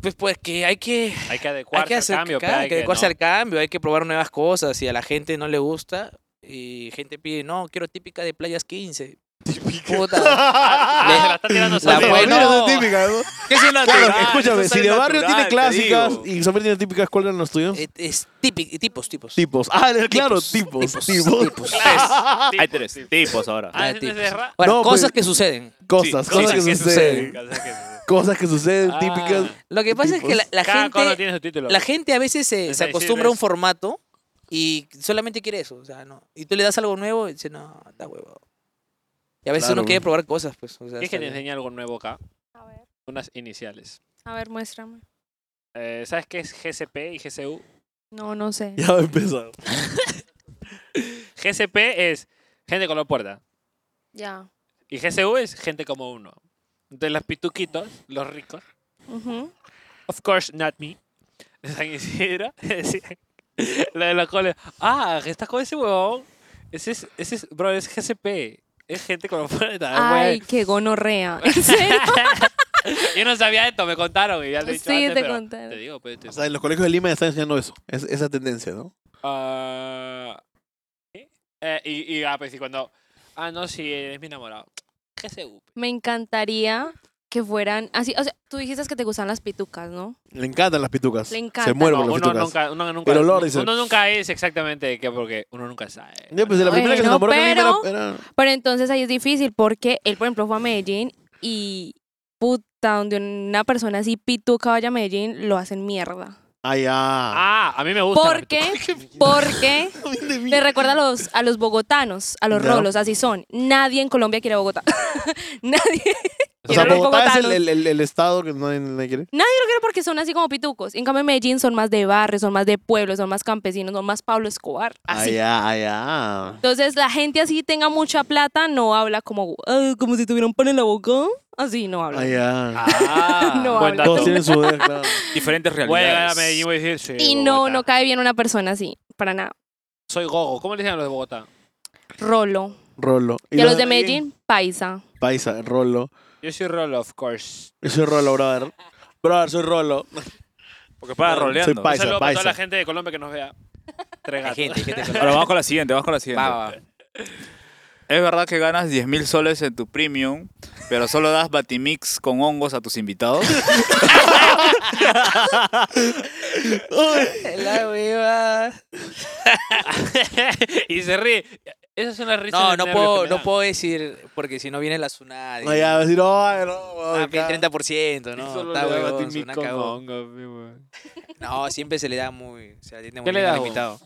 D: Pues, pues que hay que,
B: Hay que
D: hay
B: adecuarse
D: que, hacer,
B: al cambio. pues,
D: ca-
B: pero
D: hay que adecuarse al cambio, hay que probar nuevas cosas. Si a la gente no le gusta y gente pide, no, quiero típica de Playas 15. Puta.
B: Ah,
D: Le-
B: se la está tirando
D: La
B: Samir.
D: buena-
B: No,
C: es típica, ¿no? Ah,
D: ¿Qué es una
C: Claro,
A: natural,
C: escúchame,
A: eso
C: si
A: es
C: de barrio
A: natural,
C: tiene
A: te
C: clásicas
A: digo.
C: y Samir tiene típicas, ¿cuáles eran los tuyos?
D: Es, es típic- tipos, Eh, tipos.
C: tipos. Ah, el- claro, tipos,
D: tipos,
C: tipos.
D: tipos.
A: Hay tres tipos ahora.
B: Ah,
D: Ah,
B: ese es
D: tipos.
B: de ra-
D: Ahora,
C: No,
D: cosas
C: pues-
D: que suceden.
C: Cosas, cosas
A: Sí, cosas
C: que
A: que
C: suceden.
B: Cosas que suceden.
C: Cosas que suceden
B: Ah.
C: típicas.
D: Lo que pasa es que la, la
B: Cada cono
D: gente,
B: tiene su título.
D: la gente a veces se,
B: Es
D: se
B: decir,
D: acostumbra a un
B: es-
D: formato y solamente quiere eso. O sea, no. Y tú le das algo nuevo y dice, no, está huevo. Y a veces
C: Claro,
D: uno quiere
C: güey.
D: probar cosas, pues. o sea,
B: ¿Quieres
D: está
B: que te
D: bien.
B: enseñe algo nuevo acá?
E: A ver,
B: Unas iniciales.
E: a ver, muéstrame.
B: Eh, ¿Sabes qué es GCP y GCU?
E: No, no sé.
C: Ya va a empezar.
B: GCP es gente con la puerta.
E: Ya.
B: Y GCU es gente como uno. Entonces los pituquitos, los ricos,
E: Ujú.
B: of course not me, de San Isidro, decían, lo de los coles, ah, que estás con ese huevón, ese es, ese es, bro, es GCP, es gente con la puerta.
E: Ay,
B: güey.
E: qué gonorrea. ¿En serio?
B: Yo no sabía esto, me contaron y ya lo he dicho
E: Sí,
B: antes,
E: te
B: pero
E: contaron.
B: Te digo, pues, te-
C: O sea, en los colegios de Lima ya están enseñando eso. Es- esa tendencia, ¿no?
B: Ah, ¿qué? Eh, y, y, ah, pues, y cuando, ah, no, sí, eres mi enamorado, GCU.
E: Me encantaría que fueran así. O sea, tú dijiste que te gustan las pitucas, ¿no?
C: Le encantan las pitucas.
E: Le
C: Se
E: encantan.
C: mueren
B: No,
C: por las
B: uno
C: pitucas.
B: nunca, uno nunca,
C: El olor, dice.
B: uno nunca es exactamente de qué, porque uno nunca sabe.
C: Ya, pues, de la primera que se
E: Bueno,
C: enamoró de Lima
E: pero-
C: era- era-
E: Pero entonces ahí es difícil porque él, por ejemplo, fue a Medellín y puta, donde una persona así pituca vaya a Medellín, lo hacen mierda.
C: Ay, ya.
B: Ah, a mí me gusta.
E: ¿Por qué? Porque te recuerda a los, a los bogotanos, a los
C: Ya.
E: rolos, así son. Nadie en Colombia quiere a Bogotá. Nadie.
C: O
E: Y
C: sea,
E: eran los
C: Bogotá es el, el,
E: bogotanos.
C: el- el estado que nadie, nadie quiere.
E: Pero porque son así como pitucos. En cambio, en Medellín son más de barrio, son más de pueblos, son más campesinos, son más Pablo Escobar. Así.
C: Allá, allá.
E: Entonces, la gente así tenga mucha plata, no habla como, "Ah, como si tuvieran pan en la boca. Así no habla.
C: Allá.
B: Ah,
E: No
B: buen
E: habla.
B: dato.
C: Todos tienen su idea, claro.
A: Diferentes
B: Voy a
A: realidades.
B: llegar a Medellín y voy a decir, sí,
E: y no,
B: Bogotá.
E: no cae bien una persona así, para nada.
B: Soy gogo. ¿Cómo le dicen a los de Bogotá?
E: Rolo.
C: Rolo.
E: Y, a los de Medellín, paisa.
C: Paisa, Rolo.
B: Yo soy Rolo, of course.
C: Yo soy Rolo, brother. Brother, soy Rolo.
A: Porque para
B: Soy
A: roleando.
B: Un
C: paisa,
B: saludo para toda
C: paisa.
B: la gente de Colombia que nos vea. Tres
D: Hay
B: gatos.
D: gente, hay gente que-
A: Ahora vamos con la siguiente, vamos con la siguiente.
D: Va, va, va.
A: Es verdad que ganas 10 mil soles en tu premium, pero solo das batimix con hongos a tus invitados.
D: La hueva.
B: y se ríe. Esas son las risas.
D: No,
B: de
D: no
B: nervios que
D: puedo,
B: me
D: no puedo decir, porque si no viene la tsunami.
C: Allá va a decir, ay, no,
D: Ah,
C: acá".
D: 30%,
B: dan.
D: ¿no?
B: Solo
D: Está
B: le daba
D: huevón,
B: Timmy
D: una
B: con
D: cagó.
B: hongos, mi huevón.
D: No, siempre se le da muy. Se le atiende
B: ¿Qué le
D: muy bien al
B: das vos?
D: invitado.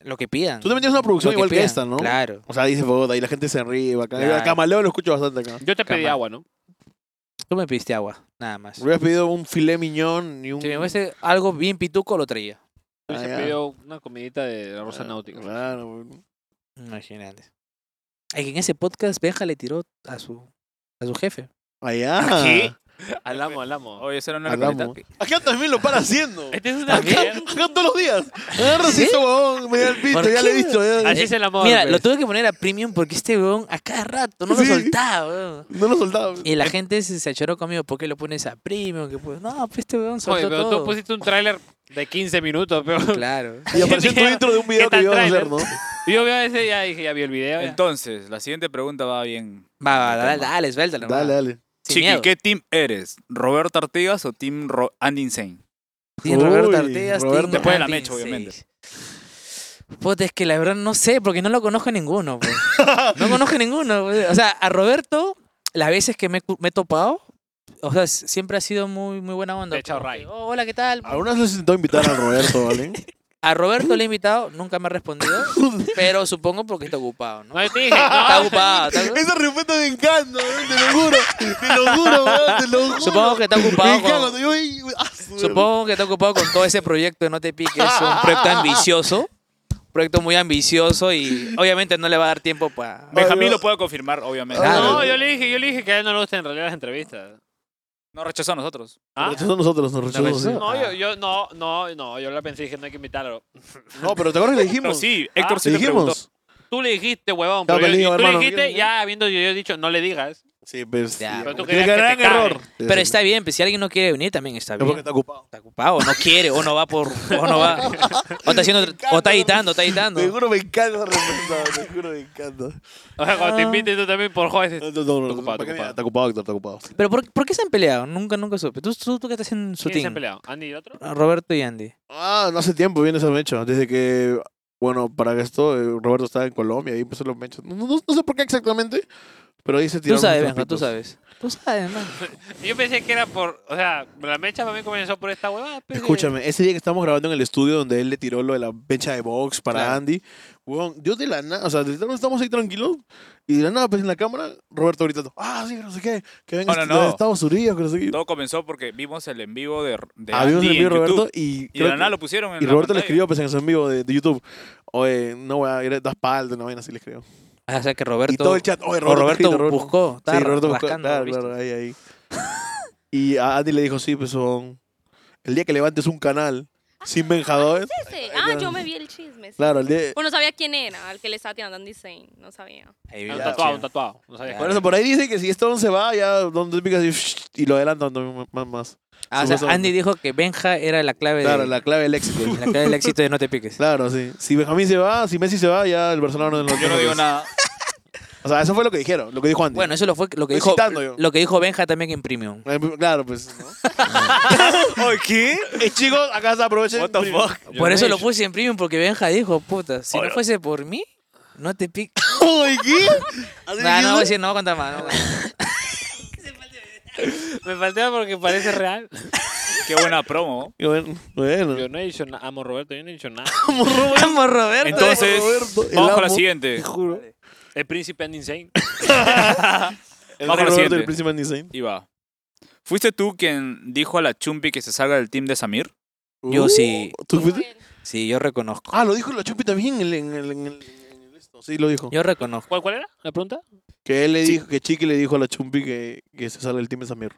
D: Lo que pidan.
C: Tú también tienes una producción
D: Lo
C: igual que
D: pidan,
C: esta, ¿no?
D: Claro.
C: O sea, dice Bogotá y la gente se ríe. Acá,
D: Claro.
C: acá Maleo lo escucho bastante acá.
B: Yo te pedí
D: Cama.
B: agua, ¿no?
D: Tú me pediste agua, nada más.
C: Hubieras pedido un filé miñón y un.
D: Si me hubiese algo bien pituco, lo traía.
B: Tú
C: Ah,
B: se
C: ya. Ah.
B: pidió una comidita de rosa náutica.
C: Claro,
D: Imagínate. Ay, En ese podcast, Benja le tiró a su, a su jefe.
C: Allá.
B: ¿Qué? Al amo, al amo.
A: Oye, esa era una
C: Hablamos.
A: recomendación.
C: Acá también lo para haciendo.
B: Este es una
C: Acá,
B: mierda.
C: acá todos los días. Agarra así
D: ¿Sí?
C: ese huevón, me da el pito,
D: ¿Por
C: ya
D: qué?
C: le he visto. ya-
B: Así es el amor.
D: Mira,
B: pues.
D: lo tuve que poner a premium porque este weón a cada rato no lo
C: Sí.
D: soltaba, weón.
C: No lo soltaba.
D: Y la gente se, se achoró conmigo, ¿por qué lo pones a premium? Que pues, no, pues este weón
B: Oye,
D: soltó
B: pero
D: todo.
B: tú pusiste un tráiler de 15 minutos, pero
D: Claro.
C: Y apareció tu
B: Mira,
C: intro de un video
B: ¿qué tal
C: que íbamos a hacer,
B: tráiler?
C: ¿no?
B: yo veo ese y ya dije, ya vi el video. ya.
A: Entonces, la siguiente pregunta va bien.
D: Va, va, dale, dale, suéltalo.
C: Dale, dale.
D: Sin
A: Chiqui,
D: miedo.
A: ¿qué team eres? ¿Roberto Artigas o team Ro Andy Insane?
D: Team Roberto
C: Uy,
D: Arteagas,
C: Roberto.
D: Team
A: Después de la
D: Martin
A: mecha, obviamente.
D: Seis. Puta, es que la verdad no sé, porque no lo conozco a ninguno. pues. No conozco a ninguno. pues. O sea, a Roberto, las veces que me, he cu- me he topado, o sea, s- siempre ha sido muy, muy buena onda.
B: Te he echado
D: como que,
B: ray.
D: "Oh, hola, ¿qué tal?
C: Algunas veces intentó invitar a Roberto, ¿vale?
D: A Roberto le he invitado, nunca me ha respondido, pero supongo porque está ocupado, ¿no?
B: No, yo te dije,
D: Está
B: no,
D: ocupado, está ocupado.
C: Esa respuesta me encanta, weón, te lo juro. Te lo juro, weón, te lo juro.
D: Supongo que está
C: Me
D: ocupado
C: encanta,
D: con,
C: yo- ay, ah, su-
D: Supongo que está ocupado con todo ese proyecto de No Te Piques. Es un proyecto ambicioso. Un proyecto muy ambicioso y obviamente no le va a dar tiempo para.
A: Benjamín lo puede confirmar, obviamente.
C: Claro.
B: no, yo le dije, yo le dije que a él no le gustan en realidad las entrevistas.
A: No rechazó a nosotros.
B: ¿Ah?
C: Rechazó a nosotros, nos rechazó.
D: rechazó.
C: sí.
B: No, yo, yo, no, no, no, yo la pensé, dije, no hay que invitarlo.
C: No, pero ¿te acuerdas que le
A: Pero
C: dijimos?
A: sí, Héctor
B: Ah,
A: sí le preguntó.
C: dijimos.
B: Tú le dijiste, huevón,
C: Ya,
B: pero yo-
C: pero le digo,
B: tú le
C: hermano,
B: dijiste,
C: yo-
B: ya habiendo yo, yo dicho, no le digas.
C: Sí, pues.
D: Ya,
B: Pero tú
C: Tiene
B: querías que
C: haber
B: te
C: un
B: cague.
D: Pero está bien, pues si alguien no quiere venir también está
C: Es porque
D: bien.
C: está ocupado.
D: Está ocupado, o no quiere, o no va por. O no va. O está haciendo. O está editando, está editando.
C: Te juro, me encanta esa respuesta, te juro, me encanta.
B: O sea, cuando te inviten tú también por joder.
C: No, no, no, no,
B: ocupado,
C: ¿para qué
B: está
C: me- Está ocupado, Héctor, está ocupado.
D: Pero por, ¿por qué se han peleado? Nunca, nunca supe. ¿Tú, tú, tú qué estás en su
B: ¿Quién se ha
D: team?
B: peleado? ¿Andy y otro?
D: Roberto y Andy.
C: Ah, no hace tiempo viene esa mecha. Desde que, bueno, para esto, eh, Roberto estaba en Colombia y empezó los mechas. No, no, no sé por qué exactamente, pero ahí se
D: Tú
C: tiraron
D: sabes,
C: unos
D: Benja, tú
C: trapitos.
D: sabes. Tú sabes, man.
B: Yo pensé que era por, o sea, la mecha para mí comenzó por esta huevada. pues,
A: eh,
C: Escúchame, ese día que estábamos grabando en el estudio donde él le tiró lo de la mecha de box para
D: Claro.
C: Andy, weón, yo de la nada, o sea, de- estamos ahí tranquilos y de la nada, pues en la cámara, Roberto gritando, ah, sí, que no sé qué, que venga
A: No, no,
C: este- de
A: no.
C: Estados Unidos, que no sé qué.
A: Todo comenzó porque vimos el en vivo de, de
C: Habíamos
A: Andy
C: enviado
A: en YouTube.
C: Roberto y,
A: Y
C: creo
A: de la
C: que-
A: nada lo pusieron en
C: y
A: la
C: Roberto le
A: pantalla.
C: escribió pues, en su envío de, de YouTube, oye, no, weón, eres- das palda, una vaina así le escribió.
D: Ah, O sea que Roberto.
C: Y todo el chat, oye,
D: o
C: Roberto,
D: Roberto,
C: escrito, Roberto".
D: buscó. Estaba
C: sí, Roberto buscó,
D: rascando,
C: claro,
D: ¿viste?
C: claro, ahí, ahí. Y a Andy le dijo, sí, pues son, el día que levantes un canal sin venjadores,
E: Ese, Ah, yo me vi el chisme. sí.
C: claro, el día...
E: Bueno, no sabía quién era, al que le estaba tirando Andy Zane, no sabía.
D: Ahí vi
B: Un
D: la
B: tatuado, un
D: opción.
B: tatuado. No sabía.
C: Por eso, por ahí dice que si esto se va, ya donde pica así, y lo adelantan más. más.
D: Ah, o
C: Sí,
D: sea,
C: pasó.
D: Andy dijo que Benja era la clave,
C: Claro,
D: de,
C: la clave del éxito.
D: la clave del éxito de No Te Piques.
C: claro, sí. Si Benjamín se va, si Messi se va, ya el Barcelona no lo
A: Yo no digo nada.
C: O sea, eso fue lo que dijeron, lo que dijo Andy.
D: Bueno, eso lo fue lo que
C: Estoy
D: dijo
C: citando yo.
D: lo que dijo Benja también en Premium.
C: Eh, Claro, pues. ¿no? Oye, ¿qué? Eh, chicos, acá se aprovechen.
A: What the fuck?
D: por eso lo puse en Premium porque Benja dijo, puta, si no fuese por mí, No Te Piques.
C: Oye, ¿qué? Así
D: Nah, no,
C: que-
D: voy a decir, no, cuenta más. no voy a contar.
B: Me faltaba porque parece real.
A: Qué buena promo.
C: Y Bueno, bueno.
B: Yo no he dicho nada. Amo Roberto, yo no he dicho nada.
D: Vamos, Roberto.
A: Entonces,
C: Roberto, el
A: vamos con la
C: amo.
A: siguiente.
C: Te juro.
B: El príncipe Andy Insane.
C: El
A: Más
C: mejor Robert
A: reciente.
C: del Príncipe Nissan.
A: Y va. ¿Fuiste tú quien dijo a la Chumpi que se salga del team de Samir?
D: Yo sí.
C: Uh, ¿Tú fuiste?
D: Sí, yo reconozco.
C: Ah, lo dijo la Chupi también en el, en el- en el- en el esto. Sí, lo dijo.
D: Yo reconozco.
B: ¿Cuál, ¿Cuál era la pregunta?
C: Que él le
A: Sí.
C: dijo, que Chiqui le dijo a la Chumpi que, que se sale el team de Samir.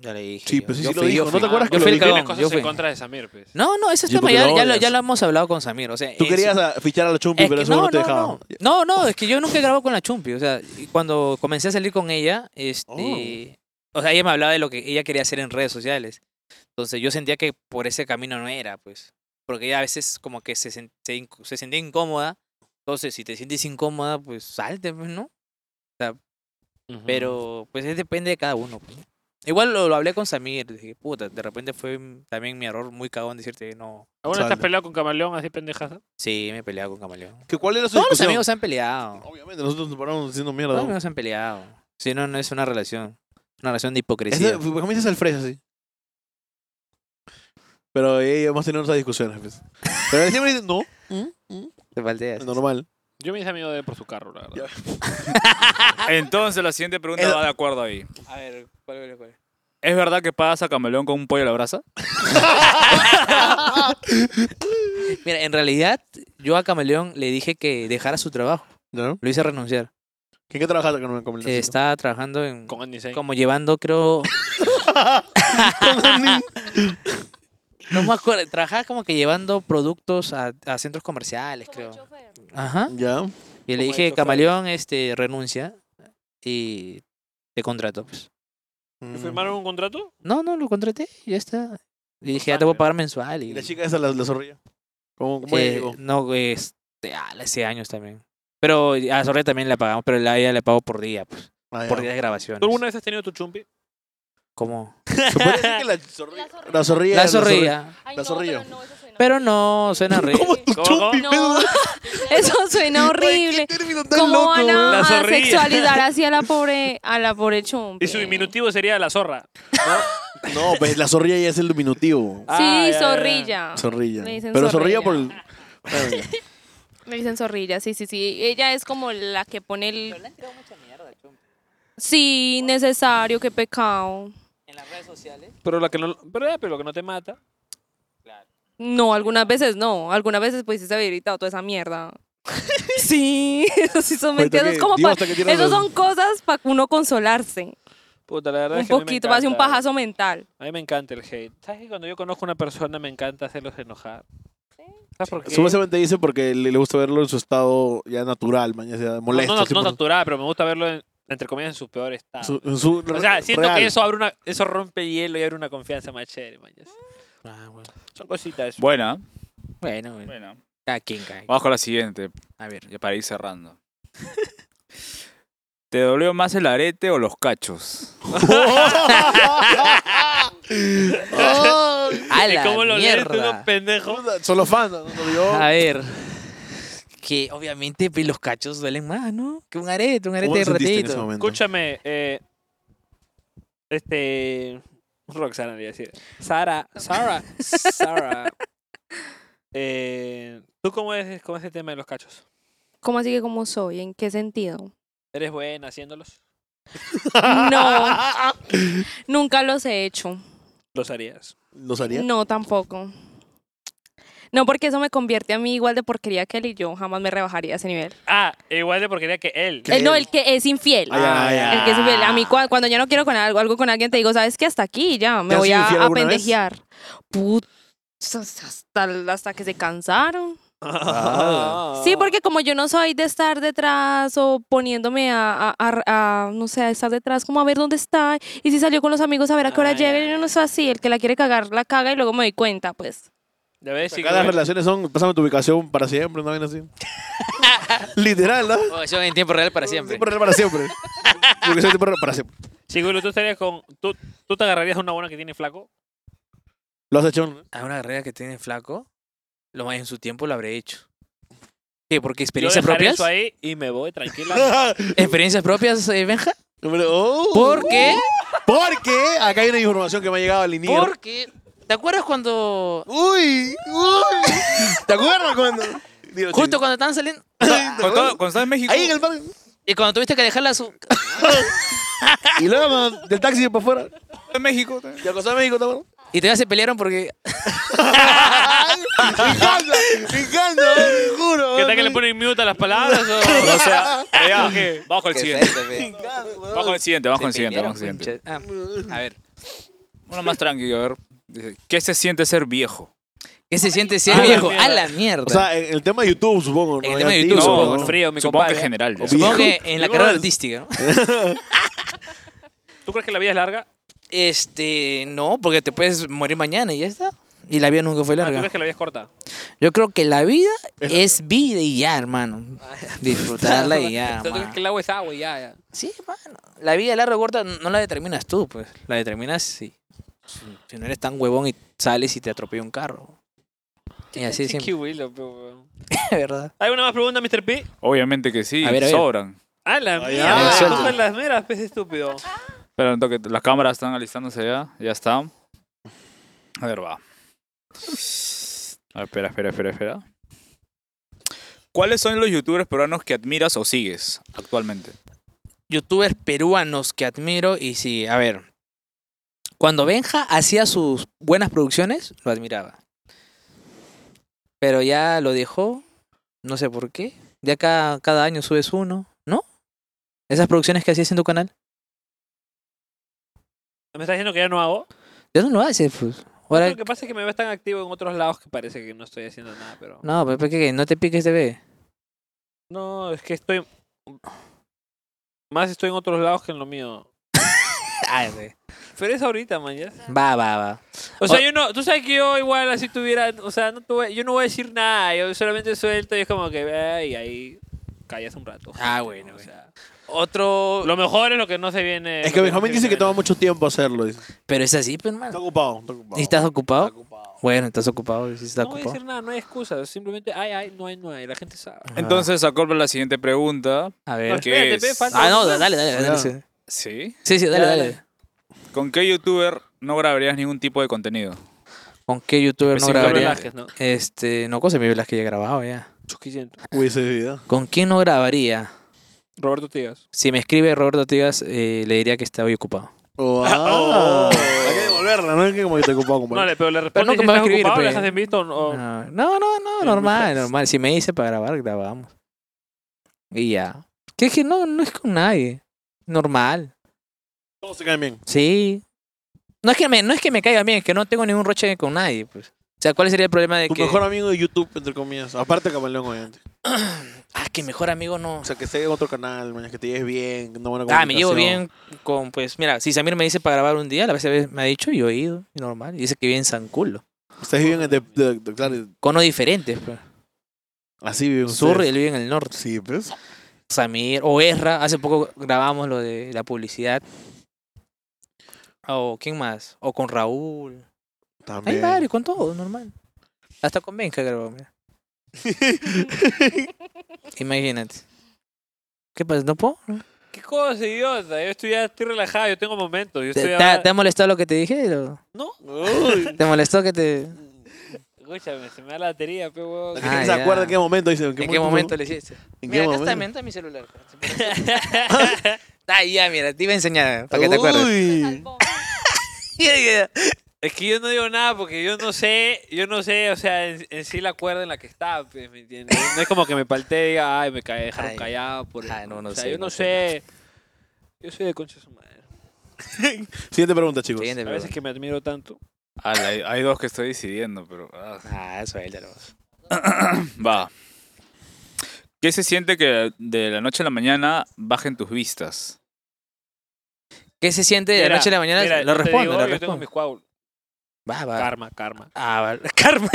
D: Ya le dije.
C: Sí,
D: yo.
C: pues sí,
D: Yo
C: sí lo
D: fui,
C: dijo.
D: yo
C: ¿No te
D: fui.
C: acuerdas
D: Yo
C: que lo
D: fui el
C: dijiste?
B: Tienes
D: cagón,
B: cosas
D: yo
B: en
D: fui.
B: contra de Samir, pues.
D: No, no, ese
C: Sí,
D: tema
C: porque
D: ya,
C: lo
D: ya, lo,
C: odias.
D: ya lo hemos hablado con Samir. O sea,
C: Tú
D: es-
C: querías ah, fichar a la Chumpi,
D: es
C: pero
D: que
C: eso no, te dejaba.
D: no, no, no, es que yo nunca he grabado con la Chumpi. O sea, y cuando comencé a salir con ella, este,
C: Oh.
D: o sea, ella me hablaba de lo que ella quería hacer en redes sociales. Entonces yo sentía que por ese camino no era, pues. Porque ella a veces como que se, sen- se, inc- se sentía incómoda. Entonces, si te sientes incómoda, pues salte, pues, ¿no?
B: Ujú.
C: Mm.
D: Pero, pues, es depende de cada uno. pues. Igual lo, lo hablé con Samir. Dije, puta, de repente fue mm, también mi error muy cagón decirte, no.
B: ¿Alguna estás
C: Salda.
B: peleado con Camaleón así pendejada?
D: Sí, me he peleado con Camaleón.
C: ¿Que ¿Cuál era su
D: Todos los
C: discusión?
D: amigos se han peleado.
C: Obviamente, nosotros nos paramos haciendo mierda.
D: Todos
C: ¿no?
D: nos han peleado. Si no, no es una relación. Es una relación de hipocresía.
C: Ese- ¿Cómo dices el fresa así? Pero eh, hemos tenido nuestras discusiones. pues. Pero él siempre dice, no,
D: Te falteas.
C: es normal.
B: Yo me hice amigo de él por su carro, la verdad.
A: Entonces la siguiente pregunta
C: Esa-
A: va de acuerdo ahí.
D: Ah. A ver, ¿cuál, cuál, cuál?
A: ¿Es verdad que pagas a Camaleón con un pollo a la brasa?
D: Mira, en realidad, yo a Camaleón le dije que dejara su trabajo.
C: ¿No?
D: Lo hice renunciar.
C: ¿En qué trabajaste con con el
D: Eh, Estaba trabajando en...
B: Con Andy Sain.
D: Como llevando, creo... no me acuerdo. Trabajaba como que llevando productos a, a centros comerciales, creo. Ajá.
C: Ya.
D: Y
B: Como
D: le
B: de
D: dije,
B: chofer.
D: Camaleón, este, renuncia. Y te contrato, pues.
B: ¿Y
C: Mm.
B: ¿Firmaron un contrato?
D: No, no, lo contraté, ya está. Y dije, ya te voy a
B: Contrato.
D: pagar mensual. Y,
C: ¿Y la chica esa, la, la zorrilla? ¿Cómo, cómo
D: eh,
C: llegó?
D: no, este, ah, hace años también. Pero a Soraya también la pagamos, pero la- a ella le pago por día, pues,
C: Ah, ya.
D: por día de grabaciones.
B: ¿Tú alguna vez has tenido tu chumpi?
D: ¿Cómo?
C: Se puede decir que la zorrilla. La zorrilla.
D: La zorrilla.
C: La zorrilla.
D: Pero no, suena re.
C: ¿Cómo tu
B: ¿Cómo,
C: chumpi?
E: No, eso suena horrible.
C: ¿Qué término tan
E: ¿Cómo
C: loco?
E: van
C: eh?
E: a,
B: La
E: a
B: zorrilla.
E: sexualizar así a la pobre, a la pobre chumpe?
B: Y su diminutivo sería la zorra.
C: No, pues la zorrilla ya es el diminutivo.
B: Ah, ya,
E: sí,
B: ya.
E: zorrilla.
C: Zorrilla.
E: Ah, Me dicen
C: Pero zorrilla por el.
E: zorrilla. Me dicen zorrilla, sí, sí, sí. Ella es como la que pone el... Sí, necesario, qué pecado.
D: En las redes sociales.
B: Pero, la que no, pero, eh, pero lo que no te mata.
E: No, algunas veces no. Algunas veces pues, pudiste haber evitado toda esa mierda. sí, eso sí son
C: Ahorita
E: mentiras.
C: que-
E: Es como
C: Dios,
E: pa-
C: hasta que tienes
E: Esos
C: razón.
E: son cosas para uno consolarse.
B: Puta, la verdad
E: Un
B: es que a mí me
E: poquito, para hacer un
B: encanta.
E: pajazo mental.
B: A mí me encanta el hate. ¿Sabes que cuando yo conozco a una persona me encanta hacerlos enojar? ¿Sabes por qué?
C: Supuestamente dice porque le, le gusta verlo en su estado ya natural, man, ya sea
B: No,
C: molesto.
B: no,
C: así
B: no
C: por-
B: saturada, pero me gusta verlo, en- entre comillas, en su peor estado.
C: su- en su-
B: o sea, siento
C: real.
B: que eso abre una, eso rompe el hielo y abre una confianza más chévere, man. ya sé.
D: Ah, bueno.
B: Son cositas.
A: Buena.
D: Bueno, bueno.
A: Buena.
D: Cada quien,
C: Ah.
D: cada quien.
A: Vamos con la siguiente,
D: A ver.
A: ya para ir cerrando. ¿Te dolió más el arete o los cachos?
D: ¡A
B: ¿Y
D: la
B: cómo lo lees tú,
D: mierda!
B: no, pendejo?
C: Solo fans, no, no, yo.
D: A ver. Que obviamente pues, los cachos duelen más, ¿no? Que un arete, un
C: ¿Cómo
D: arete de
C: te sentiste en ese
D: ratito.
C: momento?
B: Escúchame, eh, este... Roxana, le iba a decir. Sara, Sara, Sara. Eh, ¿Tú cómo es, cómo es el tema de los cachos?
E: ¿Cómo así que como soy? ¿En qué sentido?
B: ¿Eres buena haciéndolos?
E: No, nunca los he hecho.
B: ¿Los harías?
C: ¿Los haría?
E: No, tampoco. No, porque eso me convierte a mí igual de porquería que él y yo jamás me rebajaría a ese nivel.
B: Ah, igual de porquería que él.
C: ¿Qué?
E: Eh, no, el que es infiel.
C: Ah, ya, ya.
E: El que es infiel. A mí cua- cuando yo no quiero con algo, algo con alguien, te digo, ¿sabes qué? Hasta aquí ya,
C: ¿Te
E: me
C: has
E: voy
C: sido
E: a,
C: infiel
E: a
C: alguna vez?
E: pendejear. Put- Hasta, hasta que se cansaron. Sí,
C: Ah.
E: porque como yo no soy de estar detrás o poniéndome a, a- a- a, no sé, a estar detrás, como a ver dónde está y si salió con los amigos a ver a qué hora
B: Ah, ya,
E: llega, yo no soy así, el que la quiere cagar la caga y luego me doy cuenta, pues.
B: Ya ves, sí,
C: Cada
B: güey.
C: relaciones son, pásame tu ubicación para siempre, una vaina así. Literal, ¿no?
D: Oh, eso en tiempo real para siempre.
C: para siempre. Porque soy para, para siempre.
B: Sí, güey, tú estarías con. ¿tú, tú te agarrarías a una buena que tiene flaco.
C: Lo has hecho, ¿no?
D: a una carrera que tiene flaco, lo más en su tiempo lo habré hecho. ¿Qué? ¿Porque
B: Yo
D: experiencias
B: dejaré
D: propias?
B: eso ahí y me voy tranquila.
D: ¿Experiencias propias, eh, Benja?
C: Número-
D: Uh,
C: oh.
D: Porque,
C: Porque acá hay una información que me ha llegado al inicio.
D: porque, ¿te acuerdas cuando,
C: Uy, uy. ¿Te acuerdas cuando? Digo,
D: justo
C: sí.
D: cuando estaban saliendo, eh,
A: Cuando, estaba- cuando estaba en México.
C: Ahí en el parque.
D: y cuando tuviste que dejarla a su...
C: Y luego cuando del taxi para afuera.
A: En México.
C: Y acostó a México, ¿está bueno?
D: Y todavía se pelearon porque
C: ¡Venganza! ¡Venganza! te ¡Juro!
B: ¿Qué tal que le ponen mute a las palabras? o-
A: O sea, eh, ya, vamos con el
D: Qué
A: siguiente.
D: fuerte, pe.
A: Vamos con el siguiente, vamos
D: Se
A: con el siguiente, vamos con el
D: pelearon,
A: siguiente.
D: concha. Ah, a ver,
A: Una más tranquila, a ver. Dice, ¿Qué se siente ser viejo?
D: ¿qué se siente ser
B: Ah, la
D: viejo?
B: mierda.
D: A la mierda.
C: O sea, en el tema de YouTube, supongo.
D: En
C: ¿no?
D: el tema de
C: Ya
D: YouTube,
C: tío,
D: supongo,
C: ¿no?
D: ¿no?
B: frío, mi
A: Supongo que
B: compadre.
A: general. ya.
D: Supongo que en la
B: Digo,
D: carrera
B: es-
D: artística, ¿no?
B: ¿Tú crees que la vida es larga?
D: Este, no, porque te puedes morir mañana y ya está. Y la vida nunca fue
B: Ah, ¿Tú
D: larga.
B: crees que la vida es corta?
D: Yo creo que la vida es vida y ya, hermano. Disfrutarla y ya,
B: ¿Tú crees
D: mano.
B: que el agua es agua y ya? ya?
D: Sí, mano. La vida larga o corta no la determinas tú, pues. La determinas si, si- si no eres tan huevón y sales y te atropella un carro. Y así
B: Sí,
D: siempre,
B: qué huilo, pe, weón.
D: ¿verdad?
B: ¿Hay una más pregunta, Mr. P?
A: Obviamente que sí,
D: A ver, a ver.
A: sobran.
B: Ah, la
C: Ah, ya.
B: mierda.
C: Ah,
B: Tú
C: suelta.
B: con las meras, pez estúpido.
A: Pero un toque, las cámaras están alistándose ya, ya están. A ver, va. A ver, espera, espera, espera, espera. ¿Cuáles son los youtubers peruanos que admiras o sigues actualmente?
D: youtubers peruanos que admiro y sí, a ver. Cuando Benja hacía sus buenas producciones, lo admiraba. Pero ya lo dejó, no sé por qué. Ya cada, cada año subes uno, ¿no? Esas producciones que hacías en tu canal,
B: ¿Me estás diciendo que ya no hago?
D: ya no lo haces, pues. Ahora,
B: Lo que pasa es que me ves tan activo en otros lados que parece que no estoy haciendo nada, pero...
D: no, pero ¿por qué? no te piques de ve.
B: No, es que estoy... Más estoy en otros lados que en lo mío.
D: Ay, güey.
B: Pero es ahorita, man, ya.
D: Va, va, va.
B: O sea,
D: O-
B: yo no... Tú sabes que yo igual así tuviera... O sea, no tuve, yo no voy a decir nada. Yo solamente suelto y es como que... eh, y ahí callas un rato.
D: Ah, bueno,
B: O
D: bueno.
B: sea,
D: Otro...
B: lo mejor es lo que no se viene...
C: Es
B: lo
C: que
B: no
C: Benjamín
B: se
C: dice que
B: viene.
C: toma mucho tiempo hacerlo. dice.
D: Pero es así, pues,
C: Está
D: hermano.
C: ocupado, está ocupado.
D: ¿Y estás ocupado?
C: Está ocupado.
D: Bueno, estás ocupado, sí, estás
B: No voy a
D: ocupado.
B: decir nada, no hay excusas. Simplemente, ay, ay, no hay, no hay. La gente sabe.
A: Ah.
D: Ajá.
A: Entonces, acorde a la siguiente pregunta.
D: A
B: No,
D: ver.
A: ¿qué
B: espérate,
A: es?
B: pe, falta
D: Ah, no,
B: una.
D: dale, dale, dale.
C: Cuidado.
D: sí.
A: ¿Sí?
D: Sí, sí, dale,
B: Ya,
D: dale.
B: dale.
A: ¿Con qué youtuber no grabarías ningún tipo de contenido?
D: ¿Con qué
B: Pues
D: youtuber no
A: Específico
D: grabaría?
A: Velázquez.
B: ¿no?
D: Este, no cosa mi las que ya he grabado ya.
B: Suficiente.
C: Uy, ese video.
D: ¿Con quién no grabaría?
B: Roberto Tías.
D: Si me escribe Roberto Tigas, eh, le diría que está hoy ocupado.
C: Oh, ah. Hay que devolverla, ¿no? Es que como que te ocupado, como
B: No, le- pero le responde
D: no que
B: si
D: me va a
B: estás
D: escribir, pues.
B: ocupado,
D: pe.
B: las has visto o no.
D: Ah, No, no, no,
B: Oh. Sí,
D: normal,
B: muchas.
D: normal. Si me dice para grabar, grabamos. Y ya. Que es que no, no es con nadie. Normal.
C: Todos se caen bien.
D: Sí. No es que me, no es que me caiga bien, es que no tengo ningún roche con nadie, pues. O sea, ¿cuál sería el problema de
C: Tu
D: que.
C: mejor amigo de YouTube, entre comillas. Aparte de Camaleón, obviamente.
D: Ah, que mejor amigo no.
C: O sea, que esté en otro canal, mañana que te lleves bien, que no buena
D: Ah, me llevo
C: comunicación.
D: bien con, pues, mira, si Samir me dice para grabar un día, la veces me ha dicho y yo he ido, y normal. Y dice que vive en San Culo.
C: Ustedes viven en... De, de- de- claro,
D: Cono diferentes, pues.
C: así viven ustedes.
D: Sur y él vive en el norte.
C: Sí, pues.
D: Samir, o Ezra, hace poco grabamos lo de la publicidad. O, ¿quién más? O con Raúl. Hay
C: También.
D: varios, con todo, normal. Hasta con Benja grabó, mira. Imagínate. ¿Qué pasa? ¿No puedo?
B: ¿Qué cosa, idiota? Yo estoy ya estoy relajado, yo tengo momentos. Yo
D: ¿Te,
B: estoy
D: te ha-
B: ahora-
D: te ha molestado lo que te dije? o?
B: No,
D: ¿Te molestó que te...?
B: escúchame, se me da la batería, pe, huevón.
C: La
D: Ah,
C: gente se
D: ya.
C: acuerda en qué momento, dice. ¿En
D: ¿En qué momento le hiciste?
C: ¿En
D: Mira,
C: qué
D: acá
C: momento?
D: está, mira, está mi celular. pues, Ah, ya, mira, te iba a enseñar para que te acuerdes.
C: acuerdes.
B: Es que yo no digo nada porque yo no sé, yo no sé, o sea, en, en sí la cuerda en la que está, pe, ¿me entiendes? No es como que me palté y diga, ay, me ca- dejaron
D: Ay.
B: callado por
D: Ay, no, no
B: O sea,
D: sé,
B: yo
D: no
B: no, sé. Yo soy de concha de su madre.
C: Siguiente pregunta, chicos.
D: Siguiente,
B: A veces
D: perdón.
B: que me admiro tanto.
A: Ala, hay, Ah, hay dos que estoy decidiendo, pero... ah.
D: Ah, suéltalo.
A: Va. ¿Qué se siente que de la noche a la mañana bajen tus vistas?
D: ¿Qué se siente de la
B: Mira,
D: noche a la mañana?
B: mira,
D: lo
B: yo te
D: respondo,
B: digo,
D: lo
B: Yo tengo
D: respondo.
B: mis coágulos.
D: Va, va.
B: Karma, karma.
D: Ah, vale. Carmen.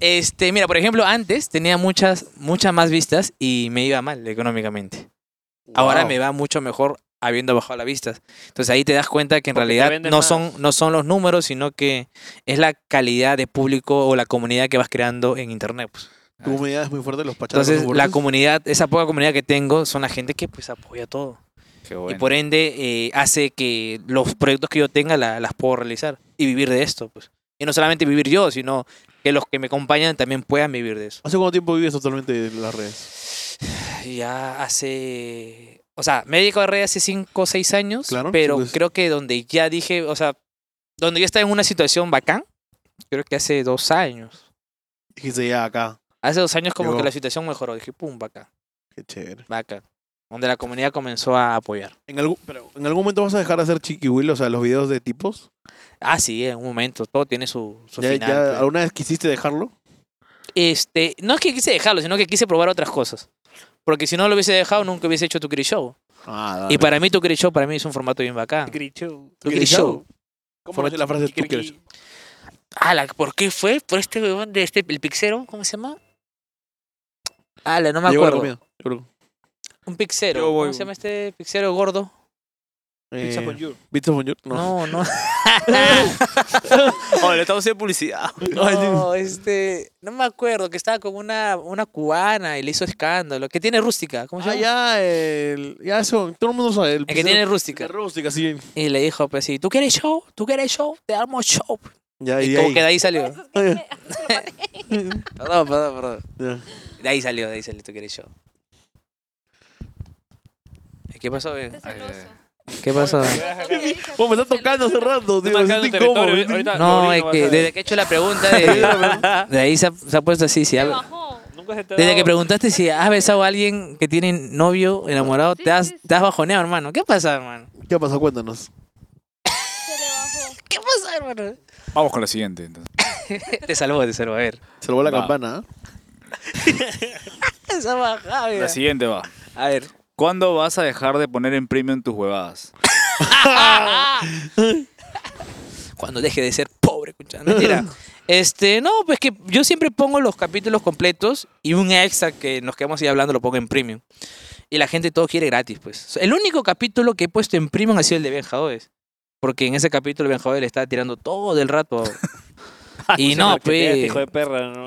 D: este, mira, por ejemplo, antes tenía muchas, muchas más vistas y me iba mal económicamente. Ahora me va mucho mejor habiendo bajado las vistas. Entonces ahí te das cuenta que en
B: Porque te
D: realidad
B: venden
D: no
B: más.
D: son, no son los números, sino que es la calidad de público o la comunidad que vas creando en internet. pues.
C: Tu humedad es muy fuerte, los pachacos.
D: Entonces, la comunidad, esa poca comunidad que tengo, son la gente que pues apoya todo.
A: Qué bueno.
D: Y por ende, eh, hace que los proyectos que yo tenga la- las puedo realizar y vivir de esto. pues Y no solamente vivir yo, sino que los que me acompañan también puedan vivir de eso.
C: ¿Hace cuánto tiempo vives totalmente en las redes?
D: Ya hace o sea, me he dedicado a redes hace 5 o 6 años,
C: Claro,
D: pero
C: sí, pues.
D: creo que donde ya dije, o sea, donde yo estaba en una situación bacán, creo que hace dos años.
C: Dijiste ya acá.
D: Hace dos años como
C: Llegó.
D: que la situación mejoró. Dije, pum, bacán,
C: Qué chévere.
D: bacán. Donde la comunidad comenzó a apoyar.
C: ¿En algún, pero, ¿en algún momento vas a dejar de hacer chiqui Will, o sea, los videos de tipos?
D: Ah, sí, en un momento, todo tiene su, su
C: ¿Ya,
D: final.
C: ya
D: pues.
C: ¿Alguna vez quisiste dejarlo?
D: Este, no es que quise dejarlo, sino que quise probar otras cosas. Porque si no lo hubiese dejado, nunca hubiese hecho tu Cri Show.
C: Ah,
D: Y para mí, tu Cri Show, para mí es un formato bien bacán.
B: Gricho.
D: Tu Cri Show.
C: ¿Cómo nació la frase tú
B: Kikiriki?
C: quieres?
D: Ala, ¿por qué fue? ¿Por este huevón de este, el pixero? ¿Cómo se llama? Ala, no me
C: Llegó la
D: acuerdo.
C: comida, yo creo.
D: Un pixero.
B: Yo voy,
D: ¿Cómo se llama este pixero gordo?
B: Pizza
C: Eh,
B: con you.
C: Pizza con you- No.
D: No, no.
A: Oh, le estamos haciendo publicidad.
D: No, este. No me acuerdo, que estaba con una, una cubana y le hizo escándalo. Que tiene rústica. ¿Cómo se
C: Ah,
D: llama?
C: ya, el, ya eso, todo el mundo sabe. El
D: El que tiene
C: rústica.
D: rústica.
C: rústica, sí.
D: Y le dijo, pues sí, ¿tú quieres show? ¿Tú quieres show? Te damos show.
C: Ya,
D: y
C: y
D: como
C: ahí.
D: que de ahí salió.
C: Ah, ya,
D: Perdón, perdón, perdón.
C: ya.
D: De ahí salió, de ahí salió, tú quieres show. ¿Qué pasó? eh? ¿Qué pasó?
C: Oh, me está tocando hace rato,
B: Está
C: tío. me
B: marcando
C: siento
B: territorio,
C: incómodo.
B: ahorita
D: No,
B: Lorino
D: es
B: va a
D: que
B: ser-
D: desde que he hecho la pregunta, eh, de, de ahí se ha, se ha puesto así. Si ha-
B: Nunca se te ha
D: desde que
B: dado-
D: preguntaste si has besado a alguien que tiene novio, enamorado,
E: Sí,
D: te has,
E: sí, sí.
D: te has bajoneado, hermano. ¿Qué pasa, hermano?
C: ¿Qué pasó? Cuéntanos.
D: ¿Qué pasa, hermano?
A: Vamos con la siguiente, entonces.
D: Eh, Te salvó, te salvó. A ver.
C: Se lo va la
A: Va.
C: campana. ¿ah?
D: Esa bajada,
A: La
D: mira.
A: siguiente va.
D: A ver.
A: ¿Cuándo vas a dejar de poner en premium tus huevadas?
D: Ah. cuando deje de ser pobre, escucha. Mentira. Este, no, pues que yo siempre pongo los capítulos completos y un extra que nos quedamos ahí hablando lo pongo en premium. Y la gente todo quiere gratis, pues. El único capítulo que he puesto en premium ha sido el de Ben Jaodes. Porque en ese capítulo Ben Jaodes le estaba tirando todo el rato. y no,
B: Porque te dejaste,
D: pues.
B: este hijo de perra, ¿no?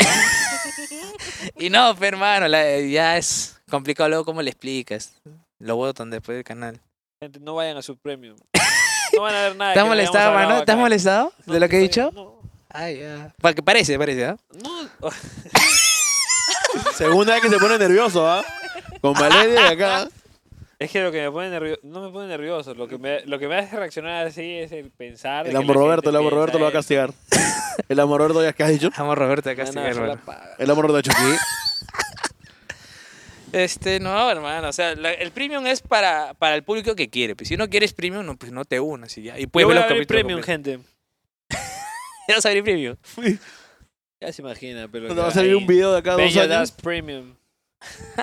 D: Y no, pues, hermano, la- ya es complicado luego cómo le explicas. Lo votan después del canal.
B: Gente, no vayan a su premium. No van a ver nada.
D: ¿Estás molestado,
B: mano?
D: hermano? ¿Estás molestado de lo que he dicho?
B: No.
D: Ay, ya. Porque parece, parece, ¿ah?
B: no.
C: Segunda vez que se pone nervioso, ¿ah? Con Valeria de acá.
B: Es que lo que me pone nervioso, no me pone nervioso, lo que me, lo que me hace reaccionar así es el pensar.
C: El amor Roberto, el amor Roberto lo va a castigar. El amor Roberto, ya que has dicho.
D: Vamos, Roberto, acá
B: castigar.
D: hermano.
C: El amor Roberto de Chucky.
D: Este, no, hermano, o sea, la- el premium es para, para el público que quiere. Pues si no quieres premium, no, pues no te unas y ya. Y puedes
B: Yo voy
D: ver
B: a
D: los
B: abrir
D: capítulos.
B: premium,
D: completos.
B: gente.
D: Ya vas a abrir premium.
B: Ya se imagina, pero.
C: Te va a salir un video de acá dos
B: Bella
C: años.
B: Das Premium.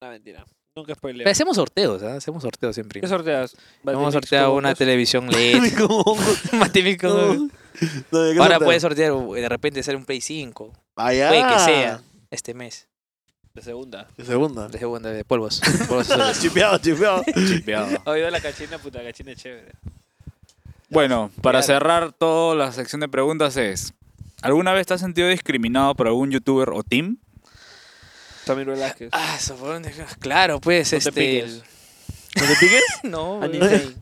B: No, mentira. Nunca spoileo.
D: Pero hacemos sorteos, ¿ah? Hacemos sorteos en
B: ¿Qué
D: premium.
B: sorteas?
D: Vamos a sortear una televisión E LED.
C: Como-
D: Matífico.
C: No, ¿de qué
D: Ahora
C: sorteo?
D: puedes sortear, o de repente, hacer un Play 5.
C: Allá.
D: Puede que sea este mes.
B: De segunda.
C: De segunda.
D: De segunda, de polvos. polvos azules.
C: Chipeado, chipeado.
A: Chipeado.
D: Ah,
B: Oído la cachina, puta cachina es chévere.
A: Bueno, para
D: Claro.
A: cerrar toda la sección de preguntas es, ¿alguna vez te has sentido discriminado por algún youtuber o team?
B: Samir Velázquez.
D: ah, eso fue un- Claro, pues,
B: No te
D: este.
B: piques.
C: ¿No te piques?
D: No,
B: Andy
D: güey.
B: Zane.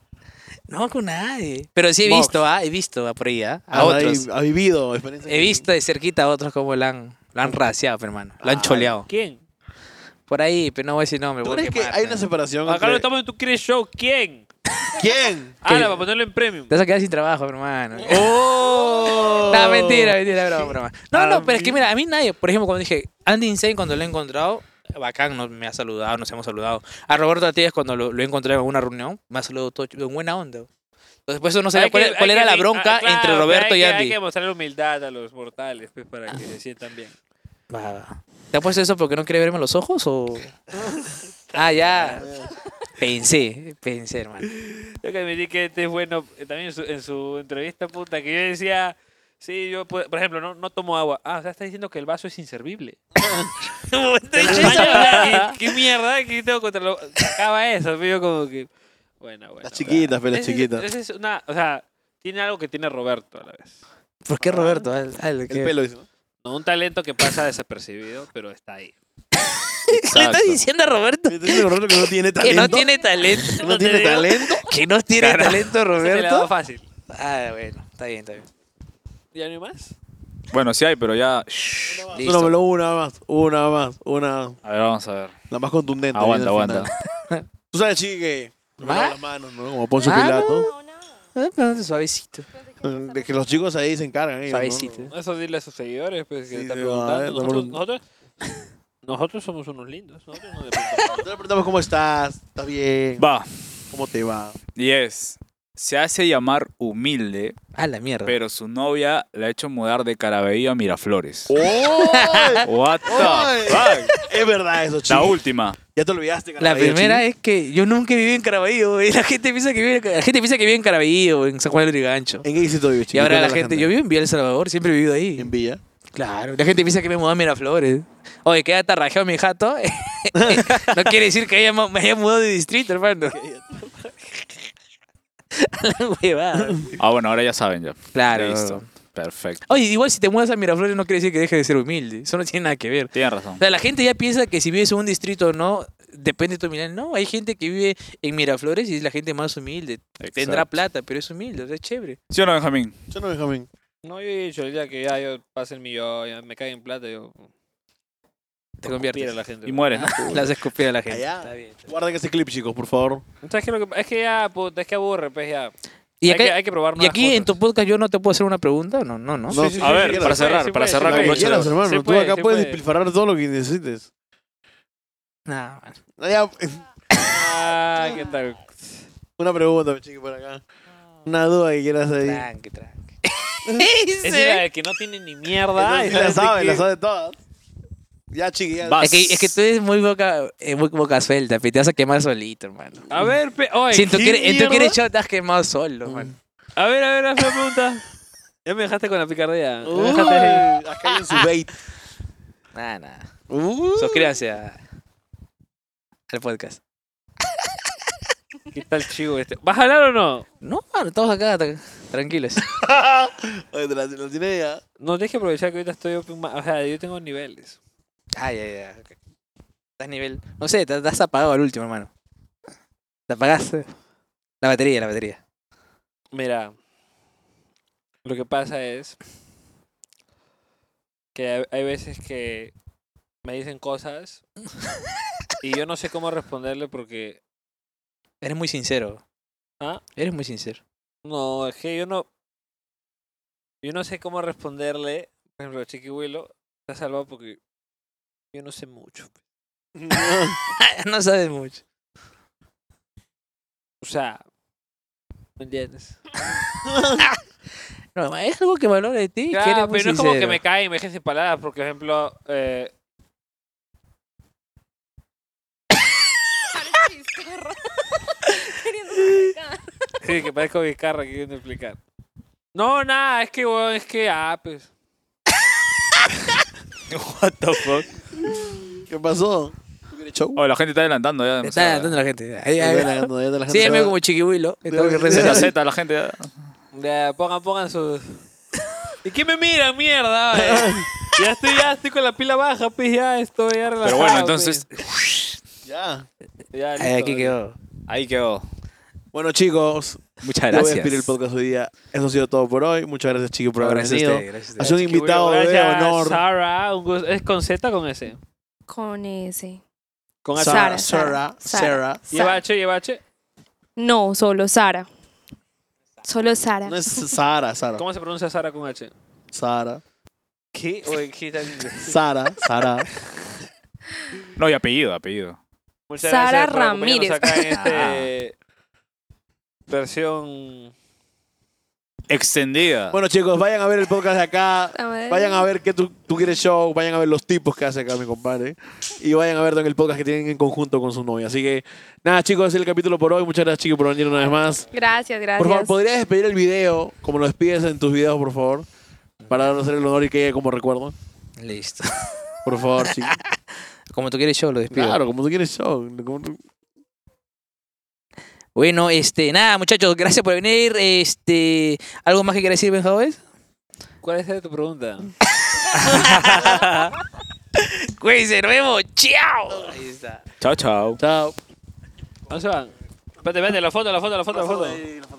D: no con nadie. Pero sí he
C: Vox.
D: visto, ¿ah? He visto ah, por ahí, ¿ah? A
C: Ah,
D: otros.
C: ahí Ha vivido experiencia.
D: He visto de cerquita a otros como la han, la han raciado, hermano. La han
C: Ah,
D: choleado.
B: ¿Quién?
D: Por ahí, pero no voy a decir nombre.
C: ¿Tú
D: voy a
C: crees que
D: quemar,
C: hay una
D: ¿no?
C: separación
B: Acá lo
C: entre...
B: estamos en tu Chris Show. ¿Quién?
C: ¿Quién?
B: Ahora, para ponerlo en premium.
D: Te vas a quedar sin trabajo, hermano.
C: ¡Oh!
D: No, mentira, mentira, broma, broma. No, no, pero es que mira, a mí nadie, por ejemplo, cuando dije Andy Insane, cuando lo he encontrado, bacán, nos, me ha saludado, nos hemos saludado. A Roberto Atías, cuando lo, lo he encontrado en una reunión, me ha saludado todo en buena onda. Entonces, por eso no sabía
B: Hay que-
D: cuál,
B: hay
D: cuál
B: que
D: era la
B: brin-
D: bronca
B: ah, claro,
D: entre
B: pero
D: Roberto
B: hay
D: y
B: que-
D: Andy. Ah.
B: Hay que mostrar humildad a los mortales, pues, para que se sientan bien.
D: Va, va. ¿Te ha puesto eso porque no quiere verme a los ojos o...? ah, ya. Pensé, pensé, hermano.
B: Yo que admití que este es bueno, eh, también en su, en su entrevista, puta, que yo decía, sí, yo, pu- por ejemplo, no, no tomo agua. Ah, o sea, está diciendo que el vaso es inservible. Te la bañas, ¿Qué, qué mierda? ¿Qué tengo contra lo...? Acaba eso, yo como que... Bueno, bueno.
C: Las chiquitas, pero las
B: Ese es-
C: chiquitas.
B: ese es una... O sea, tiene algo que tiene Roberto a la vez.
D: ¿Por qué Roberto? Al- al-
C: El
D: ¿qué?
C: pelo, dice. ¿no?
B: No, un talento que pasa desapercibido, pero está ahí.
D: ¿Le estás
A: Exacto.
D: diciendo a Roberto
C: Este es un Roberto que no tiene
D: que
C: talento.
D: no tiene talento?
C: No tiene talento.
D: Que no tiene talento
B: Se le ha dado
D: Roberto.
B: fácil.
D: Ah, bueno, está bien, está bien.
B: ¿Ya no hay más?
A: Bueno, sí hay, pero ya. shh.
D: Listo.
C: Solo una más, una más, una.
A: A ver, vamos a ver.
C: La más contundente.
A: Aguanta,
C: viene al
A: aguanta.
C: final. Tú sabes, chiqui, que. me
D: ¿Ah?
C: lavan las manos, ¿no? Como Poncio
D: Ah,
C: Pilato.
E: No, nada.
D: Ah, pero Suavecito.
C: De que los chicos ahí se encargan. ellos, ¿no?
D: Suavecito.
B: Eso dile a sus seguidores, pues, que
C: Sí,
B: están
C: sí, eh,
B: preguntando.
C: a ver,
B: nosotros,
C: dame un-
B: nosotros, nosotros somos unos lindos. Nosotros no le preguntamos.
C: Nosotros le preguntamos cómo estás, estás bien,
A: Va.
C: cómo te va.
A: 10. Se hace llamar humilde,
D: A la mierda.
A: pero su novia la ha hecho mudar de Caraballo a Miraflores.
C: ¡Oh!
A: What
C: ¡Ay!
A: the fuck?
C: es verdad eso, chico.
A: La última.
C: Ya te olvidaste,
D: La
C: Carabello,
D: primera
C: chiqui.
D: es que yo nunca viví en Caraballo, güey. La gente piensa que vive, la gente piensa que vive en Caraballo, en San Juan del Brigancho.
C: ¿En qué distrito vives, chico?
D: Y ahora la
C: Cuéntale a
D: gente, yo vivo en Villa El Salvador, siempre he vivido ahí.
C: En Villa.
D: Claro, la gente piensa que me mudé a Miraflores. Oye, queda tarrajeado mi jato. no quiere decir que haya mu- me haya mudado de distrito, hermano. La huevada.
A: Ah, bueno, ahora ya saben ya.
D: Claro.
A: Listo. Perfecto.
D: Oye, igual si te mudas a Miraflores no quiere decir que dejes de ser humilde. Eso no tiene nada que ver.
A: Tienen razón.
D: O sea, la gente ya piensa que si vives en un distrito o no, depende de tu humildad. No, hay gente que vive en Miraflores y es la gente más humilde. Tendrá
A: Exacto.
D: plata, pero es humilde, o sea, es chévere.
A: ¿Sí o no, Benjamín?
C: Yo no, Benjamín.
B: No, yo he dicho ya que ya yo pase el millón, ya me cae en plata, yo.
D: Te conviertes.
B: Mira la gente.
A: Y mueren.
D: Las escupir a la gente.
C: Allá.
D: Está bien, está bien.
C: Guarden ese clip, chicos, por favor.
B: ¿Sabes qué? Lo que, es que ya, puta, es que aburre, pues ya.
D: Y,
B: hay,
D: acá-
B: que, hay que probar
D: y
B: nuevas
D: aquí en
B: cosas.
D: tu podcast yo no te puedo hacer una pregunta, no, no, no.
C: No,
B: Sí, sí,
A: A
B: sí,
A: ver,
B: sí,
A: para
B: sí,
A: cerrar,
B: sí,
A: para
B: sí,
A: cerrar
B: sí,
A: con
B: sí,
C: Lo que
B: sí,
A: broche de
C: quieras,
A: oro.
C: hermano.
B: Sí
C: Tú
B: puede,
C: acá
B: sí
C: puedes
B: puede.
C: despilfarrar todo lo que necesites.
D: Nah, man.
C: Ah, ya,
B: Ah, ¿qué tal?
C: Una pregunta, chiqui, por acá. Una duda que quieras ahí.
D: tranqui, tranqui.
B: Es la de que no tiene ni mierda.
C: Esa
B: y
C: sí la
B: sabes de
C: sabe, la
B: que-
C: sabe todas. Ya, chiqui, ya.
A: Vas.
D: Es que, es que tú eres muy boca, eh, muy boca suelta, pe, te vas a quemar solito, hermano.
B: A ver, pe... oye,
D: Si en tu
B: ¿qué
D: quieres- en tu
B: mierda?
D: quieres show, te has quemado solo, hermano.
B: A ver, a ver, hazme la pregunta. Ya me dejaste con la picardía. Ya me
C: Uy,
B: dejaste ahí.
C: has caído en su bait.
D: Nada, nada.
C: Uy.
D: Suscríbanse a- al podcast.
B: ¿Qué tal chivo este? ¿Vas a hablar o no?
D: No, mano, estamos acá, tra- tranquilos.
C: Oye, te la, te la tiene ya.
B: No, tienes que aprovechar que ahorita estoy... open ma- O sea, yo tengo niveles.
D: Ay, ay, ay. ok. Estás nivel. No sé, te estás apagado al último, hermano. Te apagaste. La batería, la batería.
B: Mira, lo que pasa es que hay- hay veces que me dicen cosas y yo no sé cómo responderle porque...
D: Eres muy sincero.
B: ¿Ah?
D: Eres muy sincero.
B: No, es que yo no... Yo no sé cómo responderle. Por ejemplo, Chiqui Willow está salvado porque yo no sé mucho. pues.
D: no sabes mucho.
B: O sea, ¿me entiendes?
D: No, ma, es algo que valora de ti. que
B: Claro,
D: eres
B: Ah, pero
D: muy
B: no es como que
D: sincero.
B: me cae y me dejen sin palabras, porque, por ejemplo, eh,
E: Parece Vizcarra. Queriendo explicar.
B: sí, que parezco Vizcarra, que quieren explicar. No, nada, es que, weón, es que, ah, pues.
A: What the fuck?
C: ¿Qué pasó? ¿Tú quieres show?
A: Oh, la gente está adelantando ya.
D: Está
A: demasiado.
D: adelantando la gente. Ahí,
C: Ya
D: ahí.
C: te la- ya te la-
D: Sí, es medio como chiquihuilo. Tengo que
C: Debe-
A: Z,
D: recetar.
A: Z, la gente ya.
B: Ya, pongan, pongan sus. ¿Y qué me miran, mierda? eh? ya estoy, ya estoy con la pila baja, pues, ya estoy ya relajado.
A: Pero bueno, entonces.
C: Ya.
B: pues. Ya,
D: Ahí,
B: listo,
D: eh, aquí
B: ya.
D: quedó.
A: Ahí quedó.
C: Bueno, chicos, yo
D: Muchas
C: voy a
D: gracias.
C: despedir el podcast hoy día. Eso ha sido todo por hoy. Muchas gracias, chicos, por
D: No,
C: haber
D: gracias a
C: venido.
D: ustedes, este, gracias a
C: Ha
D: ustedes.
C: sido un invitado
B: Gracias,
C: de honor.
B: Sara, un gusto- ¿es con Z o con S?
E: Con ese.
B: Con
C: Sa-
B: S.
E: Sara,
C: Sara,
E: Sara,
C: Sara.
E: Sara.
B: ¿Lleva H, lleva H?
E: No, solo Sara. Solo Sara.
C: No es Sara, Sara.
B: ¿Cómo se pronuncia Sara con H?
C: Sara,
B: ¿Qué? Oye, ¿qué tal?
C: Sara, Sara.
A: No, y apellido, apellido.
B: Muchas
E: Sara
B: gracias por
E: Ramírez.
B: acompañarnos acá en este versión
A: Extendida.
C: Bueno, chicos, vayan a ver el podcast de acá. Vayan a ver qué tú, tú quieres show, vayan a ver los tipos que hace acá mi compadre. Y vayan a ver también el podcast que tienen en conjunto con su novia. Así que, nada, chicos, ese es el capítulo por hoy. Muchas gracias, chicos, por venir una vez más.
E: Gracias, gracias.
C: Por favor, ¿podrías despedir el video como lo despides en tus videos, por favor? Para darnos el honor y que llegue como recuerdo.
D: Listo.
C: Por favor, chicos.
D: Como tú quieres, yo lo despido.
C: Claro, como tú quieres show. como tú-
D: Bueno, este, nada, muchachos, gracias por venir. Este, ¿algo más que quieras decir, Benjamín?
B: ¿Cuál es tu pregunta?
D: Cuídense, nos vemos. ¡Chao! Ahí está.
A: Chao, chao.
C: Chao.
B: ¿Dónde se van? Espérate, espérate, la foto, la foto, la foto, la foto.
C: Ahí, la foto.